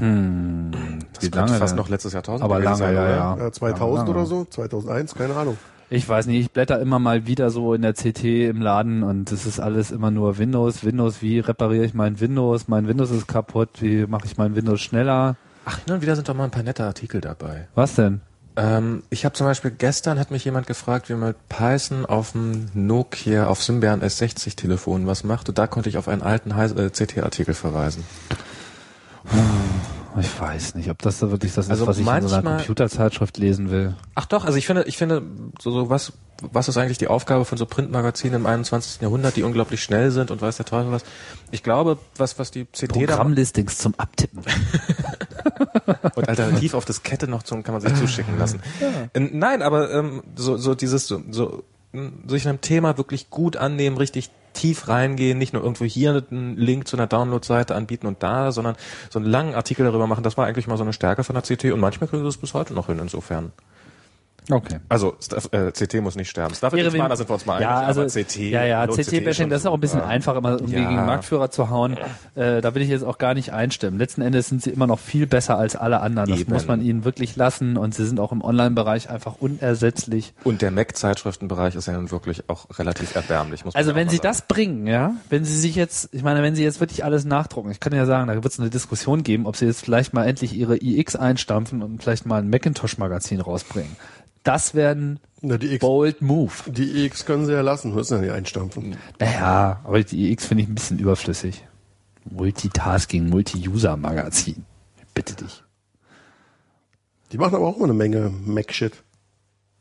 Speaker 1: Wie
Speaker 2: Das
Speaker 3: Äh,
Speaker 2: könnte
Speaker 1: lange
Speaker 2: fast
Speaker 1: denn?
Speaker 2: noch letztes Jahrtausend
Speaker 1: Aber
Speaker 2: gewesen
Speaker 1: lange,
Speaker 2: sein,
Speaker 1: ja,
Speaker 2: oder?
Speaker 1: ja.
Speaker 3: Ja, 2000 oder so, 2001, keine Ahnung.
Speaker 1: Ich weiß nicht, ich blätter immer mal wieder so in der CT im Laden und das ist alles immer nur Windows, Windows, wie repariere ich mein Windows? Mein Windows ist kaputt, wie mache ich mein Windows schneller?
Speaker 2: Ach, nun wieder sind doch mal ein paar nette Artikel dabei.
Speaker 1: Was denn?
Speaker 2: Ähm, ich habe zum Beispiel gestern hat mich jemand gefragt, wie man mit Python auf dem Nokia, auf Symbian S60 Telefon was macht. Und da konnte ich auf einen alten Heis- äh, CT-Artikel verweisen.
Speaker 1: Ich weiß nicht, ob das da wirklich das
Speaker 2: Also
Speaker 1: ist, was ich in so einer
Speaker 2: manchmal-
Speaker 1: Computerzeitschrift lesen will.
Speaker 2: Ach doch, also ich finde, ich finde, so, so was, was ist eigentlich die Aufgabe von so Printmagazinen im 21. Jahrhundert, die unglaublich schnell sind und weiß der Teufel was. Ich glaube, was, was die CD da
Speaker 1: Programmlistings zum Abtippen.
Speaker 2: und alternativ auf Diskette noch zum, kann man sich zuschicken lassen. Äh, Nein, aber ähm, so, so dieses, so, so mh, sich einem Thema wirklich gut annehmen, richtig tief reingehen, nicht nur irgendwo hier einen Link zu einer Download-Seite anbieten und da, sondern so einen langen Artikel darüber machen, das war eigentlich mal so eine Stärke von der CT und manchmal kriegen sie es bis heute noch hin insofern.
Speaker 1: Okay.
Speaker 2: Also Staff- äh, CT muss nicht sterben. Staffel
Speaker 1: Irre,
Speaker 2: Irre,
Speaker 1: wenn-
Speaker 2: da sind wir uns mal
Speaker 1: ja,
Speaker 2: einig,
Speaker 1: also,
Speaker 2: aber CT.
Speaker 1: Ja, ja,
Speaker 2: hallo,
Speaker 1: CT-Bashing,
Speaker 2: eh schon
Speaker 1: das ist auch ein bisschen
Speaker 2: super.
Speaker 1: einfach, immer irgendwie
Speaker 2: Ja.
Speaker 1: gegen Marktführer zu hauen. Äh, da will ich jetzt auch gar nicht einstimmen. Letzten Endes sind sie immer noch viel besser als alle anderen. Das
Speaker 2: Eben.
Speaker 1: muss man ihnen wirklich lassen und sie sind auch im Online-Bereich einfach unersetzlich.
Speaker 2: Und der Mac-Zeitschriftenbereich ist ja nun wirklich auch relativ erbärmlich, muss man
Speaker 1: Also
Speaker 2: ja auch
Speaker 1: wenn
Speaker 2: mal
Speaker 1: sie
Speaker 2: sagen.
Speaker 1: das bringen, ja, wenn sie sich jetzt, ich meine, wenn sie jetzt wirklich alles nachdrucken, ich kann ja sagen, da wird es eine Diskussion geben, ob sie jetzt vielleicht mal endlich ihre iX einstampfen und vielleicht mal ein Macintosh-Magazin rausbringen. Das wäre
Speaker 3: Na,
Speaker 1: ein
Speaker 3: die X-
Speaker 1: bold move.
Speaker 3: Die EX können sie ja lassen, müssen ja nicht
Speaker 1: Hm.
Speaker 3: einstampfen.
Speaker 1: Naja, aber die iX finde ich ein bisschen überflüssig. Multitasking, Multi-User-Magazin. Bitte dich.
Speaker 3: Die machen aber auch immer eine Menge Mac-Shit.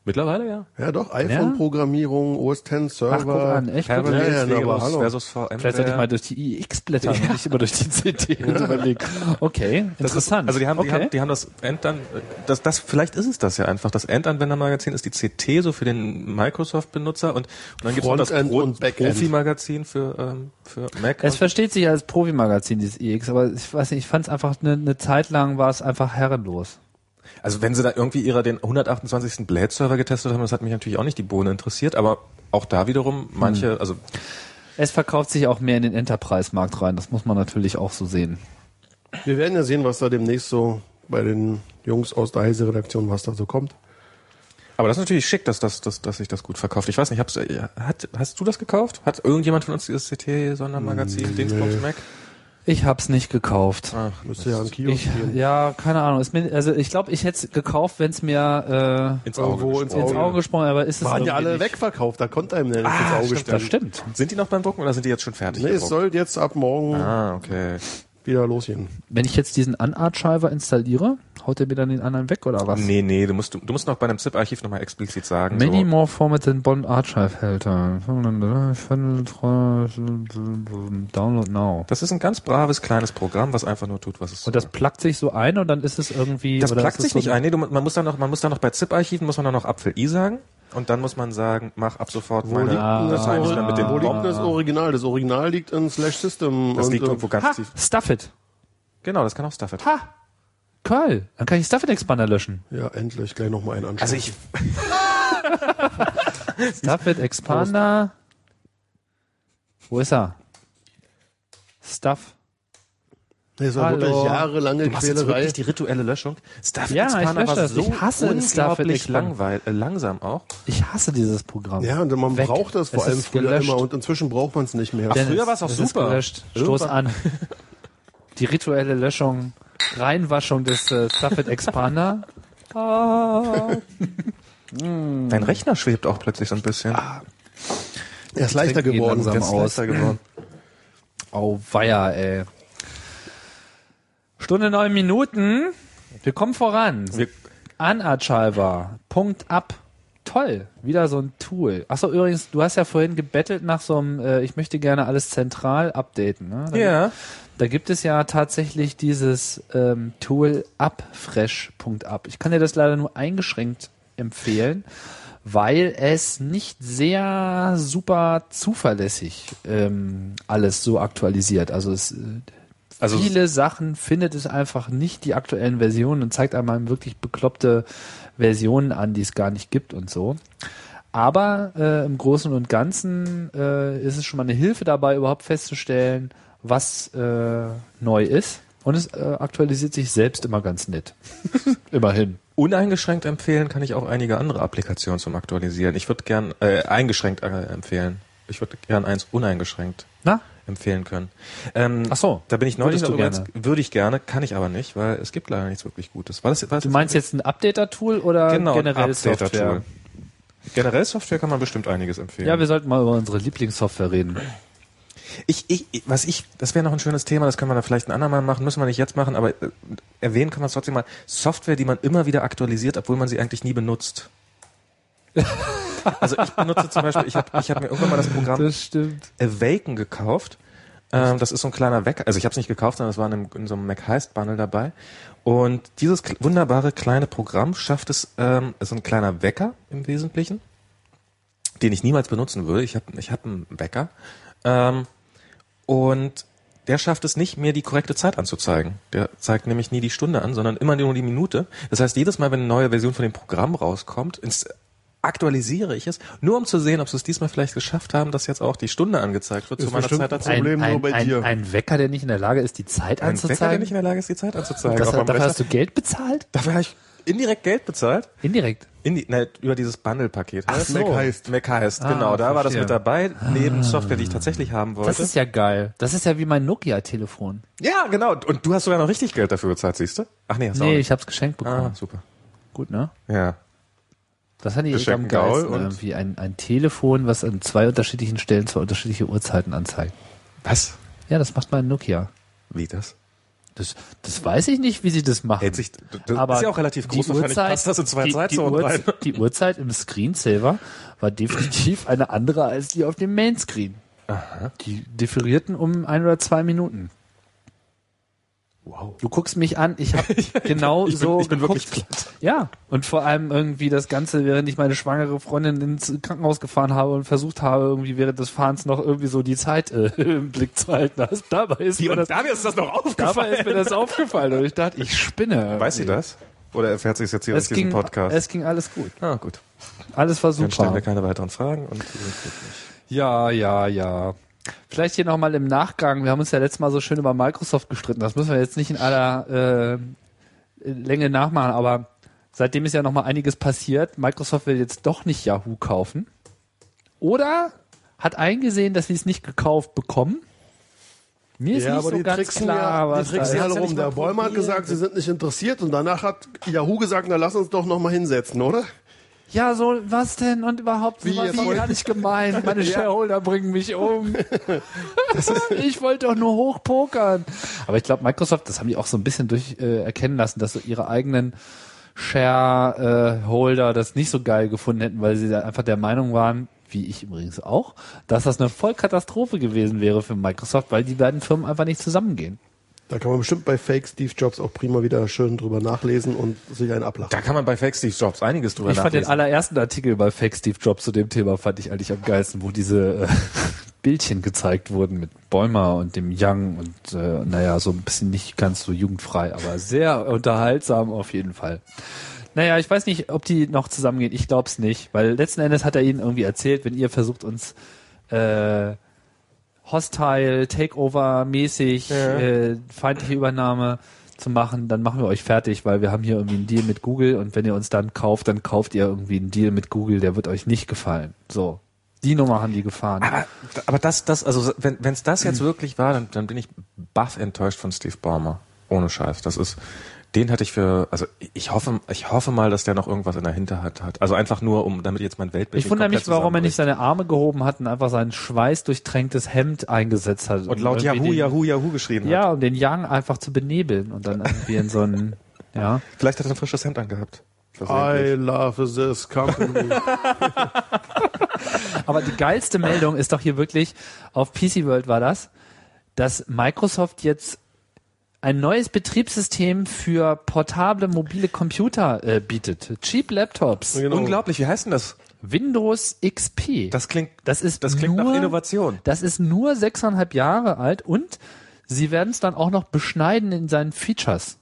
Speaker 2: Mittlerweile ja.
Speaker 3: Ja doch, iPhone-Programmierung, OS X Server.
Speaker 1: Ach, guck an, echt?
Speaker 3: Ja,
Speaker 2: Cavalry
Speaker 3: ja,
Speaker 2: Pflegelos
Speaker 3: aber hallo.
Speaker 2: versus VMware.
Speaker 1: Vielleicht sollte ich mal durch die iX blättern und nicht immer durch die CT und überlegen. Okay,
Speaker 2: Das ist-
Speaker 1: interessant.
Speaker 2: Also die haben,
Speaker 1: okay.
Speaker 2: die haben, die haben das End dann, das, das, vielleicht ist es das ja einfach. Das Endanwendermagazin ist die CT so für den Microsoft-Benutzer und, und dann gibt es das
Speaker 3: Frontend
Speaker 2: Pro
Speaker 3: und Backend.
Speaker 2: Profi-Magazin für, ähm, für Mac.
Speaker 1: Es
Speaker 2: und-
Speaker 1: versteht sich als Profi-Magazin, dieses EX, aber ich weiß nicht, ich fand es einfach, eine ne Zeit lang war es einfach herrenlos.
Speaker 2: Also wenn sie da irgendwie ihrer den 128. Blade-Server getestet haben, das hat mich natürlich auch nicht die Bohne interessiert, aber auch da wiederum manche,
Speaker 1: Hm.
Speaker 2: also
Speaker 1: Es verkauft sich auch mehr in den Enterprise-Markt rein, das muss man natürlich auch so sehen.
Speaker 3: Wir werden ja sehen, was da demnächst so bei den Jungs aus der Heise-Redaktion, was da so kommt.
Speaker 2: aber das ist natürlich schick, dass, dass, dass, dass sich das gut verkauft. Ich weiß nicht, hab's, äh, hat, hast du das gekauft? Hat irgendjemand von uns dieses CT-Sondermagazin, Dingsbums Mac?
Speaker 1: Ich hab's nicht gekauft.
Speaker 2: Ach,
Speaker 3: Müsste ja ein Kiosk
Speaker 1: Ich,
Speaker 3: gehen.
Speaker 1: ja, keine Ahnung. Ist mir, also ich glaube, ich hätte es gekauft, wenn es mir äh,
Speaker 2: ins Auge
Speaker 3: Irgendwo ins
Speaker 1: ins
Speaker 2: gesprungen.
Speaker 1: Auge gesprungen aber ist es
Speaker 3: Waren ja
Speaker 1: irgendwie
Speaker 3: alle
Speaker 1: nicht.
Speaker 3: wegverkauft, da konnte einem der nicht ins Auge
Speaker 1: Das
Speaker 3: springen.
Speaker 1: stimmt.
Speaker 2: Sind die noch beim Drucken oder sind die jetzt schon fertig?
Speaker 3: Nee, es
Speaker 2: gedruckt?
Speaker 3: soll jetzt ab morgen
Speaker 2: ah, okay.
Speaker 3: wieder losgehen.
Speaker 1: Wenn ich jetzt diesen Unart-Driver installiere, haut er mir dann den anderen weg oder was?
Speaker 2: Nee, nee, du musst, du musst noch bei einem ZIP-Archiv nochmal explizit sagen.
Speaker 1: Many
Speaker 2: so,
Speaker 1: more formats than Bond Archive Helter. äh, Download now.
Speaker 2: das ist ein ganz braves kleines Programm, was einfach nur tut, was es
Speaker 1: Und das plackt sich so ein und dann ist es irgendwie.
Speaker 2: Das
Speaker 1: oder ist
Speaker 2: plackt
Speaker 1: es
Speaker 2: sich
Speaker 1: so
Speaker 2: nicht ein. Nee, du, man muss dann noch, man muss dann noch bei ZIP-Archiven muss man dann noch Apfel I sagen und dann muss man sagen, mach ab sofort
Speaker 3: Wo liegt,
Speaker 2: meine.
Speaker 1: Ah.
Speaker 3: denn das,
Speaker 2: Dateien nicht mehr
Speaker 3: Ori-
Speaker 2: mit den
Speaker 3: wo liegt
Speaker 2: Bomben.
Speaker 3: denn das Original? Das Original liegt in Slash System.
Speaker 2: Das
Speaker 3: und,
Speaker 2: liegt
Speaker 3: äh,
Speaker 2: irgendwo ganz
Speaker 1: Ha,
Speaker 2: tief.
Speaker 1: stuff it.
Speaker 2: Genau, das kann auch Stafford.
Speaker 1: Ha! Cool. Dann kann ich Stuff it Expander löschen.
Speaker 3: Ja, endlich, gleich nochmal einen anschauen.
Speaker 2: Also ich,
Speaker 1: Stuff it Expander. Wo ist er? Stuff.
Speaker 3: das war
Speaker 1: Hallo.
Speaker 3: wirklich jahrelange
Speaker 2: du machst jetzt
Speaker 3: Quälerei.
Speaker 2: wirklich die rituelle Löschung. Stafford
Speaker 1: Ja,
Speaker 2: Expander
Speaker 1: ich lösche
Speaker 2: war
Speaker 1: das.
Speaker 2: so
Speaker 1: Ich hasse Stafford
Speaker 2: unglaublich
Speaker 1: Expander.
Speaker 2: langweil, äh, langsam auch.
Speaker 1: Ich hasse dieses Programm.
Speaker 3: Ja, und man
Speaker 1: Weg.
Speaker 3: braucht das vor
Speaker 1: Es
Speaker 3: allem
Speaker 1: ist
Speaker 3: früher
Speaker 1: gelöscht.
Speaker 3: immer und inzwischen braucht man es nicht mehr.
Speaker 1: Dennis,
Speaker 2: früher war's auch
Speaker 1: das ist
Speaker 2: super.
Speaker 1: Gelöscht. Stoß an. Die rituelle Löschung, Reinwaschung des äh, Stuffed Expander. Ah.
Speaker 2: Dein Rechner schwebt auch plötzlich so ein bisschen. Ah,
Speaker 3: er ist leichter
Speaker 1: Trinken geht
Speaker 3: geworden.
Speaker 1: langsam aus.
Speaker 3: Jetzt-
Speaker 2: geworden.
Speaker 1: Au weia, ey. Stunde neun Minuten. Wir kommen voran.
Speaker 2: Wir-
Speaker 1: Anarchiver. Punkt ab. Toll. Wieder so ein Tool. Achso, übrigens, du hast ja vorhin gebettelt nach so einem, äh, ich möchte gerne alles zentral updaten. Ne? Da
Speaker 2: Ja.
Speaker 1: Da gibt es ja tatsächlich dieses ähm, Tool upfresh.up. Ich kann dir das leider nur eingeschränkt empfehlen, weil es nicht sehr super zuverlässig ähm, alles so aktualisiert. Also es äh,
Speaker 2: Also-
Speaker 1: viele Sachen findet es einfach nicht die aktuellen Versionen und zeigt einmal wirklich bekloppte Versionen an, die es gar nicht gibt und so. Aber äh, im Großen und Ganzen äh, ist es schon mal eine Hilfe dabei, überhaupt festzustellen, was äh, neu ist. Und es äh, aktualisiert sich selbst immer ganz nett. Immerhin.
Speaker 2: Uneingeschränkt empfehlen kann ich auch einige andere Applikationen zum Aktualisieren. Ich würde gern äh, eingeschränkt äh, empfehlen. Ich würde gern eins uneingeschränkt
Speaker 1: Na?
Speaker 2: empfehlen können. Ähm,
Speaker 1: Ach so.
Speaker 2: Da bin ich neulich
Speaker 1: Würdest du
Speaker 2: darüber jetzt- Würde ich gerne, kann ich aber nicht, weil es gibt leider nichts wirklich Gutes. War das, war das
Speaker 1: Du meinst jetzt ein Updater-Tool oder
Speaker 2: genau, ein
Speaker 1: generell
Speaker 2: Updater-Tool.
Speaker 1: Software?
Speaker 2: Generell Software kann man bestimmt einiges empfehlen.
Speaker 1: Ja, wir sollten mal über unsere Lieblingssoftware reden.
Speaker 2: Ich, ich, ich- was ich, das wäre noch ein schönes Thema, das können wir dann vielleicht ein andermal machen, müssen wir nicht jetzt machen, aber äh, erwähnen kann man es trotzdem mal. Software, die man immer wieder aktualisiert, obwohl man sie eigentlich nie benutzt. also ich benutze zum Beispiel, ich habe ich hab mir irgendwann mal das Programm
Speaker 1: stimmt.
Speaker 2: Awaken gekauft. Ähm, das ist so ein kleiner Wecker, also ich habe es nicht gekauft, sondern es war in, einem, in so einem Mac Heist Bundle dabei. Und dieses kl- wunderbare kleine Programm schafft es, ähm, ist so ein kleiner Wecker im Wesentlichen, den ich niemals benutzen würde. Ich habe ich hab einen Wecker. Ähm, und der schafft es nicht, mir die korrekte Zeit anzuzeigen. Der zeigt nämlich nie die Stunde an, sondern immer nur die Minute. Das heißt, jedes Mal, wenn eine neue Version von dem Programm rauskommt, ins aktualisiere ich es, nur um zu sehen, ob sie es diesmal vielleicht geschafft haben, dass jetzt auch die Stunde angezeigt wird
Speaker 3: Ist
Speaker 2: zu meiner
Speaker 3: bestimmt
Speaker 2: Zeit dazu.
Speaker 3: ein Problem
Speaker 1: ein,
Speaker 3: nur bei
Speaker 1: ein,
Speaker 3: dir.
Speaker 1: Ein Wecker, der nicht in der Lage ist, die Zeit
Speaker 2: Ein
Speaker 1: anzuzeigen.
Speaker 2: Wecker, der nicht in der Lage ist, die Zeit anzuzeigen.
Speaker 1: das,
Speaker 2: auf meinem
Speaker 1: dafür
Speaker 2: Rechner.
Speaker 1: hast du Geld bezahlt?
Speaker 2: dafür habe ich indirekt Geld bezahlt.
Speaker 1: Indirekt.
Speaker 2: Indi ne, über dieses Bundle-Paket. Ach
Speaker 3: so. Mac heißt.
Speaker 2: Mac heißt, genau. Da war das
Speaker 1: Ah, verstehe. Ah.
Speaker 2: mit dabei, neben Software, die ich tatsächlich haben
Speaker 1: Das
Speaker 2: wollte.
Speaker 1: ist ja geil. Das ist ja wie mein Nokia-Telefon.
Speaker 2: Ja, genau. Und du hast sogar noch richtig Geld dafür bezahlt, siehst du? Ach nee, hast du auch
Speaker 1: Nee,
Speaker 2: nicht.
Speaker 1: ich hab's geschenkt bekommen.
Speaker 2: Ah, super.
Speaker 1: Gut, ne?
Speaker 2: Ja.
Speaker 1: Das fand ich am
Speaker 2: Geschenken
Speaker 1: geilsten.
Speaker 2: Gaul und-
Speaker 1: irgendwie ein, ein Telefon, was an zwei unterschiedlichen Stellen zwei unterschiedliche Uhrzeiten anzeigt.
Speaker 2: Was?
Speaker 1: Ja, das macht mein Nokia.
Speaker 2: Wie das?
Speaker 1: Das, das weiß ich nicht, wie sie das machen.
Speaker 2: Hält sich, das
Speaker 1: aber
Speaker 2: ist ja auch relativ groß,
Speaker 1: die Uhrzeit,
Speaker 2: passt das in zwei
Speaker 1: die, die,
Speaker 2: Zeitzonen rein.
Speaker 1: Uhrzeit, die Uhrzeit im Screensaver war definitiv eine andere als die auf dem Mainscreen. Die differierten um ein oder zwei Minuten.
Speaker 2: Wow.
Speaker 1: Du guckst mich an, ich habe genau
Speaker 2: Ich bin,
Speaker 1: so
Speaker 2: ich bin
Speaker 1: geguckt.
Speaker 2: wirklich platt.
Speaker 1: Ja, und vor allem irgendwie das Ganze, während ich meine schwangere Freundin ins Krankenhaus gefahren habe und versucht habe, irgendwie während des Fahrens noch irgendwie so die Zeit äh, im Blick zu halten. Das, dabei ist mir das,
Speaker 2: Daniel ist das noch
Speaker 1: dabei ist mir das aufgefallen und ich dachte, ich spinne.
Speaker 2: Weiß sie das? Oder erfährt sie es jetzt hier
Speaker 1: Es
Speaker 2: aus diesem
Speaker 1: ging,
Speaker 2: Podcast?
Speaker 1: es ging alles gut.
Speaker 2: ah, gut.
Speaker 1: Alles war
Speaker 2: Dann stellen
Speaker 1: super.
Speaker 2: wir keine weiteren Fragen. Und äh, wir sind glücklich.
Speaker 1: Ja, ja, ja. Vielleicht hier nochmal im Nachgang. Wir haben uns ja letztes Mal so schön über Microsoft gestritten. Das müssen wir jetzt nicht in aller äh, Länge nachmachen. Aber seitdem ist ja nochmal einiges passiert. Microsoft will jetzt doch nicht Yahoo kaufen. Oder hat eingesehen, dass sie es nicht gekauft bekommen. Mir ist
Speaker 3: ja,
Speaker 1: nicht
Speaker 3: aber
Speaker 1: so
Speaker 3: die
Speaker 1: ganz
Speaker 3: tricksen
Speaker 1: klar,
Speaker 3: ja,
Speaker 1: was
Speaker 3: die
Speaker 1: da ist.
Speaker 3: tricksen ja alle
Speaker 2: Hat's ja
Speaker 3: rum.
Speaker 2: nicht
Speaker 3: Der
Speaker 2: mal
Speaker 3: Bäumer hat
Speaker 2: probiert.
Speaker 3: gesagt, sie sind nicht interessiert und danach hat Yahoo gesagt, na lass uns doch nochmal hinsetzen, oder?
Speaker 1: Ja, so, was denn? Und überhaupt,
Speaker 3: Wie,
Speaker 1: wie,
Speaker 3: jetzt
Speaker 1: wie
Speaker 3: wollt-
Speaker 1: gar nicht gemeint. Meine Shareholder bringen mich um. ich wollte doch nur hochpokern. Aber ich glaube, Microsoft, das haben die auch so ein bisschen durch äh, erkennen lassen, dass so ihre eigenen Shareholder das nicht so geil gefunden hätten, weil sie da einfach der Meinung waren, wie ich übrigens auch, dass das eine Vollkatastrophe gewesen wäre für Microsoft, weil die beiden Firmen einfach nicht zusammengehen.
Speaker 3: Da kann man bestimmt bei Fake Steve Jobs auch prima wieder schön drüber nachlesen und sich einen ablachen.
Speaker 2: Da kann man bei Fake Steve Jobs einiges drüber
Speaker 1: Ich fand den
Speaker 2: nachlesen.
Speaker 1: allerersten Artikel bei Fake Steve Jobs zu dem Thema fand ich eigentlich am geilsten, wo diese äh, Bildchen gezeigt wurden mit Bäumer und dem Young und äh, naja, so ein bisschen nicht ganz so jugendfrei, aber sehr unterhaltsam auf jeden Fall. Naja, ich weiß nicht, ob die noch zusammengehen. Ich glaub's nicht, weil letzten Endes hat er ihnen irgendwie erzählt, wenn ihr versucht uns äh, hostile, Takeover-mäßig, äh, feindliche Übernahme zu machen, dann machen wir euch fertig, weil wir haben hier irgendwie einen Deal mit Google und wenn ihr uns dann kauft, dann kauft ihr irgendwie einen Deal mit Google, der wird euch nicht gefallen. So. Die Nummer haben die gefahren.
Speaker 2: Aber, Ah, aber das, das, also wenn es das jetzt wirklich war, dann, dann bin ich baff enttäuscht von Steve Ballmer. Ohne Scheiß. Das ist, den hatte ich für, also ich hoffe, ich hoffe mal, dass der noch irgendwas in der Hinterhand hat. Also einfach nur, um, damit jetzt mein Weltbild
Speaker 1: ich wundere
Speaker 2: komplett
Speaker 1: mich, warum er nicht
Speaker 2: zusammenbricht.
Speaker 1: seine Arme gehoben hat und einfach sein schweißdurchtränktes Hemd eingesetzt hat. um
Speaker 2: und laut Yahoo,
Speaker 1: irgendwie den,
Speaker 2: Yahoo, Yahoo geschrieben hat.
Speaker 1: Ja, um den Yang einfach zu benebeln und dann irgendwie in so einen, ja.
Speaker 2: Vielleicht hat er ein frisches Hemd angehabt.
Speaker 3: I love this company.
Speaker 1: Aber die geilste Meldung ist doch hier wirklich, auf PC World war das, dass Microsoft jetzt ein neues Betriebssystem für portable mobile Computer äh, bietet. Cheap Laptops.
Speaker 3: Genau.
Speaker 2: Unglaublich, wie heißt denn das?
Speaker 1: Windows XP.
Speaker 2: Das klingt,
Speaker 1: Das ist
Speaker 2: das klingt
Speaker 1: nur-
Speaker 2: nach Innovation.
Speaker 1: Das ist nur sechseinhalb Jahre alt und sie werden es dann auch noch beschneiden in seinen Features.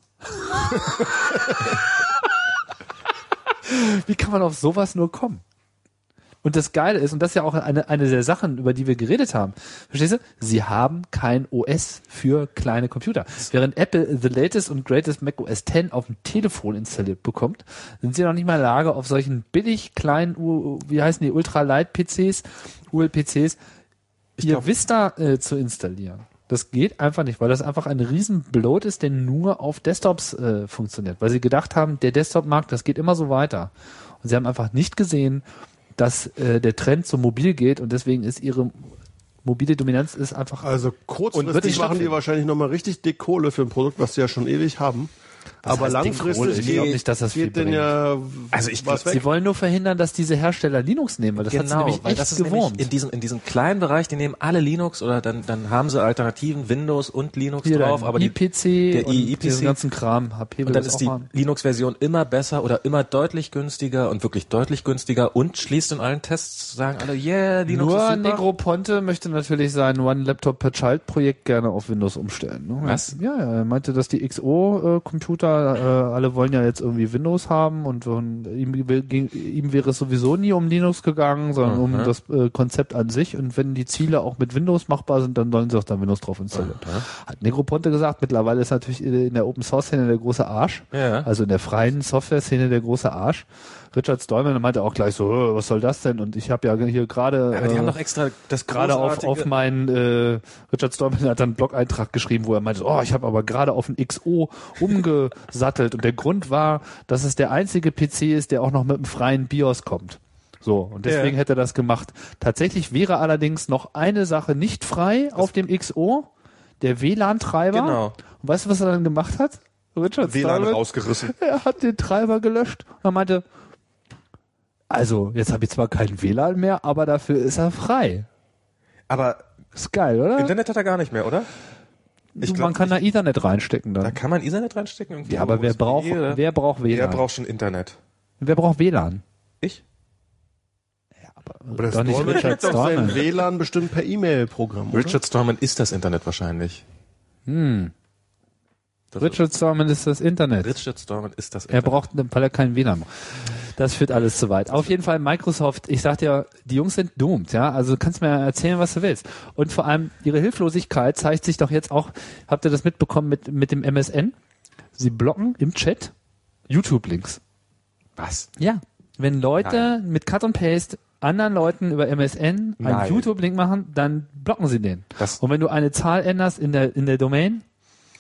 Speaker 1: Wie kann man auf sowas nur kommen? Und das Geile ist, und das ist ja auch eine, eine der Sachen, über die wir geredet haben. Verstehst du? Sie haben kein OS für kleine Computer. Während Apple the latest und greatest Mac OS X auf dem Telefon installiert bekommt, sind sie noch nicht mal in der Lage, auf solchen billig kleinen, U- wie heißen die, Ultralight-PCs, UL-PCs, ihr
Speaker 2: glaub-
Speaker 1: Vista äh, zu installieren. Das geht einfach nicht, weil das einfach ein Riesenbloat ist, der nur auf Desktops äh, funktioniert. Weil sie gedacht haben, der Desktop-Markt, das geht immer so weiter. Und sie haben einfach nicht gesehen, dass äh, der Trend zum Mobil geht und deswegen ist ihre mobile Dominanz ist einfach.
Speaker 2: Ah,
Speaker 3: Also
Speaker 1: Und wird nicht
Speaker 3: kurzfristig machen die
Speaker 1: stattfinden.
Speaker 3: wahrscheinlich nochmal richtig dick Kohle für ein Produkt, was sie ja schon ewig haben. Aber
Speaker 1: heißt dick Kohle?
Speaker 3: langfristig
Speaker 1: Ich glaub nicht, dass das viel
Speaker 3: geht denn
Speaker 1: bringt.
Speaker 3: ja
Speaker 2: Also ich
Speaker 3: was
Speaker 2: glaub,
Speaker 1: Sie
Speaker 3: weg.
Speaker 1: wollen nur verhindern, dass diese Hersteller Linux nehmen, weil das hat sie nämlich
Speaker 2: Genau, weil
Speaker 1: echt
Speaker 2: das ist
Speaker 1: gewurmt.
Speaker 2: nämlich in diesem in diesem kleinen Bereich, die nehmen alle Linux oder dann dann haben sie Alternativen Windows und Linux
Speaker 1: Hier
Speaker 2: drauf,
Speaker 1: dein
Speaker 2: aber die
Speaker 1: IPC
Speaker 2: der
Speaker 1: und
Speaker 2: IPC
Speaker 1: diesen ganzen Kram, HP will
Speaker 2: und dann
Speaker 1: das
Speaker 2: ist
Speaker 1: auch
Speaker 2: die
Speaker 1: machen.
Speaker 2: Linux-Version immer besser oder immer deutlich günstiger und wirklich deutlich günstiger und schließt in allen Tests sagen alle, yeah, Linux ist
Speaker 1: Nur
Speaker 2: super.
Speaker 1: Negroponte möchte natürlich sein One Laptop per Child Projekt gerne auf Windows umstellen. Ne?
Speaker 2: Was?
Speaker 1: Ja, ja, er meinte, dass die XO-Computer, äh, alle wollen ja jetzt irgendwie Windows haben und, und ihm, will- ging, ihm wäre es sowieso nie um Linux gegangen, sondern um das äh, Konzept an sich. Und wenn die Ziele auch mit Windows machbar sind, dann sollen sie auch dann Windows drauf installieren. Hat Negroponte gesagt, mittlerweile ist natürlich in der Open-Source-Szene der große Arsch.
Speaker 2: Ja.
Speaker 1: Also in der freien Software-Szene der große Arsch. Richard Stallman meinte auch gleich so, "Äh, was soll das denn? Und ich habe ja hier gerade
Speaker 2: aber die haben
Speaker 1: äh,
Speaker 2: doch extra das
Speaker 1: gerade auf,
Speaker 2: großartige-
Speaker 1: auf meinen äh, Richard Stallman hat dann einen Blog-Eintrag geschrieben, wo er meinte, oh, ich habe aber gerade auf ein XO umgesattelt und der Grund war, dass es der einzige PC ist, der auch noch mit einem freien BIOS kommt. So, und deswegen
Speaker 2: Ja.
Speaker 1: hätte er das gemacht. Tatsächlich wäre allerdings noch eine Sache nicht frei auf dem XO, der WLAN-Treiber.
Speaker 2: Genau.
Speaker 1: Und weißt du, was er dann gemacht hat? Richard
Speaker 3: WLAN
Speaker 1: Stallman?
Speaker 3: rausgerissen.
Speaker 1: er hat den Treiber gelöscht und meinte, also jetzt habe ich zwar keinen WLAN mehr, aber dafür ist er frei.
Speaker 2: aber
Speaker 1: Ist geil, oder?
Speaker 2: Internet hat er gar nicht mehr, oder?
Speaker 1: Du,
Speaker 2: glaub,
Speaker 1: man kann da Ethernet reinstecken
Speaker 2: Da
Speaker 1: dann.
Speaker 2: kann man Ethernet reinstecken irgendwie.
Speaker 1: Ja, aber wer
Speaker 2: USB
Speaker 1: braucht,
Speaker 2: oder-
Speaker 1: wer braucht WLAN?
Speaker 2: wer braucht schon Internet?
Speaker 1: Wer braucht WLAN?
Speaker 2: Ich?
Speaker 3: Aber das
Speaker 1: Doch nicht
Speaker 3: Stallman
Speaker 1: Richard
Speaker 3: kriegt doch sein
Speaker 1: Stallman.
Speaker 3: WLAN bestimmt per E-Mail-Programm. oder?
Speaker 2: Richard Stallman ist das Internet wahrscheinlich. Hm.
Speaker 1: Richard Stallman ist das Internet.
Speaker 2: Richard Stallman ist das
Speaker 1: Er
Speaker 2: Internet.
Speaker 1: braucht, weil er keinen WLAN braucht. Das führt alles zu weit. Auf jeden Fall Microsoft, ich sag dir, die Jungs sind doomed, ja. Also du kannst mir erzählen, was du willst. Und vor allem ihre Hilflosigkeit zeigt sich doch jetzt auch, habt ihr das mitbekommen mit, mit dem MSN? Sie blocken im Chat YouTube-Links.
Speaker 2: Was?
Speaker 1: Ja. Wenn Leute mit Cut und Paste anderen Leuten über MSN einen
Speaker 2: Nein.
Speaker 1: YouTube-Link machen, dann blocken sie den.
Speaker 2: Das-
Speaker 1: und wenn du eine Zahl änderst in der, in der Domain,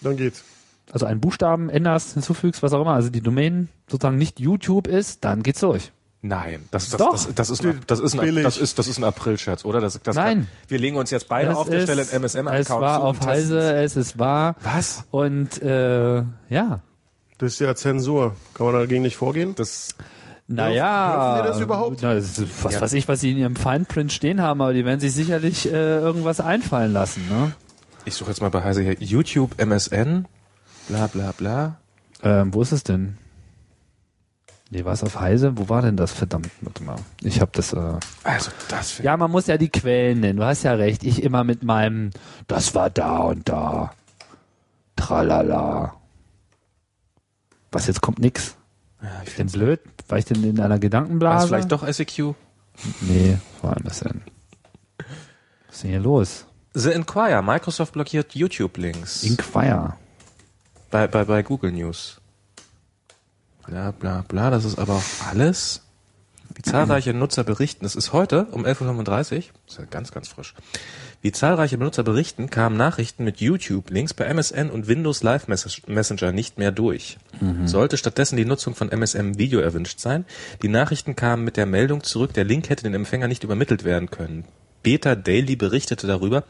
Speaker 3: Dann geht's.
Speaker 1: also einen Buchstaben änderst, hinzufügst, was auch immer, also die Domain sozusagen nicht YouTube ist, dann geht's durch.
Speaker 2: Nein, das ist das,
Speaker 1: Doch.
Speaker 2: das, das ist ein, das ist ein,
Speaker 3: Billig.
Speaker 2: das ist das ist ein April-Scherz, oder? Das, das
Speaker 1: Nein.
Speaker 2: Kann, wir legen uns jetzt beide
Speaker 1: Es
Speaker 2: auf der
Speaker 1: ist-
Speaker 2: Stelle einen
Speaker 1: Es
Speaker 2: MSM-Account
Speaker 1: war
Speaker 2: zu
Speaker 1: auf
Speaker 2: und
Speaker 1: Heise,
Speaker 2: testen
Speaker 1: es ist wahr.
Speaker 2: Was?
Speaker 1: Und äh, ja,
Speaker 3: Das ist ja Zensur. Kann man dagegen nicht vorgehen?
Speaker 2: Das
Speaker 1: naja.
Speaker 3: dürfen die das überhaupt?
Speaker 1: Na, es ist- was
Speaker 2: Ja.
Speaker 1: weiß ich, was sie in ihrem Feinprint stehen haben, aber die werden sich sicherlich äh, irgendwas einfallen lassen. Ne?
Speaker 2: ich suche jetzt mal bei Heise hier YouTube MSN bla bla bla.
Speaker 1: Ähm, wo ist es denn? Nee, war es auf Heise? Wo war denn das? Verdammt, warte mal. Ich habe das... Äh
Speaker 2: Also das finde
Speaker 1: ja, man muss ja die Quellen nennen. Du hast ja recht. Ich immer mit meinem, das war da und da. Tralala. Was, jetzt kommt nix?
Speaker 2: ja, ich
Speaker 1: Ist denn
Speaker 2: find's-
Speaker 1: blöd? War ich denn in einer
Speaker 2: war
Speaker 1: Gedankenblase?
Speaker 2: es vielleicht doch E SEQ.
Speaker 1: Nee, vor allem das denn. Was ist denn hier los?
Speaker 2: The Enquirer, Microsoft blockiert YouTube-Links.
Speaker 1: Inquire.
Speaker 2: bei, bei, bei Google News. Bla bla bla, das ist aber auch alles. Wie zahlreiche Nutzer berichten, es ist heute um 11.35 Uhr, ist ja ganz, ganz frisch. Wie zahlreiche Nutzer berichten, kamen Nachrichten mit YouTube-Links bei MSN und Windows Live Mess- Messenger nicht mehr durch. Sollte stattdessen die Nutzung von MSM Video erwünscht sein. Die Nachrichten kamen mit der Meldung zurück, der Link hätte den Empfänger nicht übermittelt werden können. Beta Daily berichtete darüber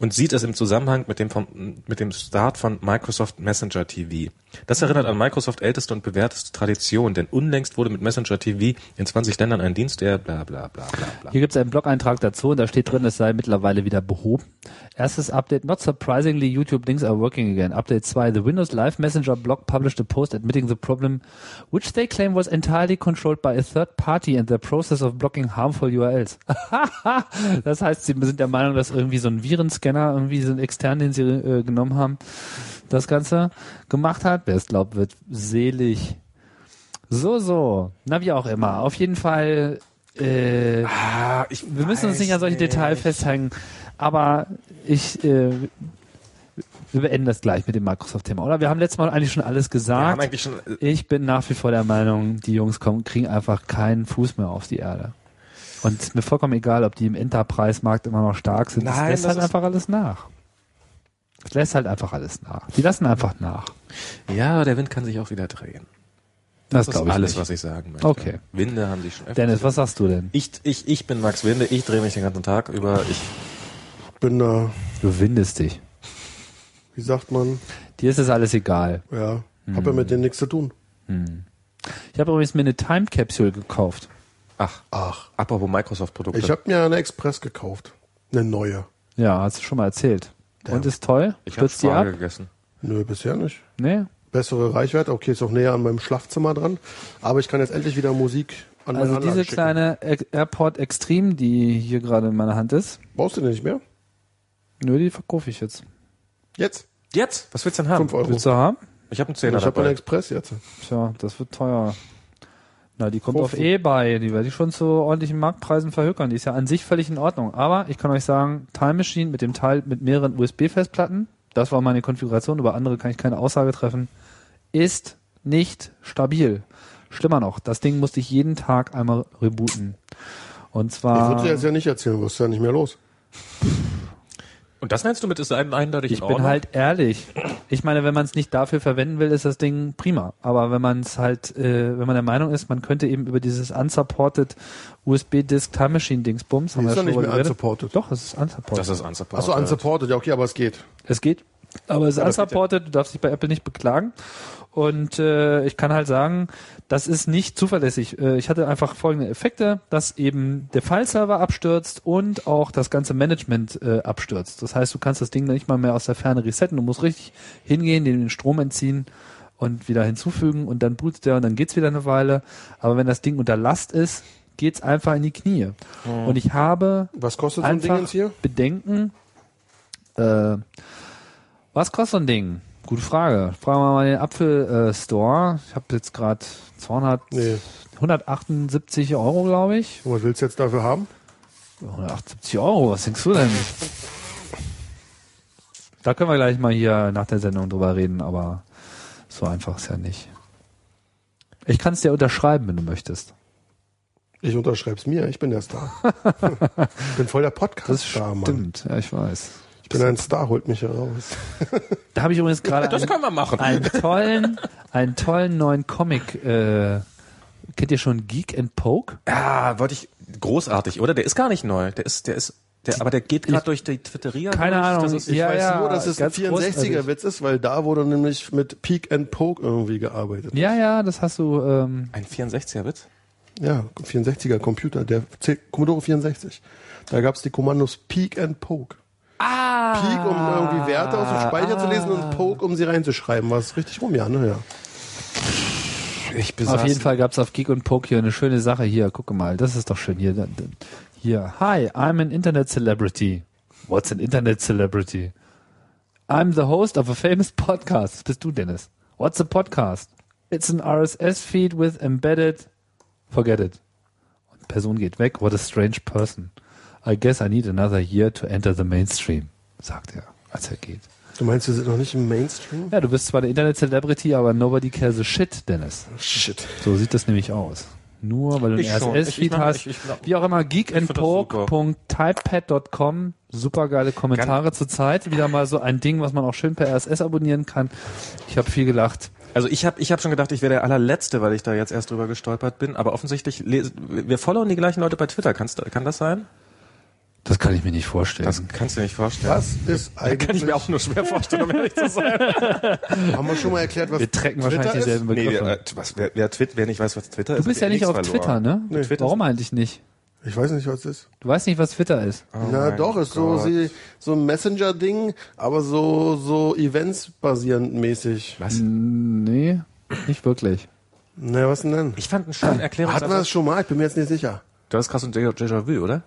Speaker 2: und sieht es im Zusammenhang mit dem, vom, mit dem Start von Microsoft Messenger TV. Das erinnert an Microsoft älteste und bewährteste Tradition, denn unlängst wurde mit Messenger TV in 20 Ländern ein Dienst, der bla bla bla bla bla.
Speaker 1: Hier gibt es einen Blog-Eintrag dazu und da steht drin, es sei mittlerweile wieder behoben. Erstes Update, not surprisingly, YouTube links are working again. Update 2, the Windows Live Messenger blog published a post admitting the problem, which they claim was entirely controlled by a third party and the process of blocking harmful URLs. das heißt, sie sind der Meinung, dass irgendwie so ein Virenscanner, irgendwie so ein extern, den sie äh, genommen haben, das Ganze gemacht hat. Wer es glaubt, wird selig. So, so. Na, wie auch immer. Auf jeden Fall, äh,
Speaker 2: Ah, ich
Speaker 1: wir müssen uns
Speaker 2: weiß
Speaker 1: nicht an solche Details festhängen, aber ich, äh, wir beenden das gleich mit dem Microsoft-Thema, oder? Wir haben letztes Mal eigentlich schon alles
Speaker 2: Wir haben
Speaker 1: gesagt.
Speaker 2: eigentlich schon, äh,
Speaker 1: Ich bin nach wie vor der Meinung, die Jungs kommen, kriegen einfach keinen Fuß mehr auf die Erde. Und es ist mir vollkommen egal, ob die im Enterprise-Markt immer noch stark sind.
Speaker 2: Nein,
Speaker 1: es lässt
Speaker 2: das
Speaker 1: halt
Speaker 2: ist-
Speaker 1: einfach alles nach. Es lässt halt einfach alles nach. Die lassen einfach nach.
Speaker 2: ja, aber der Wind kann sich auch wieder drehen.
Speaker 1: Das,
Speaker 2: Das ist
Speaker 1: glaube ich
Speaker 2: alles,
Speaker 1: nicht.
Speaker 2: was ich sagen möchte.
Speaker 1: Okay.
Speaker 2: Winde haben sich schon öfter.
Speaker 1: Dennis, was sagst du denn?
Speaker 2: Ich, ich, ich bin Max Winde, ich drehe mich den ganzen Tag über. Ich,
Speaker 3: Bin da,
Speaker 1: Du windest dich.
Speaker 3: wie sagt man,
Speaker 1: Dir ist das alles egal.
Speaker 3: ja, hab ja mit denen nichts zu tun.
Speaker 1: Ich habe übrigens mir eine Time Capsule gekauft.
Speaker 2: ach,
Speaker 3: Ach,
Speaker 2: apropos Microsoft-Produkte.
Speaker 3: ich hab mir eine Express gekauft. Eine neue.
Speaker 1: Ja, hast du schon mal erzählt. Und ist toll?
Speaker 2: ich habe
Speaker 1: Stürzt die ab?
Speaker 2: gegessen.
Speaker 3: Nö, bisher nicht.
Speaker 1: Nee?
Speaker 3: Bessere Reichweite, okay, ist auch näher an meinem Schlafzimmer dran. Aber ich kann jetzt endlich wieder Musik an meine
Speaker 1: Also
Speaker 3: Anlage
Speaker 1: diese
Speaker 3: schicken.
Speaker 1: kleine Air- AirPod Extreme, die hier gerade in meiner Hand ist,
Speaker 3: Brauchst du den nicht mehr?
Speaker 1: nö, die verkaufe ich jetzt.
Speaker 3: Jetzt?
Speaker 2: Jetzt? Was willst du denn haben?
Speaker 3: Fünf Euro.
Speaker 1: Willst du haben?
Speaker 2: Ich habe einen
Speaker 3: Ich
Speaker 2: Zehner
Speaker 3: habe einen
Speaker 2: dabei.
Speaker 3: Express jetzt.
Speaker 1: Tja, das wird teuer. Na, die kommt auf
Speaker 3: Fünfzehn.
Speaker 1: eBay. eh Die werde ich schon zu ordentlichen Marktpreisen verhökern. Die ist ja an sich völlig in Ordnung. Aber ich kann euch sagen, Time Machine mit dem Teil mit mehreren USB-Festplatten, das war meine Konfiguration, über andere kann ich keine Aussage treffen, ist nicht stabil. Schlimmer noch, das Ding musste ich jeden Tag einmal rebooten. Und
Speaker 3: Ich
Speaker 1: zwar.
Speaker 3: würde dir jetzt ja nicht erzählen, was ist ja nicht mehr los.
Speaker 2: Und das nennst du mit ist ein, eindeutig
Speaker 1: Ich
Speaker 2: in Ordnung?
Speaker 1: bin halt ehrlich. Ich meine, wenn man es nicht dafür verwenden will, ist das Ding prima. Aber wenn man es halt, äh, wenn man der Meinung ist, man könnte eben über dieses unsupported USB-Disk Time Machine Dingsbums,
Speaker 3: Die ist ja nicht
Speaker 1: drüber
Speaker 3: mehr
Speaker 1: geredet.
Speaker 3: unsupported.
Speaker 1: Doch, es ist unsupported.
Speaker 2: Das ist unsupported.
Speaker 3: Achso, unsupported, ja okay, aber es geht.
Speaker 1: es geht. Aber es ist
Speaker 2: Ja, das geht
Speaker 1: unsupported, du darfst dich bei Apple nicht beklagen. Und äh, ich kann halt sagen, das ist nicht zuverlässig. Äh, ich hatte einfach folgende Effekte, dass eben der File-Server abstürzt und auch das ganze Management äh, abstürzt. Das heißt, du kannst das Ding nicht mal mehr aus der Ferne resetten. Du musst richtig hingehen, dem den Strom entziehen und wieder hinzufügen und dann bootet der und dann geht's wieder eine Weile. Aber wenn das Ding unter Last ist, geht's einfach in die Knie.
Speaker 2: Oh.
Speaker 1: Und ich habe
Speaker 3: Was kostet so ein Ding
Speaker 1: einfach
Speaker 3: jetzt hier?
Speaker 1: bedenken. Äh, was kostet so ein Ding? Gute Frage. Fragen wir mal den Apfel äh, Store. Ich habe jetzt gerade 200,
Speaker 3: Nee.
Speaker 1: 178 Euro, glaube ich.
Speaker 3: Und was willst du jetzt dafür haben?
Speaker 1: 178 Euro, was denkst du denn? Da können wir gleich mal hier nach der Sendung drüber reden, aber so einfach ist ja nicht. Ich kann es dir unterschreiben, wenn du möchtest.
Speaker 3: Ich unterschreib's mir, ich bin der Star. ich bin voll der Podcast-Star, Mann.
Speaker 1: Stimmt, ja, ich weiß.
Speaker 3: Ich bin ein Star, holt mich hier raus.
Speaker 1: Da habe ich übrigens gerade
Speaker 2: das
Speaker 1: einen-
Speaker 2: können wir machen.
Speaker 1: einen tollen, einen tollen neuen Comic. Äh, kennt ihr schon Geek and Poke?
Speaker 2: Ja, wollte ich. Großartig, oder? Der ist gar nicht neu. Der ist, der ist, der, aber der geht gerade durch die Twitteria.
Speaker 1: Keine
Speaker 2: durch.
Speaker 1: Ahnung.
Speaker 2: Das ist,
Speaker 3: Ich
Speaker 1: Ja,
Speaker 3: weiß
Speaker 1: ja,
Speaker 3: nur, dass es ein
Speaker 1: ganz großartig.
Speaker 3: 64er-Witz ist, weil da wurde nämlich mit Peak and Poke irgendwie gearbeitet.
Speaker 1: Ja, ja, das hast du. Ähm,
Speaker 2: ein 64er-Witz?
Speaker 3: Ja, 64er-Computer, der C Commodore 64. Da gab's die Kommandos Peak and Poke.
Speaker 1: ah,
Speaker 3: Peak, um irgendwie Werte aus dem Speicher zu lesen und Poke, um sie reinzuschreiben. War es richtig rum, ja, ne? Ja.
Speaker 2: Ich
Speaker 1: Auf jeden Fall gab's auf Geek und Poke hier eine schöne Sache. Hier, guck mal, das ist doch schön. Hier, da- da- hier. Hi, I'm an Internet Celebrity. What's an Internet Celebrity? I'm the host of a famous podcast. Das bist du, Dennis. What's a podcast? It's an RSS-Feed with embedded... Forget it. Und Person geht weg. What a strange person. I guess I need another year to enter the mainstream, sagt er, als er geht.
Speaker 3: Du meinst, wir sind noch nicht im Mainstream?
Speaker 1: Ja, du bist zwar eine Internet-Celebrity, aber nobody cares a shit, Dennis.
Speaker 3: Shit.
Speaker 1: So sieht das nämlich aus. Nur weil du
Speaker 2: Ich schon.
Speaker 1: ein
Speaker 2: Ich-
Speaker 1: RSS-Feed
Speaker 2: ich mach-
Speaker 1: hast.
Speaker 2: ich- ich glaub-
Speaker 1: Wie auch immer,
Speaker 2: find das
Speaker 1: geekandpoke.typepad.com. Super geile Kommentare zur Zeit. Wieder mal so ein Ding, was man auch schön per RSS abonnieren kann. Ich habe viel gelacht.
Speaker 2: Also ich habe ich hab schon gedacht, ich wäre der allerletzte, weil ich da jetzt erst drüber gestolpert bin. Aber offensichtlich, les- wir followen die gleichen Leute bei Twitter. Kannst, du- kann das sein?
Speaker 1: Das kann ich mir nicht vorstellen.
Speaker 2: Das kannst du dir nicht vorstellen.
Speaker 3: Das ist eigentlich.
Speaker 2: Kann ich mir auch nur schwer vorstellen, um ehrlich zu sein.
Speaker 3: haben wir schon mal erklärt, was
Speaker 1: wir trecken
Speaker 3: Twitter
Speaker 1: wahrscheinlich
Speaker 3: ist?
Speaker 1: dieselben
Speaker 2: Nee,
Speaker 1: Begriffe.
Speaker 2: wer, äh, was, wer, wer, Twitter, wer nicht weiß, was Twitter
Speaker 1: du
Speaker 2: ist,
Speaker 1: bist ja
Speaker 2: hat
Speaker 1: nicht
Speaker 2: eh
Speaker 1: auf
Speaker 2: nichts
Speaker 1: Twitter,
Speaker 2: verloren.
Speaker 1: ne?
Speaker 3: Nee.
Speaker 1: Twitter Warum eigentlich nicht?
Speaker 3: Ich weiß nicht, was das ist.
Speaker 1: Du weißt nicht, was Twitter ist.
Speaker 2: Oh
Speaker 3: Na
Speaker 2: mein
Speaker 3: doch, ist
Speaker 2: Gott.
Speaker 3: so sie, so ein Messenger-Ding, aber so, so Events-basierend mäßig.
Speaker 2: Was?
Speaker 1: Nee, nicht wirklich.
Speaker 3: Na, was denn denn?
Speaker 2: Ich fand einen schönen
Speaker 3: Hatten wir das
Speaker 2: Erklärungsansatz.
Speaker 3: schon mal? Ich bin mir jetzt nicht sicher.
Speaker 2: Du hast krass und Déjà- Déjà-vu, oder?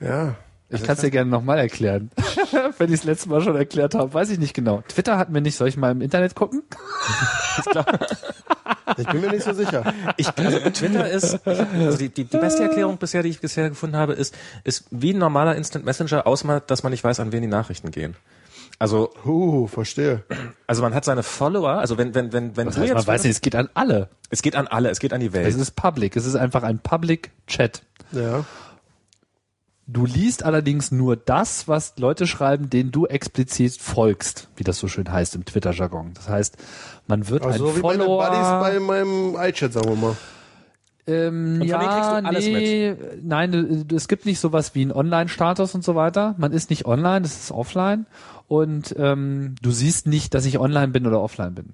Speaker 3: Ja.
Speaker 1: Ich kann es dir gerne nochmal erklären. Wenn ich es letztes Mal schon erklärt habe, weiß ich nicht genau. Twitter hatten wir nicht, soll ich mal im Internet gucken?
Speaker 3: Ich bin mir nicht so sicher.
Speaker 2: Ich, also Twitter ist, also die, die, die beste Erklärung bisher, die ich bisher gefunden habe, ist, ist wie ein normaler Instant Messenger, außer mal, dass man nicht weiß, an wen die Nachrichten gehen. Also,
Speaker 3: Huh, verstehe.
Speaker 2: also man hat seine Follower, also wenn, wenn, wenn, wenn
Speaker 1: Das
Speaker 2: du
Speaker 1: heißt, man
Speaker 2: jetzt,
Speaker 1: weiß nicht, Also es geht an alle.
Speaker 2: es geht an alle, es geht an die
Speaker 1: Es
Speaker 2: Welt.
Speaker 1: ist public, es ist einfach ein public Chat.
Speaker 3: Ja.
Speaker 1: Du liest allerdings nur das, was Leute schreiben, denen du explizit folgst, wie das so schön heißt im Twitter-Jargon. Das heißt, man wird
Speaker 3: Also
Speaker 1: ein
Speaker 3: wie meine
Speaker 1: Follower.
Speaker 3: Buddies bei meinem iChat, sagen wir mal.
Speaker 1: Ähm,
Speaker 2: Und von
Speaker 1: ja,
Speaker 2: denen kriegst du alles
Speaker 1: nee, nein, du- es gibt nicht sowas wie einen Online-Status und so weiter. Man ist nicht online, das ist offline. Und ähm, du siehst nicht, dass ich online bin oder offline bin.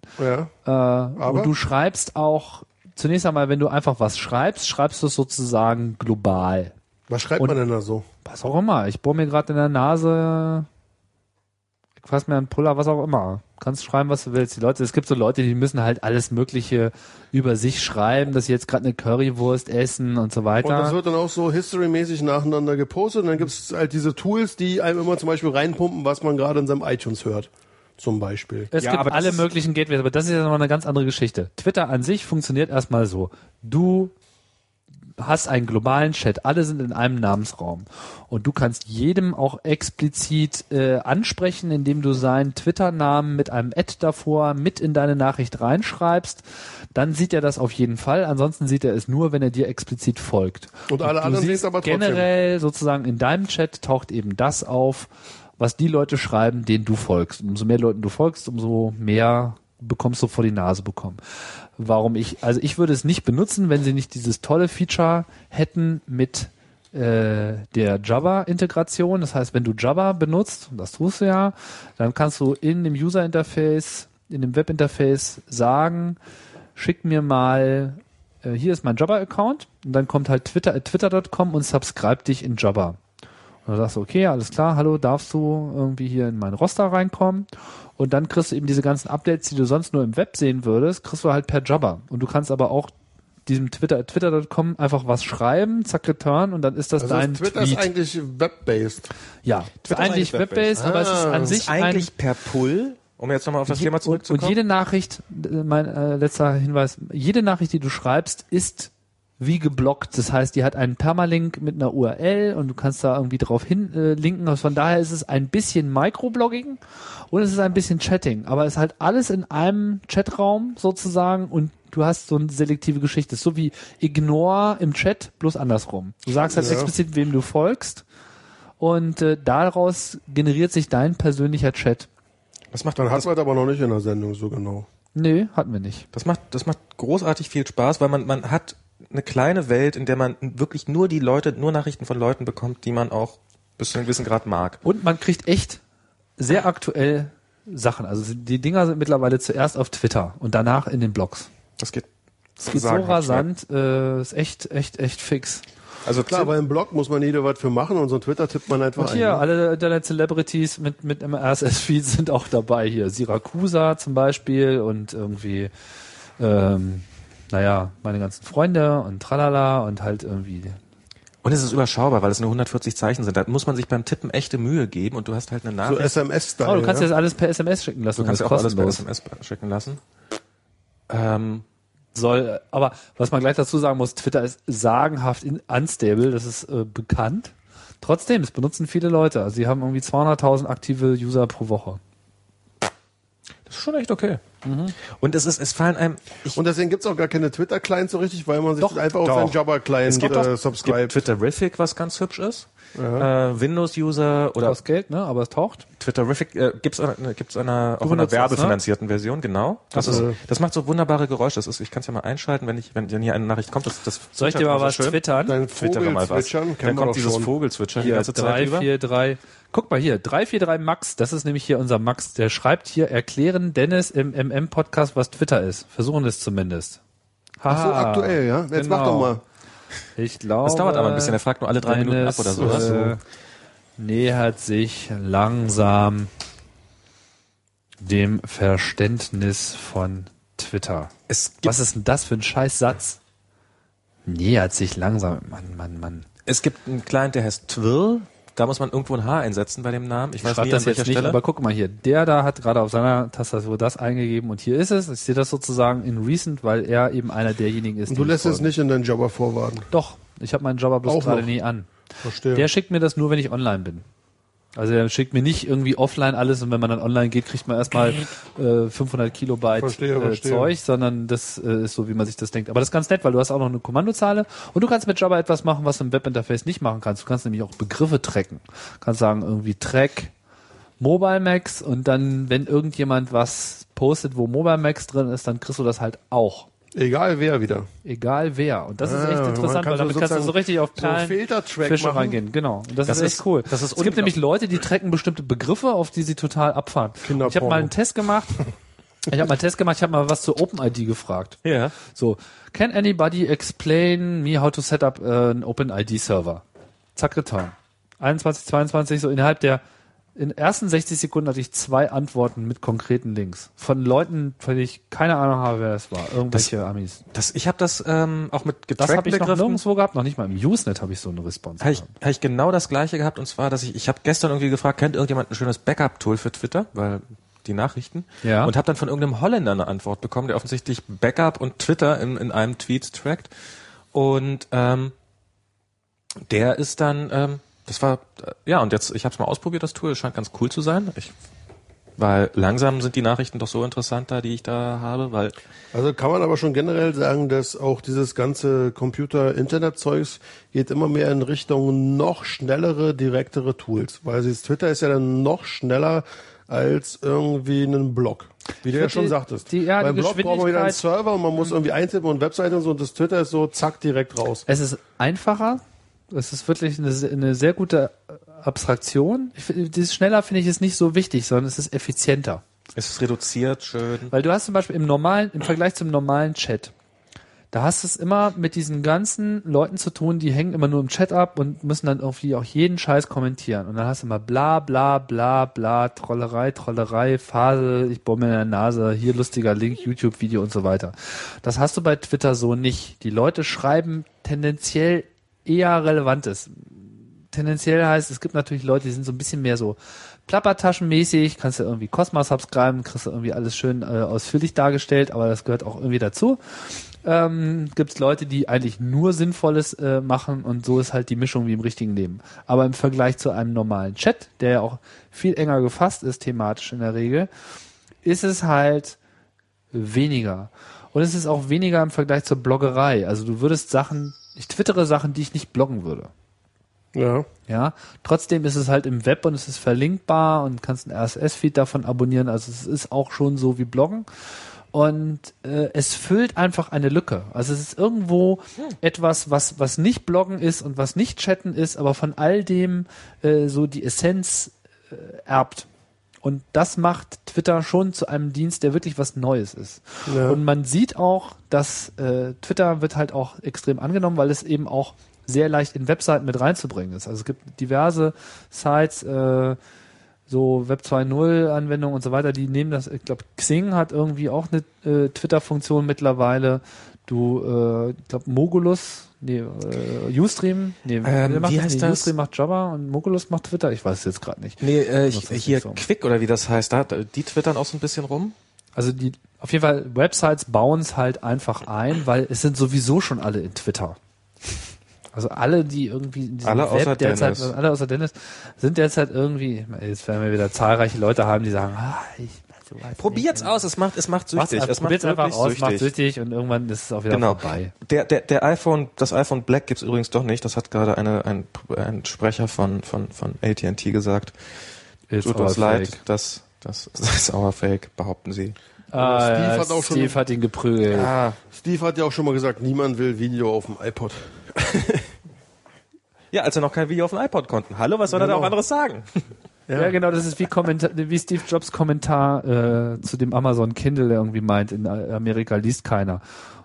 Speaker 3: Ja.
Speaker 1: Äh, und du schreibst auch, zunächst einmal, wenn du einfach was schreibst, schreibst du es sozusagen global.
Speaker 3: Was schreibt
Speaker 1: Und-
Speaker 3: man denn da so?
Speaker 1: Was auch immer. Ich bohre mir gerade in der Nase. Ich fass mir einen Puller, was auch immer. Kannst schreiben, was du willst. Die Leute, es gibt so Leute, die müssen halt alles Mögliche über sich schreiben, dass sie jetzt gerade eine Currywurst essen und so
Speaker 3: Und das
Speaker 1: weiter.
Speaker 3: wird dann auch so history-mäßig nacheinander gepostet und dann gibt's halt diese Tools, die einem immer zum Beispiel reinpumpen, was man gerade in seinem iTunes hört. Zum Beispiel.
Speaker 1: Es
Speaker 2: Ja, aber
Speaker 1: gibt
Speaker 2: das
Speaker 1: alle
Speaker 2: ist-
Speaker 1: möglichen Gateways, aber das ist ja nochmal eine ganz andere Geschichte. Twitter an sich funktioniert erstmal so. Du hast einen globalen Chat, alle sind in einem Namensraum. Und du kannst jedem auch explizit äh, ansprechen, indem du seinen Twitter-Namen mit einem Ad davor mit in deine Nachricht reinschreibst. Dann sieht er das auf jeden Fall. Ansonsten sieht er es nur, wenn er dir explizit folgt.
Speaker 3: Und alle
Speaker 1: du
Speaker 3: anderen sehen's
Speaker 1: siehst
Speaker 3: aber trotzdem.
Speaker 1: generell sozusagen in deinem Chat taucht eben das auf, was die Leute schreiben, denen du folgst. Und umso mehr Leuten du folgst, umso mehr bekommst du vor die Nase bekommen warum ich, also ich würde es nicht benutzen, wenn sie nicht dieses tolle Feature hätten mit äh, der Java-Integration. Das heißt, wenn du Java benutzt, und das tust du ja, dann kannst du in dem User-Interface, in dem Web-Interface sagen, schick mir mal, äh, hier ist mein Java-Account und dann kommt halt Twitter, äh, twitter.com und subscribe dich in Java. Und dann sagst du, okay, alles klar, hallo, darfst du irgendwie hier in mein Roster reinkommen? Und dann kriegst du eben diese ganzen Updates, die du sonst nur im Web sehen würdest, kriegst du halt per Jabber. Und du kannst aber auch diesem Twitter, twitter.com einfach was schreiben, zack, return, und dann ist das
Speaker 3: Also
Speaker 1: dein
Speaker 3: ist Twitter ist
Speaker 1: Tweet.
Speaker 3: eigentlich web-based.
Speaker 1: ja,
Speaker 2: Twitter ist
Speaker 1: eigentlich
Speaker 2: eigentlich
Speaker 1: web-based, aber es ist
Speaker 3: Ah.
Speaker 1: an
Speaker 3: Es
Speaker 1: sich ein
Speaker 2: eigentlich per Pull, um jetzt nochmal auf das
Speaker 1: Je-
Speaker 2: Thema
Speaker 1: und, und
Speaker 2: zurückzukommen.
Speaker 1: jede Nachricht, äh, mein äh, letzter Hinweis, jede Nachricht, die du schreibst, ist wie geblockt. Das heißt, die hat einen Permalink mit einer URL und du kannst da irgendwie drauf hinlinken. Äh, linken. Also Von daher ist es ein bisschen Microblogging und es ist ein bisschen Chatting. Aber es ist halt alles in einem Chatraum sozusagen und du hast so eine selektive Geschichte. Es ist so wie Ignore im Chat, bloß andersrum. Du sagst halt
Speaker 3: Ja.
Speaker 1: explizit, wem du folgst und äh, daraus generiert sich dein persönlicher Chat.
Speaker 2: das macht
Speaker 3: Dann hat man aber noch nicht in der Sendung so genau.
Speaker 1: Nee, hatten wir nicht.
Speaker 2: Das macht, das macht großartig viel Spaß, weil man, man hat eine kleine Welt, in der man wirklich nur die Leute, nur Nachrichten von Leuten bekommt, die man auch bis zu einem gewissen Grad mag.
Speaker 1: Und man kriegt echt sehr aktuell Sachen. Also die Dinger sind mittlerweile zuerst auf Twitter und danach in den Blogs.
Speaker 2: Das geht, halt
Speaker 1: Es geht so rasant, äh, ist echt, echt, echt fix.
Speaker 2: Also
Speaker 3: Klar, aber im Blog muss man jeder was für machen und so ein Twitter tippt man einfach
Speaker 1: Und hier,
Speaker 3: ein. ne?
Speaker 1: alle Internet-Celebrities mit, mit RSS-Feed sind auch dabei hier. Siracusa zum Beispiel und irgendwie, ähm, naja, meine ganzen Freunde und tralala und halt irgendwie.
Speaker 2: und es ist überschaubar, weil es nur 140 Zeichen sind. Da muss man sich beim Tippen echte Mühe geben und du hast halt eine
Speaker 3: So
Speaker 2: Nachricht.
Speaker 3: SMS-Style.
Speaker 1: Oh, du kannst
Speaker 3: ja?
Speaker 1: dir das alles per SMS schicken lassen.
Speaker 2: du kannst ja
Speaker 1: das
Speaker 2: auch alles per
Speaker 1: kostenlos.
Speaker 2: SMS schicken lassen. Ähm,
Speaker 1: soll. Aber was man gleich dazu sagen muss, Twitter ist sagenhaft in, unstable, das ist äh, bekannt. Trotzdem, es benutzen viele Leute. Also sie haben irgendwie 200.000 aktive User pro Woche.
Speaker 2: das Ist schon echt okay.
Speaker 1: Mhm.
Speaker 2: Und es ist, es fallen einem, ich,
Speaker 3: Und deswegen gibt's auch gar keine Twitter-Clients so richtig, weil man sich
Speaker 2: Doch,
Speaker 3: einfach auf
Speaker 2: doch.
Speaker 3: seinen Jabber-Client
Speaker 2: es gibt auch
Speaker 3: äh,
Speaker 2: es gibt
Speaker 3: subscribt.
Speaker 2: Twitterific, was ganz hübsch ist. Äh, Windows-User oder
Speaker 1: Das Geld, ne? Aber es taucht.
Speaker 2: Twitterific äh, gibt's an- äh, gibt's einer auch einer
Speaker 1: benutzt das, ne?
Speaker 2: werbefinanzierten Version, genau. Das ist
Speaker 3: Also-
Speaker 2: das macht so wunderbare Geräusche. Das ist ich kann es ja mal einschalten, wenn ich wenn, wenn hier eine Nachricht kommt, das das
Speaker 1: Soll ich dir mal was twittern?
Speaker 3: Dein
Speaker 2: Twitter mal was.
Speaker 3: Vogelzwitschern kennen
Speaker 2: Dann
Speaker 3: wir doch
Speaker 2: kommt dieses
Speaker 3: schon.
Speaker 2: Vogelzwitschern die
Speaker 1: Hier,
Speaker 2: ganze Zeit über.
Speaker 1: 343. Guck mal hier, 343 Max, das ist nämlich hier unser Max, der schreibt hier, erklären Dennis im MM-Podcast, was Twitter ist. Versuchen es zumindest.
Speaker 3: Ach so,
Speaker 1: Haha.
Speaker 3: aktuell, ja? Jetzt mach doch
Speaker 1: Genau.
Speaker 3: mal.
Speaker 1: Ich glaube.
Speaker 2: Das dauert aber ein bisschen, er fragt nur alle drei Minuten ab oder so,
Speaker 1: Dennis,
Speaker 2: oder?
Speaker 1: Äh, nähert sich langsam dem Verständnis von Twitter.
Speaker 2: Es gibt
Speaker 1: Was ist denn das für ein Scheißsatz? Nähert sich langsam. Mann, Mann, Mann.
Speaker 2: Es gibt einen Client, der heißt Twill. Da muss man irgendwo ein H einsetzen bei dem Namen. Ich weiß
Speaker 1: Schreib
Speaker 2: nie,
Speaker 1: das
Speaker 2: an
Speaker 1: jetzt
Speaker 2: welcher
Speaker 1: nicht,
Speaker 2: Stelle.
Speaker 1: aber guck mal hier. Der da hat gerade auf seiner Tastatur das eingegeben und hier ist es. Ich sehe das sozusagen in Recent, weil er eben einer derjenigen ist.
Speaker 3: Du
Speaker 1: die
Speaker 3: lässt
Speaker 1: mich
Speaker 3: es
Speaker 1: folgen.
Speaker 3: nicht in deinen Jabber vorwarten.
Speaker 1: Doch, ich habe meinen Jobber bloß
Speaker 3: Auch
Speaker 1: gerade
Speaker 3: noch.
Speaker 1: nie an.
Speaker 3: Verstehe.
Speaker 1: Der schickt mir das nur, wenn ich online bin. Also er schickt mir nicht irgendwie offline alles und wenn man dann online geht, kriegt man erstmal äh, 500 Kilobyte
Speaker 3: Verstehe,
Speaker 1: äh,
Speaker 3: verstehe.
Speaker 1: Zeug, sondern das äh, ist so, wie man sich das denkt. Aber das ist ganz nett, weil du hast auch noch eine Kommandozeile und du kannst mit Java etwas machen, was du im Webinterface nicht machen kannst. Du kannst nämlich auch Begriffe tracken. Du kannst sagen irgendwie Track Mobile Max und dann, wenn irgendjemand was postet, wo Mobile Max drin ist, dann kriegst du das halt auch.
Speaker 3: Egal wer wieder.
Speaker 1: Egal wer. Und das ist
Speaker 3: Ah,
Speaker 1: echt
Speaker 3: man
Speaker 1: interessant,
Speaker 3: kann
Speaker 1: weil
Speaker 3: so
Speaker 1: damit kannst du so
Speaker 3: sozusagen
Speaker 1: richtig auf
Speaker 3: so
Speaker 1: Perlen
Speaker 3: Filtertrack
Speaker 1: Fische
Speaker 3: machen.
Speaker 1: reingehen. Genau. Und das,
Speaker 2: Das
Speaker 1: ist echt
Speaker 2: ist-
Speaker 1: cool.
Speaker 2: das ist
Speaker 1: es gibt nämlich Leute, die tracken bestimmte Begriffe, auf die sie total abfahren.
Speaker 3: Kinderporno.
Speaker 1: Ich habe mal einen Test gemacht. Ich habe mal einen Test gemacht, ich habe mal was zu OpenID gefragt.
Speaker 2: Ja.
Speaker 1: So, can anybody explain me how to set up äh, an OpenID Server? Zack getan. 21, 22, so innerhalb der in den ersten 60 Sekunden hatte ich zwei Antworten mit konkreten Links. Von Leuten, von denen ich keine Ahnung habe, wer das war. Irgendwelche Amis.
Speaker 2: Das, ich habe das ähm, auch mit
Speaker 1: Das habe
Speaker 2: getrackten
Speaker 1: ich noch
Speaker 2: Begriffen.
Speaker 1: nirgendwo gehabt, noch nicht mal im Usenet habe ich so eine Response.
Speaker 2: Habe ich,
Speaker 1: gehabt.
Speaker 2: hab ich genau das gleiche gehabt und zwar, dass ich, ich habe gestern irgendwie gefragt, kennt irgendjemand ein schönes Backup-Tool für Twitter? Weil die Nachrichten.
Speaker 1: Ja.
Speaker 2: Und habe dann von irgendeinem Holländer eine Antwort bekommen, der offensichtlich Backup und Twitter in, in einem Tweet trackt. Und ähm, der ist dann, ähm, das war, äh, ja, und jetzt, ich habe es mal ausprobiert, das Tool, es scheint ganz cool zu sein. Ich, weil langsam sind die Nachrichten doch so interessanter, die ich da habe, weil
Speaker 3: Also kann man aber schon generell sagen, dass auch dieses ganze Computer-Internet-Zeugs geht immer mehr in Richtung noch schnellere, direktere Tools. Weil dieses Twitter ist ja dann noch schneller als irgendwie einen Blog. Wie du ja
Speaker 1: find
Speaker 3: schon
Speaker 1: die-
Speaker 3: sagtest.
Speaker 1: die- ja, die
Speaker 3: Beim Blog braucht man wieder einen
Speaker 1: Geschwindigkeit-
Speaker 3: Server und man muss irgendwie eintippen und Webseite und so und das Twitter ist so zack direkt raus.
Speaker 1: Es ist einfacher. Es ist wirklich eine, se- eine sehr gute Abstraktion. Ich, fi- dieses schneller finde ich ist nicht so wichtig, sondern es ist effizienter.
Speaker 2: es ist reduziert, schön.
Speaker 1: Mhm. Weil du hast zum Beispiel im normalen, im Vergleich zum normalen Chat, da hast du es immer mit diesen ganzen Leuten zu tun, die hängen immer nur im Chat ab und müssen dann irgendwie auch jeden Scheiß kommentieren. Und dann hast du immer bla bla bla bla, Trollerei, Trollerei, Phase, ich bohr mir in der Nase, hier lustiger Link, YouTube-Video und so weiter. Das hast du bei Twitter so nicht. Die Leute schreiben tendenziell eher Relevantes tendenziell heißt, es gibt natürlich Leute, die sind so ein bisschen mehr so plappertaschenmäßig, kannst du irgendwie Cosma subscriben, kriegst du irgendwie alles schön äh, ausführlich dargestellt, aber das gehört auch irgendwie dazu. Ähm, gibt es Leute, die eigentlich nur Sinnvolles äh, machen und so ist halt die Mischung wie im richtigen Leben. Aber im Vergleich zu einem normalen Chat, der ja auch viel enger gefasst ist thematisch in der Regel, ist es halt weniger. Und es ist auch weniger im Vergleich zur Bloggerei. Also du würdest Sachen, ich twittere Sachen, die ich nicht bloggen würde.
Speaker 3: Ja.
Speaker 1: Ja, trotzdem ist es halt im Web und es ist verlinkbar und kannst einen RSS-Feed davon abonnieren. Also es ist auch schon so wie Bloggen. Und äh, es füllt einfach eine Lücke. Also es ist irgendwo etwas, was, was nicht Bloggen ist und was nicht Chatten ist, aber von all dem äh, so die Essenz äh, erbt. Und das macht Twitter schon zu einem Dienst, der wirklich was Neues ist.
Speaker 3: Ja.
Speaker 1: Und man sieht auch, dass äh, Twitter wird halt auch extrem angenommen, weil es eben auch sehr leicht in Webseiten mit reinzubringen ist. Also es gibt diverse Sites, äh, so Web 2.0 Anwendungen und so weiter, die nehmen das, ich glaube, Xing hat irgendwie auch eine äh, Twitter-Funktion mittlerweile. Du, äh, ich glaube, Mogulus, nee, äh, Ustream, nee, wer macht
Speaker 2: Ähm, wie
Speaker 1: das?
Speaker 2: heißt
Speaker 1: nee,
Speaker 2: das?
Speaker 1: Ustream macht Java und Mogulus macht Twitter, ich weiß es jetzt gerade nicht.
Speaker 2: Nee, äh,
Speaker 1: Das
Speaker 2: ich,
Speaker 1: ist nicht
Speaker 2: hier
Speaker 1: so.
Speaker 2: Quick oder wie das heißt, da, die twittern auch so ein bisschen rum.
Speaker 1: Also die, auf jeden Fall, Websites bauen es halt einfach ein, weil es sind sowieso schon alle in Twitter. Also alle, die irgendwie in diesem
Speaker 2: Alle außer
Speaker 1: Web derzeit,
Speaker 2: Dennis.
Speaker 1: alle außer Dennis, sind derzeit irgendwie, jetzt werden wir wieder zahlreiche Leute haben, die sagen, ah, ich,
Speaker 2: Probiert's aus, es macht, es macht süchtig.
Speaker 1: Macht's,
Speaker 2: es macht
Speaker 1: probiert's einfach
Speaker 2: wirklich
Speaker 1: aus, macht süchtig und irgendwann ist es auch wieder
Speaker 2: Genau.
Speaker 1: vorbei.
Speaker 2: Der, der, der iPhone, das iPhone Black gibt's übrigens doch nicht. Das hat gerade eine, ein, ein Sprecher von, von, von AT&T gesagt.
Speaker 1: Ist
Speaker 2: Tut
Speaker 1: aber
Speaker 2: uns leid,
Speaker 1: fake.
Speaker 2: das, das, das ist our Fake, behaupten sie.
Speaker 1: Ah,
Speaker 3: Steve
Speaker 1: ja,
Speaker 3: hat auch schon-
Speaker 1: Steve hat ihn geprügelt.
Speaker 2: Ah,
Speaker 3: Steve hat ja auch schon mal gesagt, niemand will Video auf dem iPod.
Speaker 2: ja, als wir noch kein Video auf dem iPod konnten. Hallo, was soll er da
Speaker 3: Genau.
Speaker 2: auch anderes sagen?
Speaker 1: Ja. genau, das ist wie, Kommentar, wie Steve Jobs Kommentar äh, zu dem Amazon Kindle, der irgendwie meint, in Amerika liest keiner.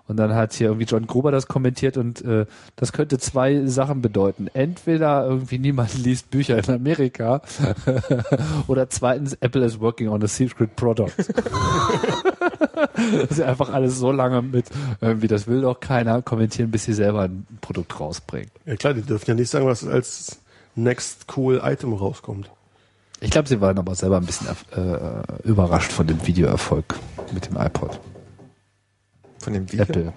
Speaker 1: Und dann hat hier irgendwie John Gruber das kommentiert und äh, das könnte zwei Sachen bedeuten. Entweder irgendwie niemand liest Bücher in Amerika oder zweitens Apple is working on a secret product. das ist einfach alles so lange mit, irgendwie das will doch keiner kommentieren, bis sie selber ein Produkt rausbringen.
Speaker 3: Ja klar, die dürfen ja nicht sagen, was als next cool Item rauskommt.
Speaker 1: Ich glaube, sie waren aber selber ein bisschen äh, überrascht von dem Videoerfolg mit dem iPod.
Speaker 2: Von dem Video.
Speaker 1: Apple.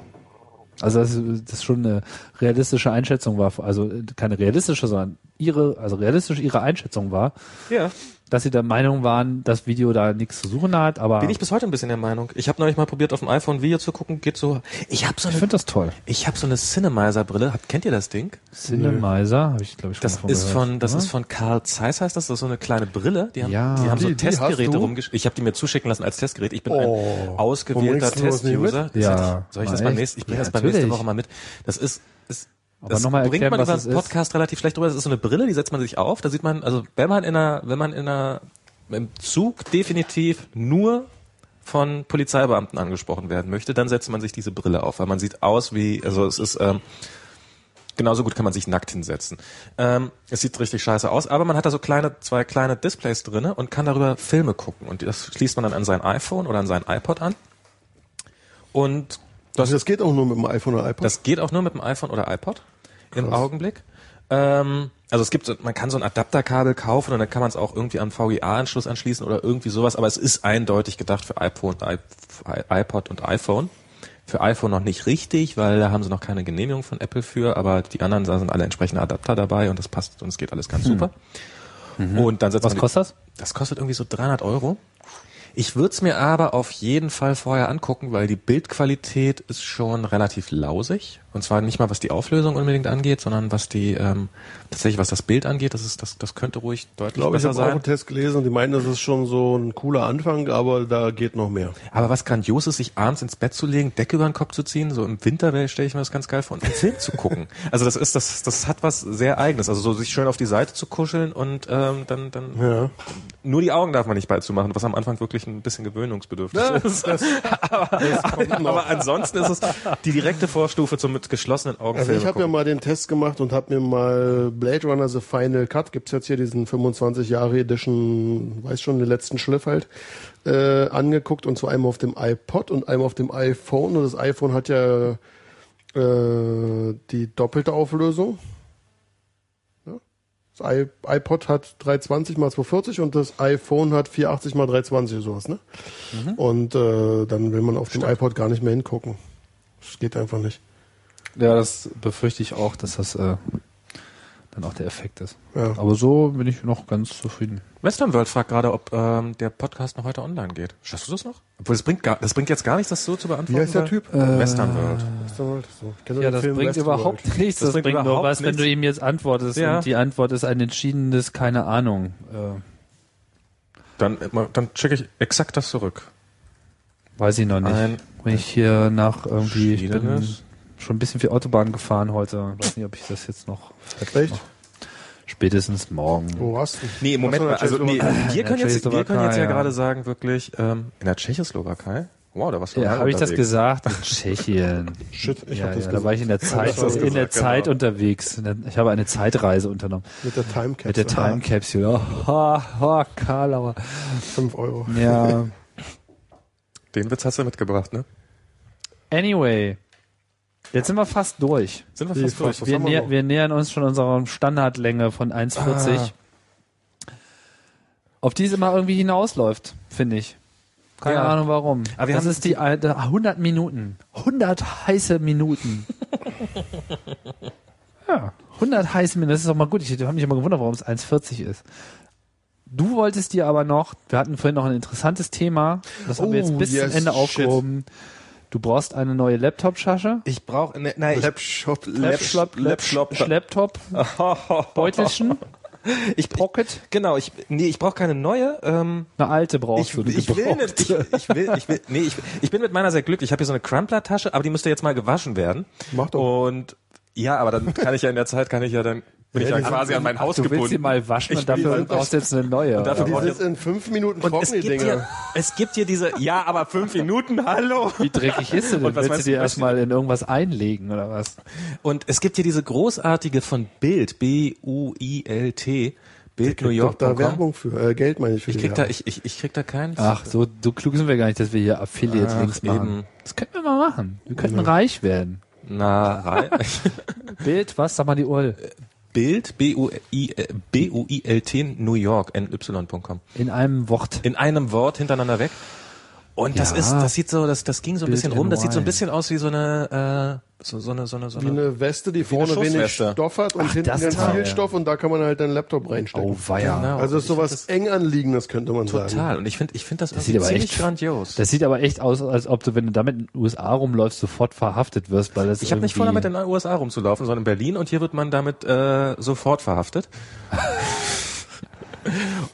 Speaker 1: Also das ist, das ist schon eine realistische Einschätzung war, also keine realistische, sondern ihre, also realistisch ihre Einschätzung war,
Speaker 2: Ja.
Speaker 1: dass sie der Meinung waren, das Video da nichts zu suchen hat, aber
Speaker 2: Bin ich bis heute ein bisschen der Meinung. Ich habe neulich mal probiert, auf dem iPhone ein Video zu gucken. Geht so. Ich habe so
Speaker 1: ich
Speaker 2: eine,
Speaker 1: finde das toll.
Speaker 2: ich habe so eine Cinemizer-Brille. Habt- Kennt ihr das Ding?
Speaker 1: Cinemizer, habe ich glaube ich schon
Speaker 2: Das
Speaker 1: mal
Speaker 2: ist
Speaker 1: gehört,
Speaker 2: von, das
Speaker 1: oder?
Speaker 2: ist von Carl Zeiss heißt das. Das ist so eine kleine Brille. Die haben,
Speaker 1: Ja.
Speaker 2: die haben so
Speaker 3: Die- die hast
Speaker 2: Testgeräte
Speaker 3: du?
Speaker 2: rumgeschickt. Ich habe die mir zuschicken lassen als Testgerät. Ich bin
Speaker 3: Oh.
Speaker 2: ein ausgewählter
Speaker 3: Warum bringst du das nicht
Speaker 2: Test-User.
Speaker 1: mit? Ja.
Speaker 2: Das- Soll ich das
Speaker 1: Na,
Speaker 2: beim
Speaker 1: echt?
Speaker 2: nächsten, ich bringe
Speaker 1: Ja,
Speaker 2: das beim nächsten
Speaker 1: natürlich.
Speaker 2: Woche mal mit. Das ist, ist
Speaker 1: Aber
Speaker 2: das
Speaker 1: noch mal
Speaker 2: bringt
Speaker 1: erklären,
Speaker 2: man
Speaker 1: was
Speaker 2: über
Speaker 1: es
Speaker 2: einen
Speaker 1: ist.
Speaker 2: Podcast relativ schlecht drüber. Das ist so eine Brille, die setzt man sich auf. Da sieht man, also wenn man in einer, wenn man in einer, im Zug definitiv nur von Polizeibeamten angesprochen werden möchte, dann setzt man sich diese Brille auf, weil man sieht aus wie, also es ist, ähm, Genauso gut kann man sich nackt hinsetzen. Ähm, es sieht richtig scheiße aus, aber man hat da so kleine, zwei kleine Displays drinne und kann darüber Filme gucken. Und das schließt man dann an sein iPhone oder an sein iPod an. Und das,
Speaker 3: Also das geht auch nur mit dem iPhone oder iPod.
Speaker 2: das geht auch nur mit dem iPhone oder iPod im Augenblick. Ähm, also es gibt, so- man kann so ein Adapterkabel kaufen und dann kann man es auch irgendwie an VGA-Anschluss anschließen oder irgendwie sowas, aber es ist eindeutig gedacht für iPhone, iP- iPod und iPhone. Für iPhone noch nicht richtig, weil da haben sie noch keine Genehmigung von Apple für, aber die anderen da sind alle entsprechende Adapter dabei und das passt und es geht alles ganz super. Und dann setzt
Speaker 1: Hm. Mhm. Was
Speaker 2: man die-
Speaker 1: kostet das?
Speaker 2: das kostet irgendwie so 300 Euro. Ich würde es mir aber auf jeden Fall vorher angucken, weil die Bildqualität ist schon relativ lausig. Und zwar nicht mal was die Auflösung unbedingt angeht, sondern was die ähm, tatsächlich was das Bild angeht. Das ist das das könnte ruhig deutlich
Speaker 3: Ich glaube, ich
Speaker 2: besser
Speaker 3: habe auch
Speaker 2: sein.
Speaker 3: einen Test gelesen und die meinten, das ist schon so ein cooler Anfang, aber da geht noch mehr.
Speaker 2: Aber was grandios ist, sich abends ins Bett zu legen, Decke über den Kopf zu ziehen, so im Winter stelle ich mir das ganz geil vor, und einen Film zu gucken. Also das ist das das hat was sehr eigenes. Also so sich schön auf die Seite zu kuscheln und ähm, dann dann
Speaker 3: Ja.
Speaker 2: nur die Augen darf man nicht beizumachen, was am Anfang wirklich ein bisschen gewöhnungsbedürftig ist. aber, aber ansonsten ist es die direkte Vorstufe zum mit geschlossenen Augen.
Speaker 3: Also ich
Speaker 2: Filme
Speaker 3: habe ja
Speaker 2: gucken.
Speaker 3: mal den Test gemacht und habe mir mal Blade Runner The Final Cut, gibt's jetzt hier diesen 25 Jahre Edition, weiß schon, den letzten Schliff halt, äh, angeguckt und zwar einmal auf dem iPod und einmal auf dem iPhone. Und das iPhone hat ja äh, die doppelte Auflösung. Ja. Das I- iPod hat 320 mal 240 und das iPhone hat 480 mal 320 sowas, ne? Und äh, dann will man auf dem iPod gar nicht mehr hingucken. Das geht einfach nicht.
Speaker 1: Ja, das befürchte ich auch, dass das äh, dann auch der Effekt ist.
Speaker 3: Ja.
Speaker 1: Aber so bin ich noch ganz zufrieden.
Speaker 2: Western World fragt gerade, ob ähm, der Podcast noch heute online geht. Schaffst du das noch? Obwohl, das bringt, gar, das bringt jetzt gar nichts, das so zu beantworten.
Speaker 3: Wie heißt der
Speaker 2: weil-
Speaker 3: Typ?
Speaker 2: Western World.
Speaker 3: Westworld, so. Kennst du
Speaker 1: Äh, Ja,
Speaker 3: den
Speaker 1: das
Speaker 3: Film
Speaker 1: bringt
Speaker 3: Westworld?
Speaker 1: überhaupt nichts. Das,
Speaker 2: Das bringt
Speaker 1: bringt, nur
Speaker 2: überhaupt
Speaker 1: was, wenn
Speaker 2: nichts.
Speaker 1: du ihm jetzt antwortest.
Speaker 2: Ja.
Speaker 1: Und die Antwort ist ein entschiedenes, keine Ahnung. Äh,
Speaker 2: Dann, dann schicke ich exakt das zurück.
Speaker 1: weiß ich noch nicht.
Speaker 2: Ein-
Speaker 1: wenn ich hier nach irgendwie, ich bin
Speaker 2: Entschiedenes?
Speaker 1: schon ein bisschen viel Autobahn gefahren heute. Weiß nicht, ob ich das jetzt noch fertig
Speaker 3: Echt?
Speaker 1: mache. spätestens morgen.
Speaker 3: Wo warst du?
Speaker 2: Nee, im Moment,
Speaker 3: Ach so, in der
Speaker 2: also nee,
Speaker 1: In
Speaker 2: wir,
Speaker 1: der
Speaker 2: können jetzt, wir können jetzt
Speaker 1: Tschechoslowakei,
Speaker 2: ja,
Speaker 1: ja.
Speaker 2: gerade sagen, wirklich, ähm, in der Tschechoslowakei? Wow, da warst du
Speaker 1: Ja,
Speaker 2: lange
Speaker 1: habe ich das
Speaker 2: unterwegs.
Speaker 1: gesagt? In Tschechien.
Speaker 3: Shit, ich
Speaker 1: ja,
Speaker 3: hab
Speaker 1: ja,
Speaker 3: das
Speaker 1: da
Speaker 3: gesagt.
Speaker 1: war ich in der Zeit,
Speaker 2: hast das
Speaker 1: in der
Speaker 2: gesagt, genau.
Speaker 1: Zeit unterwegs. In der- Ich habe eine Zeitreise unternommen.
Speaker 3: Mit der Time Capsule.
Speaker 1: Mit der Time Capsule. Oh, oh, oh Karl, aber.
Speaker 3: 5 Euro.
Speaker 1: Ja.
Speaker 2: Den Witz hast du mitgebracht, ne?
Speaker 1: Anyway. Jetzt sind wir fast durch.
Speaker 2: Sind wir
Speaker 3: Die
Speaker 2: fast durch.
Speaker 3: Furcht. Was
Speaker 1: wir,
Speaker 3: haben wir
Speaker 1: näher,
Speaker 3: noch?
Speaker 1: wir nähern uns schon unserer Standardlänge von 1,40.
Speaker 2: Ah.
Speaker 1: Auf die es immer irgendwie hinausläuft, finde ich. Keine
Speaker 2: Ja.
Speaker 1: Ahnung warum.
Speaker 2: Aber wir
Speaker 1: das
Speaker 2: haben-
Speaker 1: ist die ein- 100 Minuten. 100 heiße Minuten. ja, 100 heiße Minuten. Das ist auch mal gut. Ich habe mich immer gewundert, warum es 1,40 ist. Du wolltest dir aber noch, wir hatten vorhin noch ein interessantes Thema, das haben wir
Speaker 2: Oh,
Speaker 1: jetzt bis
Speaker 2: yes,
Speaker 1: zum Ende
Speaker 2: shit.
Speaker 1: aufgehoben. Du brauchst eine neue Laptop-Schasche.
Speaker 2: Ich brauche ne, nein,
Speaker 3: Lapshop,
Speaker 1: Laptop,
Speaker 2: Laptop.
Speaker 1: Laptop, Beutelchen,
Speaker 2: ich
Speaker 1: Pocket.
Speaker 2: Genau, ich nee, ich brauche keine neue. Ähm,
Speaker 1: Eine alte brauchst
Speaker 2: ich,
Speaker 1: du. eine
Speaker 2: ich will
Speaker 1: gebrauchte.
Speaker 2: nicht, ich, ich will, ich will, nee, ich, ich bin mit meiner sehr glücklich. Ich habe hier so eine Crumpler-Tasche, aber die müsste jetzt mal gewaschen werden.
Speaker 3: Mach doch.
Speaker 2: Und ja, aber dann kann ich ja in der Zeit, kann ich ja dann bin ich ja
Speaker 3: die
Speaker 2: quasi
Speaker 3: sind-
Speaker 2: an mein Haus
Speaker 1: Du willst sie
Speaker 2: gebunden.
Speaker 1: mal waschen
Speaker 2: Ich
Speaker 1: und
Speaker 2: will
Speaker 1: dafür
Speaker 2: sie-
Speaker 1: brauchst du jetzt eine neue.
Speaker 2: dafür
Speaker 1: oder?
Speaker 2: brauch-
Speaker 3: Dieses in fünf Minuten
Speaker 2: und es
Speaker 3: trockene
Speaker 2: gibt, hier,
Speaker 3: Dinge.
Speaker 2: es gibt hier diese, ja, aber fünf Minuten, hallo.
Speaker 1: Wie dreckig ist sie denn?
Speaker 2: Und was
Speaker 1: willst
Speaker 2: meinst
Speaker 1: du dir
Speaker 2: du-
Speaker 1: erstmal in irgendwas einlegen oder was?
Speaker 2: Und es gibt hier diese großartige von Bild, B-U-I-L-T, Bild New
Speaker 3: Doch
Speaker 2: York.
Speaker 3: da Werbung für, äh, Geld meine ich für
Speaker 2: Ich
Speaker 3: die
Speaker 2: krieg da,
Speaker 3: Werbung.
Speaker 2: ich, ich, ich krieg da keinen.
Speaker 1: Ach, so, so klug sind wir gar nicht, dass wir hier Affiliate-Links
Speaker 2: Ach, eben.
Speaker 1: machen. Ah, Das könnten wir mal machen. Wir könnten reich werden.
Speaker 2: Na, rei-
Speaker 1: Bild, was? Sag mal die Uhr.
Speaker 2: Bild, B-U-I- äh, B-U-I-L-T, New York, ny.com.
Speaker 1: In einem Wort.
Speaker 2: In einem Wort hintereinander weg. Und das
Speaker 1: Ja.
Speaker 2: ist, das sieht so, das, das ging so ein
Speaker 1: Bild
Speaker 2: bisschen rum, das
Speaker 1: NY.
Speaker 2: sieht so ein bisschen aus wie so eine, äh, so, so eine, so eine, so
Speaker 3: Wie
Speaker 2: eine.
Speaker 3: eine Weste, die vorne wenig
Speaker 2: Schussweste.
Speaker 3: Stoff hat und hinten
Speaker 1: das
Speaker 3: ganz
Speaker 1: Teil,
Speaker 3: viel
Speaker 1: ja.
Speaker 3: Stoff und da kann man halt deinen Laptop reinstecken.
Speaker 1: Oh, weia.
Speaker 2: Genau.
Speaker 3: Also ist sowas eng anliegendes, könnte man sagen.
Speaker 2: Total. Und ich finde, ich finde das, das
Speaker 1: sieht aber
Speaker 2: ziemlich
Speaker 1: echt-
Speaker 2: grandios.
Speaker 1: Das sieht aber echt aus, als ob du, wenn du damit in den USA rumläufst, sofort verhaftet wirst, weil das
Speaker 2: Ich habe nicht vor,
Speaker 1: irgendwie-
Speaker 2: damit in den USA rumzulaufen, sondern in Berlin und hier wird man damit äh, sofort verhaftet.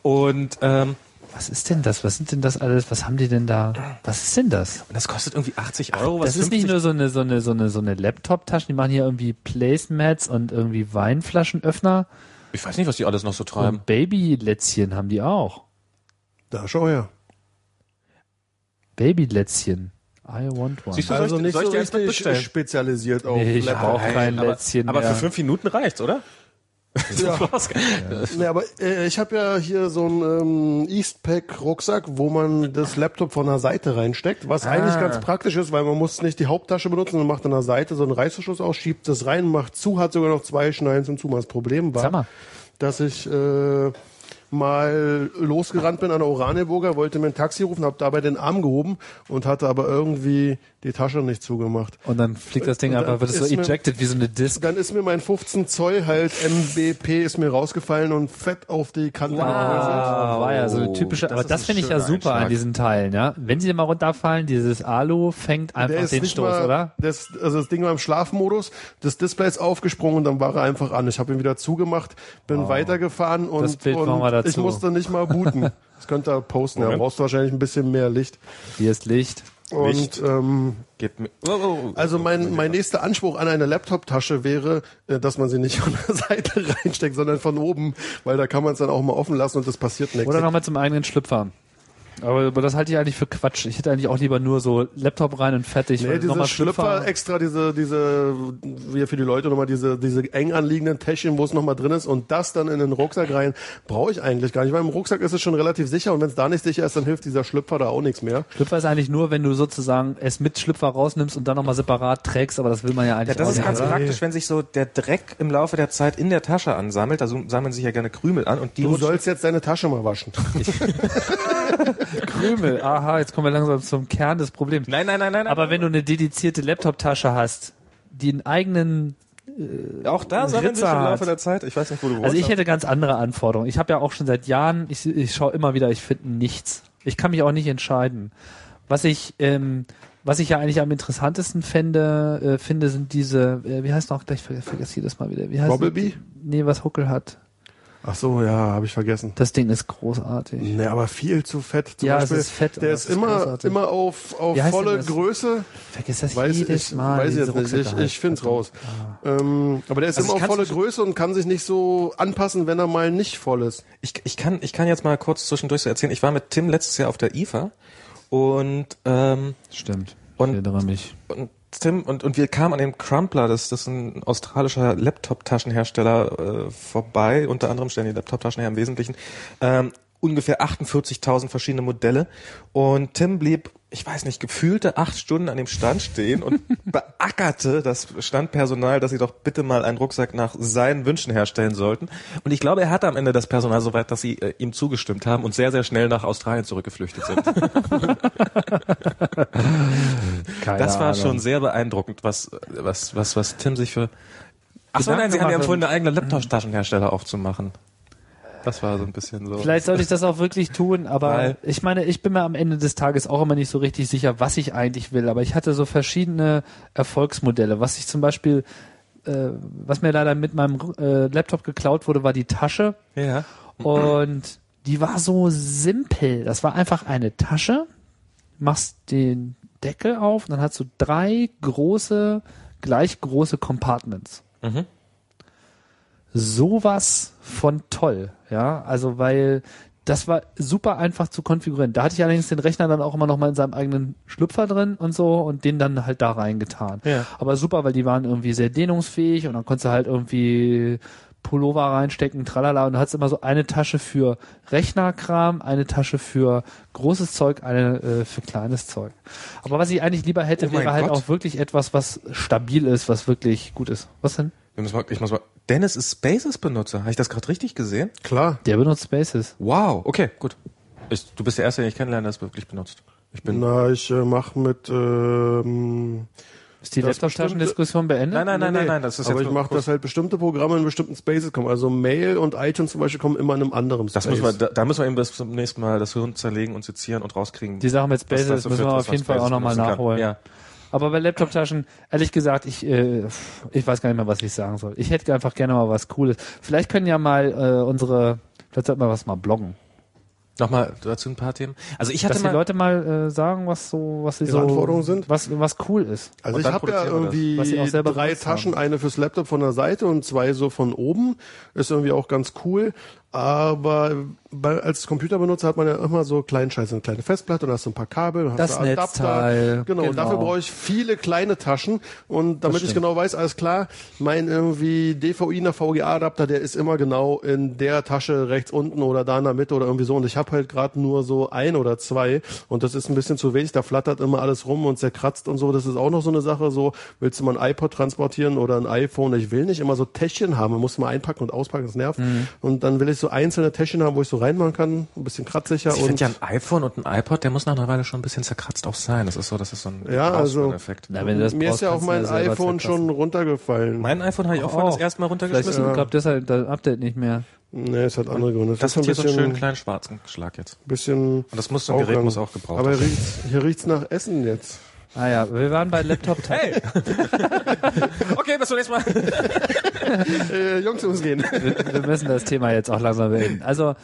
Speaker 2: und ähm,
Speaker 1: Was ist denn das? Was sind denn das alles? Was haben die denn da? Was ist denn das?
Speaker 2: das kostet irgendwie 80 Euro. was
Speaker 1: Das ist nicht
Speaker 2: 50
Speaker 1: nur so eine, so eine, so eine, so eine Laptop-Tasche. Die machen hier irgendwie Placemats und irgendwie Weinflaschenöffner.
Speaker 2: Ich weiß nicht, was die alles noch so treiben.
Speaker 1: Und Babylätzchen haben die auch.
Speaker 3: Da schau her.
Speaker 1: Babylätzchen. I want one.
Speaker 2: Siehst du,
Speaker 3: Also
Speaker 2: soll ich-
Speaker 3: nicht
Speaker 2: soll ich
Speaker 3: so
Speaker 2: dir eins
Speaker 3: richtig
Speaker 2: mitbestellen?
Speaker 3: spezialisiert auf
Speaker 1: Nee, ich
Speaker 3: Laptop.
Speaker 1: brauch kein Lätzchen
Speaker 2: aber,
Speaker 1: mehr.
Speaker 2: Aber für fünf Minuten reicht's, oder?
Speaker 3: Ja. Nee, aber äh, ich habe ja hier so einen ähm, Eastpack-Rucksack, wo man das Laptop von der Seite reinsteckt, was
Speaker 1: Ah.
Speaker 3: eigentlich ganz praktisch ist, weil man muss nicht die Haupttasche benutzen, man macht an der Seite so einen Reißverschluss aus, schiebt das rein, macht zu, hat sogar noch zwei Schneiden zum Zumachen. Das Problem war,
Speaker 1: Sag mal.
Speaker 3: dass ich äh, mal losgerannt bin an der Oranienburger, wollte mir ein Taxi rufen, habe dabei den Arm gehoben und hatte aber irgendwie die Tasche nicht zugemacht.
Speaker 1: Und dann fliegt das Ding
Speaker 3: Und
Speaker 1: einfach,
Speaker 3: dann
Speaker 1: wird es so
Speaker 3: ist mir-
Speaker 1: ejected wie so eine Disc.
Speaker 3: Dann ist mir mein 15 Zoll halt MBP ist mir rausgefallen und fett auf die Kante Ah,
Speaker 1: Wow, Ah, war ja so
Speaker 3: oh,
Speaker 1: eine typische,
Speaker 2: Das
Speaker 1: aber
Speaker 2: ist
Speaker 1: das
Speaker 2: ein
Speaker 1: finde ich ja
Speaker 2: schöner
Speaker 1: super an
Speaker 2: Einschlag.
Speaker 1: diesen Teilen, ja. Wenn sie denn mal runterfallen, dieses Alu fängt einfach den
Speaker 3: nicht
Speaker 1: Stoß,
Speaker 3: mal,
Speaker 1: oder?
Speaker 3: Das, also das Ding war im Schlafmodus, das Display ist aufgesprungen und dann war er einfach an. Ich habe ihn wieder zugemacht, bin weitergefahren und,
Speaker 1: Oh. Das Bild machen
Speaker 3: und
Speaker 1: wir dazu.
Speaker 3: ich musste nicht mal booten. Das könnt ihr posten, da
Speaker 2: Moment.
Speaker 3: brauchst du wahrscheinlich ein bisschen mehr Licht.
Speaker 1: Hier ist Licht.
Speaker 3: Und
Speaker 2: Licht.
Speaker 3: Ähm,
Speaker 2: Geht mir. Oh, oh, oh.
Speaker 3: also mein, mein nächster Anspruch an eine Laptop-Tasche wäre, äh, dass man sie nicht von der Seite reinsteckt, sondern von oben, weil da kann man es dann auch mal offen lassen und das passiert nichts.
Speaker 1: Oder nochmal zum eigenen Schlüpfer. Aber, aber das halte ich eigentlich für Quatsch. Ich hätte eigentlich auch lieber nur so Laptop rein und fertig.
Speaker 3: Nee,
Speaker 1: Weil
Speaker 3: diese
Speaker 1: nochmal
Speaker 3: Schlüpfer, extra diese, diese, wie für die Leute nochmal diese, diese eng anliegenden Täschchen, wo es nochmal drin ist und das dann in den Rucksack rein, brauche ich eigentlich gar nicht, weil im Rucksack ist es schon relativ sicher und wenn es da nicht sicher ist, dann hilft dieser Schlüpfer da auch nichts mehr.
Speaker 1: Schlüpfer ist eigentlich nur, wenn du sozusagen es mit Schlüpfer rausnimmst und dann nochmal separat trägst, aber das will man ja
Speaker 2: Ja,
Speaker 1: eigentlich
Speaker 2: das
Speaker 1: auch
Speaker 2: ist
Speaker 1: nicht,
Speaker 2: ganz
Speaker 1: oder?
Speaker 2: praktisch, wenn sich so der Dreck im Laufe der Zeit in der Tasche ansammelt. Da so- sammeln sich ja gerne Krümel an und die
Speaker 3: Du
Speaker 2: rutschen-
Speaker 3: sollst jetzt deine Tasche mal waschen.
Speaker 1: Krümel. Aha, jetzt kommen wir langsam zum Kern des Problems.
Speaker 2: Nein, nein, nein, nein.
Speaker 1: Aber wenn du eine dedizierte Laptop-Tasche hast, die einen eigenen
Speaker 2: nein. auch da sammeln sich
Speaker 1: Ritzer
Speaker 2: im Laufe
Speaker 1: hat.
Speaker 2: der Zeit. Ich weiß nicht, wo du
Speaker 1: Also
Speaker 2: wohnst,
Speaker 1: ich hätte ganz andere Anforderungen. Ich habe ja auch schon seit Jahren, ich, ich schaue immer wieder, ich finde nichts. Ich kann mich auch nicht entscheiden. Was ich, ähm, was ich ja eigentlich am interessantesten fände, äh, finde, sind diese, äh, wie heißt noch, gleich ver vergesse ich das mal wieder. Wie heißt
Speaker 3: Bobblebee?
Speaker 1: Nee, was Huckel hat.
Speaker 3: Ach so, ja, habe ich vergessen.
Speaker 1: Das Ding ist großartig.
Speaker 3: Nee, aber viel zu fett. Zum
Speaker 1: Ja, es
Speaker 3: Beispiel,
Speaker 1: ist fett, aber
Speaker 3: Der
Speaker 1: es
Speaker 3: ist,
Speaker 1: ist
Speaker 3: immer,
Speaker 1: großartig.
Speaker 3: immer auf, auf
Speaker 1: Wie heißt
Speaker 3: volle
Speaker 1: denn das?
Speaker 3: Größe.
Speaker 1: Vergiss das
Speaker 3: Weiß
Speaker 1: jedes
Speaker 3: ich,
Speaker 1: Mal.
Speaker 3: weiß
Speaker 1: diese
Speaker 3: ich jetzt nicht. Ich,
Speaker 1: Rucksäcke
Speaker 3: ich find's
Speaker 1: halt.
Speaker 3: raus. Ähm, aber der ist
Speaker 2: Also
Speaker 3: immer
Speaker 2: ich
Speaker 3: auf volle
Speaker 2: kann's nicht-
Speaker 3: Größe und kann sich nicht so anpassen, wenn er mal nicht voll ist.
Speaker 2: Ich, ich, kann, ich kann jetzt mal kurz zwischendurch so erzählen. Ich war mit Tim letztes Jahr auf der IFA und, ähm,
Speaker 1: halt. Stimmt.
Speaker 2: Und-
Speaker 1: ich erinnere mich.
Speaker 2: und Tim und, und wir kamen an dem Crumpler, das, das ist ein australischer Laptop-Taschenhersteller, äh, vorbei. Unter anderem stellen die Laptop-Taschen her im Wesentlichen. Ähm, ungefähr 48.000 verschiedene Modelle. Und Tim blieb, ich weiß nicht, gefühlte acht Stunden an dem Stand stehen und beackerte das Standpersonal, dass sie doch bitte mal einen Rucksack nach seinen Wünschen herstellen sollten. Und ich glaube, er hatte am Ende das Personal so weit, dass sie äh, ihm zugestimmt haben und sehr, sehr schnell nach Australien zurückgeflüchtet sind.
Speaker 1: Keine
Speaker 2: Das war
Speaker 1: Ahnung.
Speaker 2: schon sehr beeindruckend, was, was, was, was Tim sich für. Ach so,
Speaker 1: Gedanken
Speaker 2: nein, sie haben ja
Speaker 1: machen.
Speaker 2: empfohlen, eine eigene Laptop-Taschenhersteller aufzumachen. Das war so ein bisschen so.
Speaker 1: Vielleicht sollte ich das auch wirklich tun, aber
Speaker 2: Weil-
Speaker 1: ich meine, ich bin mir am Ende des Tages auch immer nicht so richtig sicher, was ich eigentlich will. Aber ich hatte so verschiedene Erfolgsmodelle. Was ich zum Beispiel, äh, was mir leider mit meinem äh, Laptop geklaut wurde, war die Tasche.
Speaker 2: Ja.
Speaker 1: Und die war so simpel. Das war einfach eine Tasche, machst den Deckel auf und dann hast du drei große, gleich große Compartments.
Speaker 2: Mhm.
Speaker 1: Sowas von toll, ja. Also weil das war super einfach zu konfigurieren. Da hatte ich allerdings den Rechner dann auch immer noch mal in seinem eigenen Schlüpfer drin und so und den dann halt da reingetan.
Speaker 2: Ja.
Speaker 1: Aber super, weil die waren irgendwie sehr dehnungsfähig und dann konntest du halt irgendwie Pullover reinstecken, tralala. Und du hattest immer so eine Tasche für Rechnerkram, eine Tasche für großes Zeug, eine äh, für kleines Zeug. Aber was ich eigentlich lieber hätte,
Speaker 2: Oh mein
Speaker 1: wäre halt
Speaker 2: Gott.
Speaker 1: auch wirklich etwas, was stabil ist, was wirklich gut ist. Was denn?
Speaker 2: Ich muss mal, ich muss mal. Dennis ist Spaces-Benutzer. Habe ich das gerade richtig gesehen?
Speaker 3: Klar.
Speaker 1: Der benutzt Spaces.
Speaker 2: Wow. Okay, gut. Ich, du bist der Erste, den ich kennenlerne, der es wirklich benutzt. Ich bin.
Speaker 3: Na, ich äh, mache mit. Ähm,
Speaker 1: Ist die
Speaker 3: Das
Speaker 1: Laptop-Taschendiskussion beendet?
Speaker 2: Nein, nein, nein, nein, nein. Das ist
Speaker 3: aber
Speaker 2: jetzt
Speaker 3: ich
Speaker 2: nur
Speaker 3: mache
Speaker 2: kurz-
Speaker 3: das halt bestimmte Programme in bestimmten Spaces kommen. Also Mail und iTunes zum Beispiel kommen immer in einem anderen Space.
Speaker 2: Das müssen wir, da, da müssen wir eben bis zum nächsten Mal das Hirn zerlegen und sezieren und rauskriegen.
Speaker 1: Die Sachen mit
Speaker 2: was
Speaker 1: Spaces
Speaker 2: das so
Speaker 1: müssen
Speaker 2: für
Speaker 1: wir
Speaker 2: etwas,
Speaker 1: auf jeden
Speaker 2: was
Speaker 1: Fall auch
Speaker 2: Spaces
Speaker 1: nochmal
Speaker 2: benutzen kann.
Speaker 1: nachholen.
Speaker 2: Ja.
Speaker 1: Aber bei Laptop-Taschen, ehrlich gesagt, ich, äh, ich weiß gar nicht mehr, was ich sagen soll. Ich hätte einfach gerne mal was Cooles. Vielleicht können ja mal äh, unsere, vielleicht sollten wir was mal bloggen.
Speaker 2: Nochmal dazu ein paar Themen. Also ich hatte
Speaker 1: Dass die
Speaker 2: mal.
Speaker 1: Leute mal äh, sagen, was so, was sie
Speaker 3: Ihre
Speaker 1: so,
Speaker 3: Anforderungen sind?
Speaker 1: was, was cool ist.
Speaker 3: Also
Speaker 2: Und
Speaker 3: ich
Speaker 2: dann
Speaker 3: habe ja
Speaker 2: produzieren wir das,
Speaker 3: irgendwie
Speaker 1: was sie auch selber
Speaker 3: drei
Speaker 1: benutzt haben.
Speaker 3: Taschen, eine fürs Laptop von der Seite und zwei so von oben. Ist irgendwie auch ganz cool. Aber bei, als Computerbenutzer hat man ja immer so kleinen Scheiß, eine kleine Festplatte und hast so ein paar Kabel und
Speaker 1: Das
Speaker 3: hast du
Speaker 1: Netzteil,
Speaker 3: Genau,
Speaker 1: genau.
Speaker 3: Und dafür brauche ich viele kleine Taschen und damit ich
Speaker 1: stimmt.
Speaker 3: genau weiß, alles klar, mein irgendwie DVI nach VGA Adapter, der ist immer genau in der Tasche rechts unten oder da in der Mitte oder irgendwie so und ich habe halt gerade nur so ein oder zwei und das ist ein bisschen zu wenig, da flattert immer alles rum und zerkratzt und so, das ist auch noch so eine Sache so, willst du mal ein iPod transportieren oder ein iPhone, ich will nicht immer so Täschchen haben, man muss mal einpacken und auspacken, das nervt
Speaker 2: Mhm.
Speaker 3: und dann will ich so einzelne Täschchen haben, wo ich so reinmachen kann, ein bisschen kratziger
Speaker 2: Ich
Speaker 3: und
Speaker 2: finde ja ein iPhone und ein iPod, der muss nach einer Weile schon ein bisschen zerkratzt auch sein. Das ist so, das ist so ein
Speaker 3: Ja, also-
Speaker 2: Effekt.
Speaker 1: Na,
Speaker 3: mir ist ja auch mein iPhone schon runtergefallen.
Speaker 2: Mein iPhone habe ich auch
Speaker 1: Oh.
Speaker 2: vorhin das erste Mal
Speaker 1: Vielleicht
Speaker 2: runtergeschmissen.
Speaker 1: ja. klappt deshalb das Update nicht mehr.
Speaker 3: Nee, es hat andere Gründe. Es
Speaker 2: äh, Das
Speaker 3: ist
Speaker 2: hat hier so einen schönen
Speaker 3: bisschen,
Speaker 2: kleinen schwarzen Schlag jetzt.
Speaker 3: bisschen
Speaker 2: Und das muss so ein Gerät
Speaker 3: Aufwand.
Speaker 2: muss auch gebraucht
Speaker 3: Aber hier
Speaker 2: werden.
Speaker 3: riecht's, hier riecht's nach Essen jetzt.
Speaker 1: Ah ja, wir waren bei Laptop-Taschen.
Speaker 2: Hey! okay, bis zum nächsten Mal.
Speaker 3: Äh, Jungs, muss gehen.
Speaker 1: wir müssen das Thema jetzt auch langsam beenden. Also,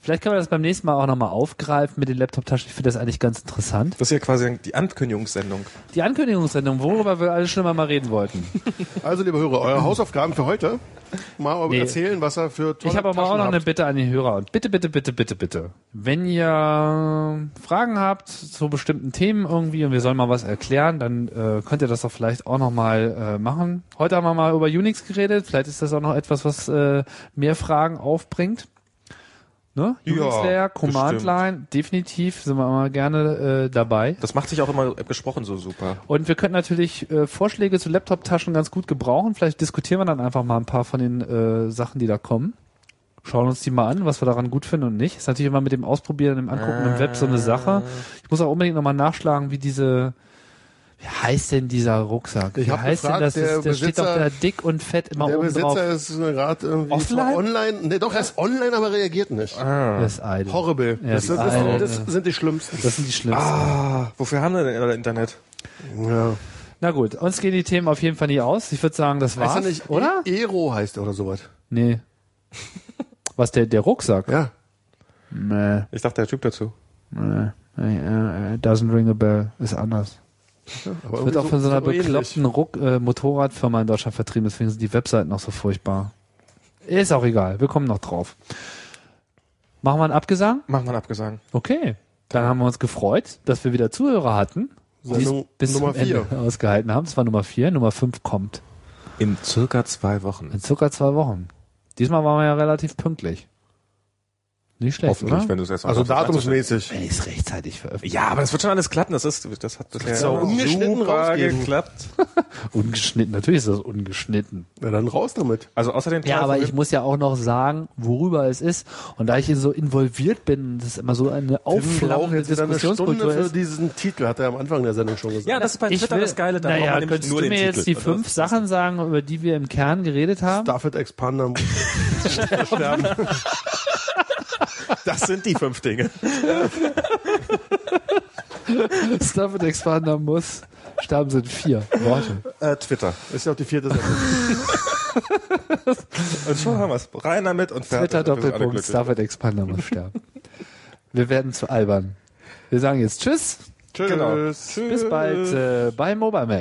Speaker 1: vielleicht können wir das beim nächsten Mal auch nochmal aufgreifen mit den Laptop-Taschen. Ich finde das eigentlich ganz interessant.
Speaker 2: Das ist ja quasi die Ankündigungssendung.
Speaker 1: Die Ankündigungssendung, worüber wir alle schon mal mal reden wollten.
Speaker 3: Also, liebe Hörer, eure Hausaufgaben für heute. Mal
Speaker 1: Nee.
Speaker 3: erzählen, was er für tolle
Speaker 1: Ich habe aber auch
Speaker 3: Taschen
Speaker 1: noch eine
Speaker 3: habt.
Speaker 1: Bitte an die Hörer. Und bitte, bitte, bitte, bitte, bitte. Wenn ihr Fragen habt zu bestimmten Themen irgendwie und wir sollen mal was erklären, dann äh, könnt ihr das doch vielleicht auch nochmal äh, machen. Heute haben wir mal über Unix geredet. Vielleicht ist das auch noch etwas, was äh, mehr Fragen aufbringt. Ne?
Speaker 2: Ja,
Speaker 1: Unix-Layer,
Speaker 2: bestimmt.
Speaker 1: Command-Line, definitiv sind wir immer gerne äh, dabei.
Speaker 2: Das macht sich auch immer gesprochen so super.
Speaker 1: Und wir könnten natürlich äh, Vorschläge zu Laptop-Taschen ganz gut gebrauchen. Vielleicht diskutieren wir dann einfach mal ein paar von den äh, Sachen, die da kommen. Schauen uns die mal an, was wir daran gut finden und nicht. Ist natürlich immer mit dem Ausprobieren, dem Angucken im Web so
Speaker 3: Ah.
Speaker 1: eine Sache. Ich muss auch unbedingt nochmal nachschlagen, wie diese, wie heißt denn dieser Rucksack?
Speaker 3: Ich
Speaker 1: wie
Speaker 3: hab
Speaker 1: heißt
Speaker 3: gefragt,
Speaker 1: denn das?
Speaker 3: der
Speaker 1: das der steht doch
Speaker 3: Besitzer-
Speaker 1: da dick und fett immer
Speaker 3: Der
Speaker 1: oben
Speaker 3: Besitzer
Speaker 1: drauf.
Speaker 3: ist gerade irgendwie
Speaker 1: Offline?
Speaker 3: zwar online. Nee, doch, er ist online, aber reagiert nicht.
Speaker 2: Ah.
Speaker 1: Das ist idle.
Speaker 3: Horrible.
Speaker 1: Ja,
Speaker 3: das,
Speaker 1: die
Speaker 3: sind,
Speaker 1: Alten.
Speaker 3: das, das sind die schlimmsten.
Speaker 1: Das sind die schlimmsten.
Speaker 2: Ah, wofür haben wir denn alle Internet?
Speaker 3: Ja.
Speaker 1: Na gut, uns gehen die Themen auf jeden Fall nicht aus. Ich würde sagen, das war's,
Speaker 3: Heißt er nicht,
Speaker 1: oder?
Speaker 3: E- Ero heißt er oder sowas.
Speaker 1: Nee. Was, der, der Rucksack?
Speaker 3: Ja.
Speaker 1: Nee.
Speaker 2: Ich dachte, der Typ dazu.
Speaker 1: Nee, nee, äh, doesn't ring a bell, ist anders.
Speaker 3: Aber
Speaker 1: Wird
Speaker 3: irgendwie
Speaker 1: auch von so einer
Speaker 3: ähnlich.
Speaker 1: bekloppten Ruck, äh, Motorradfirma in Deutschland vertrieben, deswegen sind die Webseiten auch so furchtbar. Ist auch egal, wir kommen noch drauf. Machen wir einen Abgesang?
Speaker 2: Machen wir einen Abgesang.
Speaker 1: Okay. Dann haben wir uns gefreut, dass wir wieder Zuhörer hatten, die es
Speaker 3: Sendung
Speaker 1: bis
Speaker 3: Nummer
Speaker 1: zum
Speaker 3: vier.
Speaker 1: Ende ausgehalten haben. Das war Nummer 4, Nummer 5 kommt
Speaker 2: In circa zwei Wochen.
Speaker 1: in circa zwei Wochen. Diesmal waren wir ja relativ pünktlich. Nicht schlecht, oder?
Speaker 2: wenn du es jetzt
Speaker 3: Also
Speaker 2: schaffst,
Speaker 3: datumsmäßig.
Speaker 1: Wenn ich es rechtzeitig veröffentliche.
Speaker 2: Ja, aber das wird schon alles klappen. Das ist, das hat bisher
Speaker 3: ist auch ungeschnitten
Speaker 2: super
Speaker 3: rausgeben.
Speaker 2: geklappt.
Speaker 1: Ungeschnitten, natürlich ist das ungeschnitten.
Speaker 3: Na dann raus damit.
Speaker 2: Also außer den
Speaker 1: Ja,
Speaker 2: Teil
Speaker 1: aber
Speaker 2: von-
Speaker 1: ich muss ja auch noch sagen, worüber es ist. Und da ich hier so involviert bin, das ist immer so eine
Speaker 3: Flauch
Speaker 1: aufflauchende
Speaker 3: jetzt wieder eine
Speaker 1: Oh, Diskussionskultur
Speaker 3: Stunde für
Speaker 1: ist.
Speaker 3: diesen Titel, hat er am Anfang der Sendung schon gesagt.
Speaker 2: Ja, das ist bei
Speaker 1: Ich
Speaker 2: Twitter
Speaker 1: will-
Speaker 2: das Geile. Da braucht
Speaker 1: naja,
Speaker 2: man nämlich
Speaker 1: könntest
Speaker 2: nur
Speaker 1: du mir
Speaker 2: den
Speaker 1: jetzt die
Speaker 2: Titel.
Speaker 1: fünf
Speaker 2: Das-
Speaker 1: Sachen sagen, über die wir im Kern geredet haben?
Speaker 3: Starfield Expander
Speaker 2: Das sind die fünf Dinge.
Speaker 1: Stuff und Expander muss. Sterben sind vier Worte.
Speaker 2: Äh, Twitter.
Speaker 3: Ist ja auch die vierte Seite.
Speaker 2: Und schon haben wir es. Rein damit und fertig.
Speaker 1: Twitter
Speaker 2: Wir sind alle
Speaker 1: Doppelpunkt,
Speaker 2: glücklich.
Speaker 1: Stuff and Expander muss sterben. Wir werden zu albern. Wir sagen jetzt Tschüss.
Speaker 3: Tschüss.
Speaker 2: Genau.
Speaker 1: Bis bald äh, bei Mobile Mac.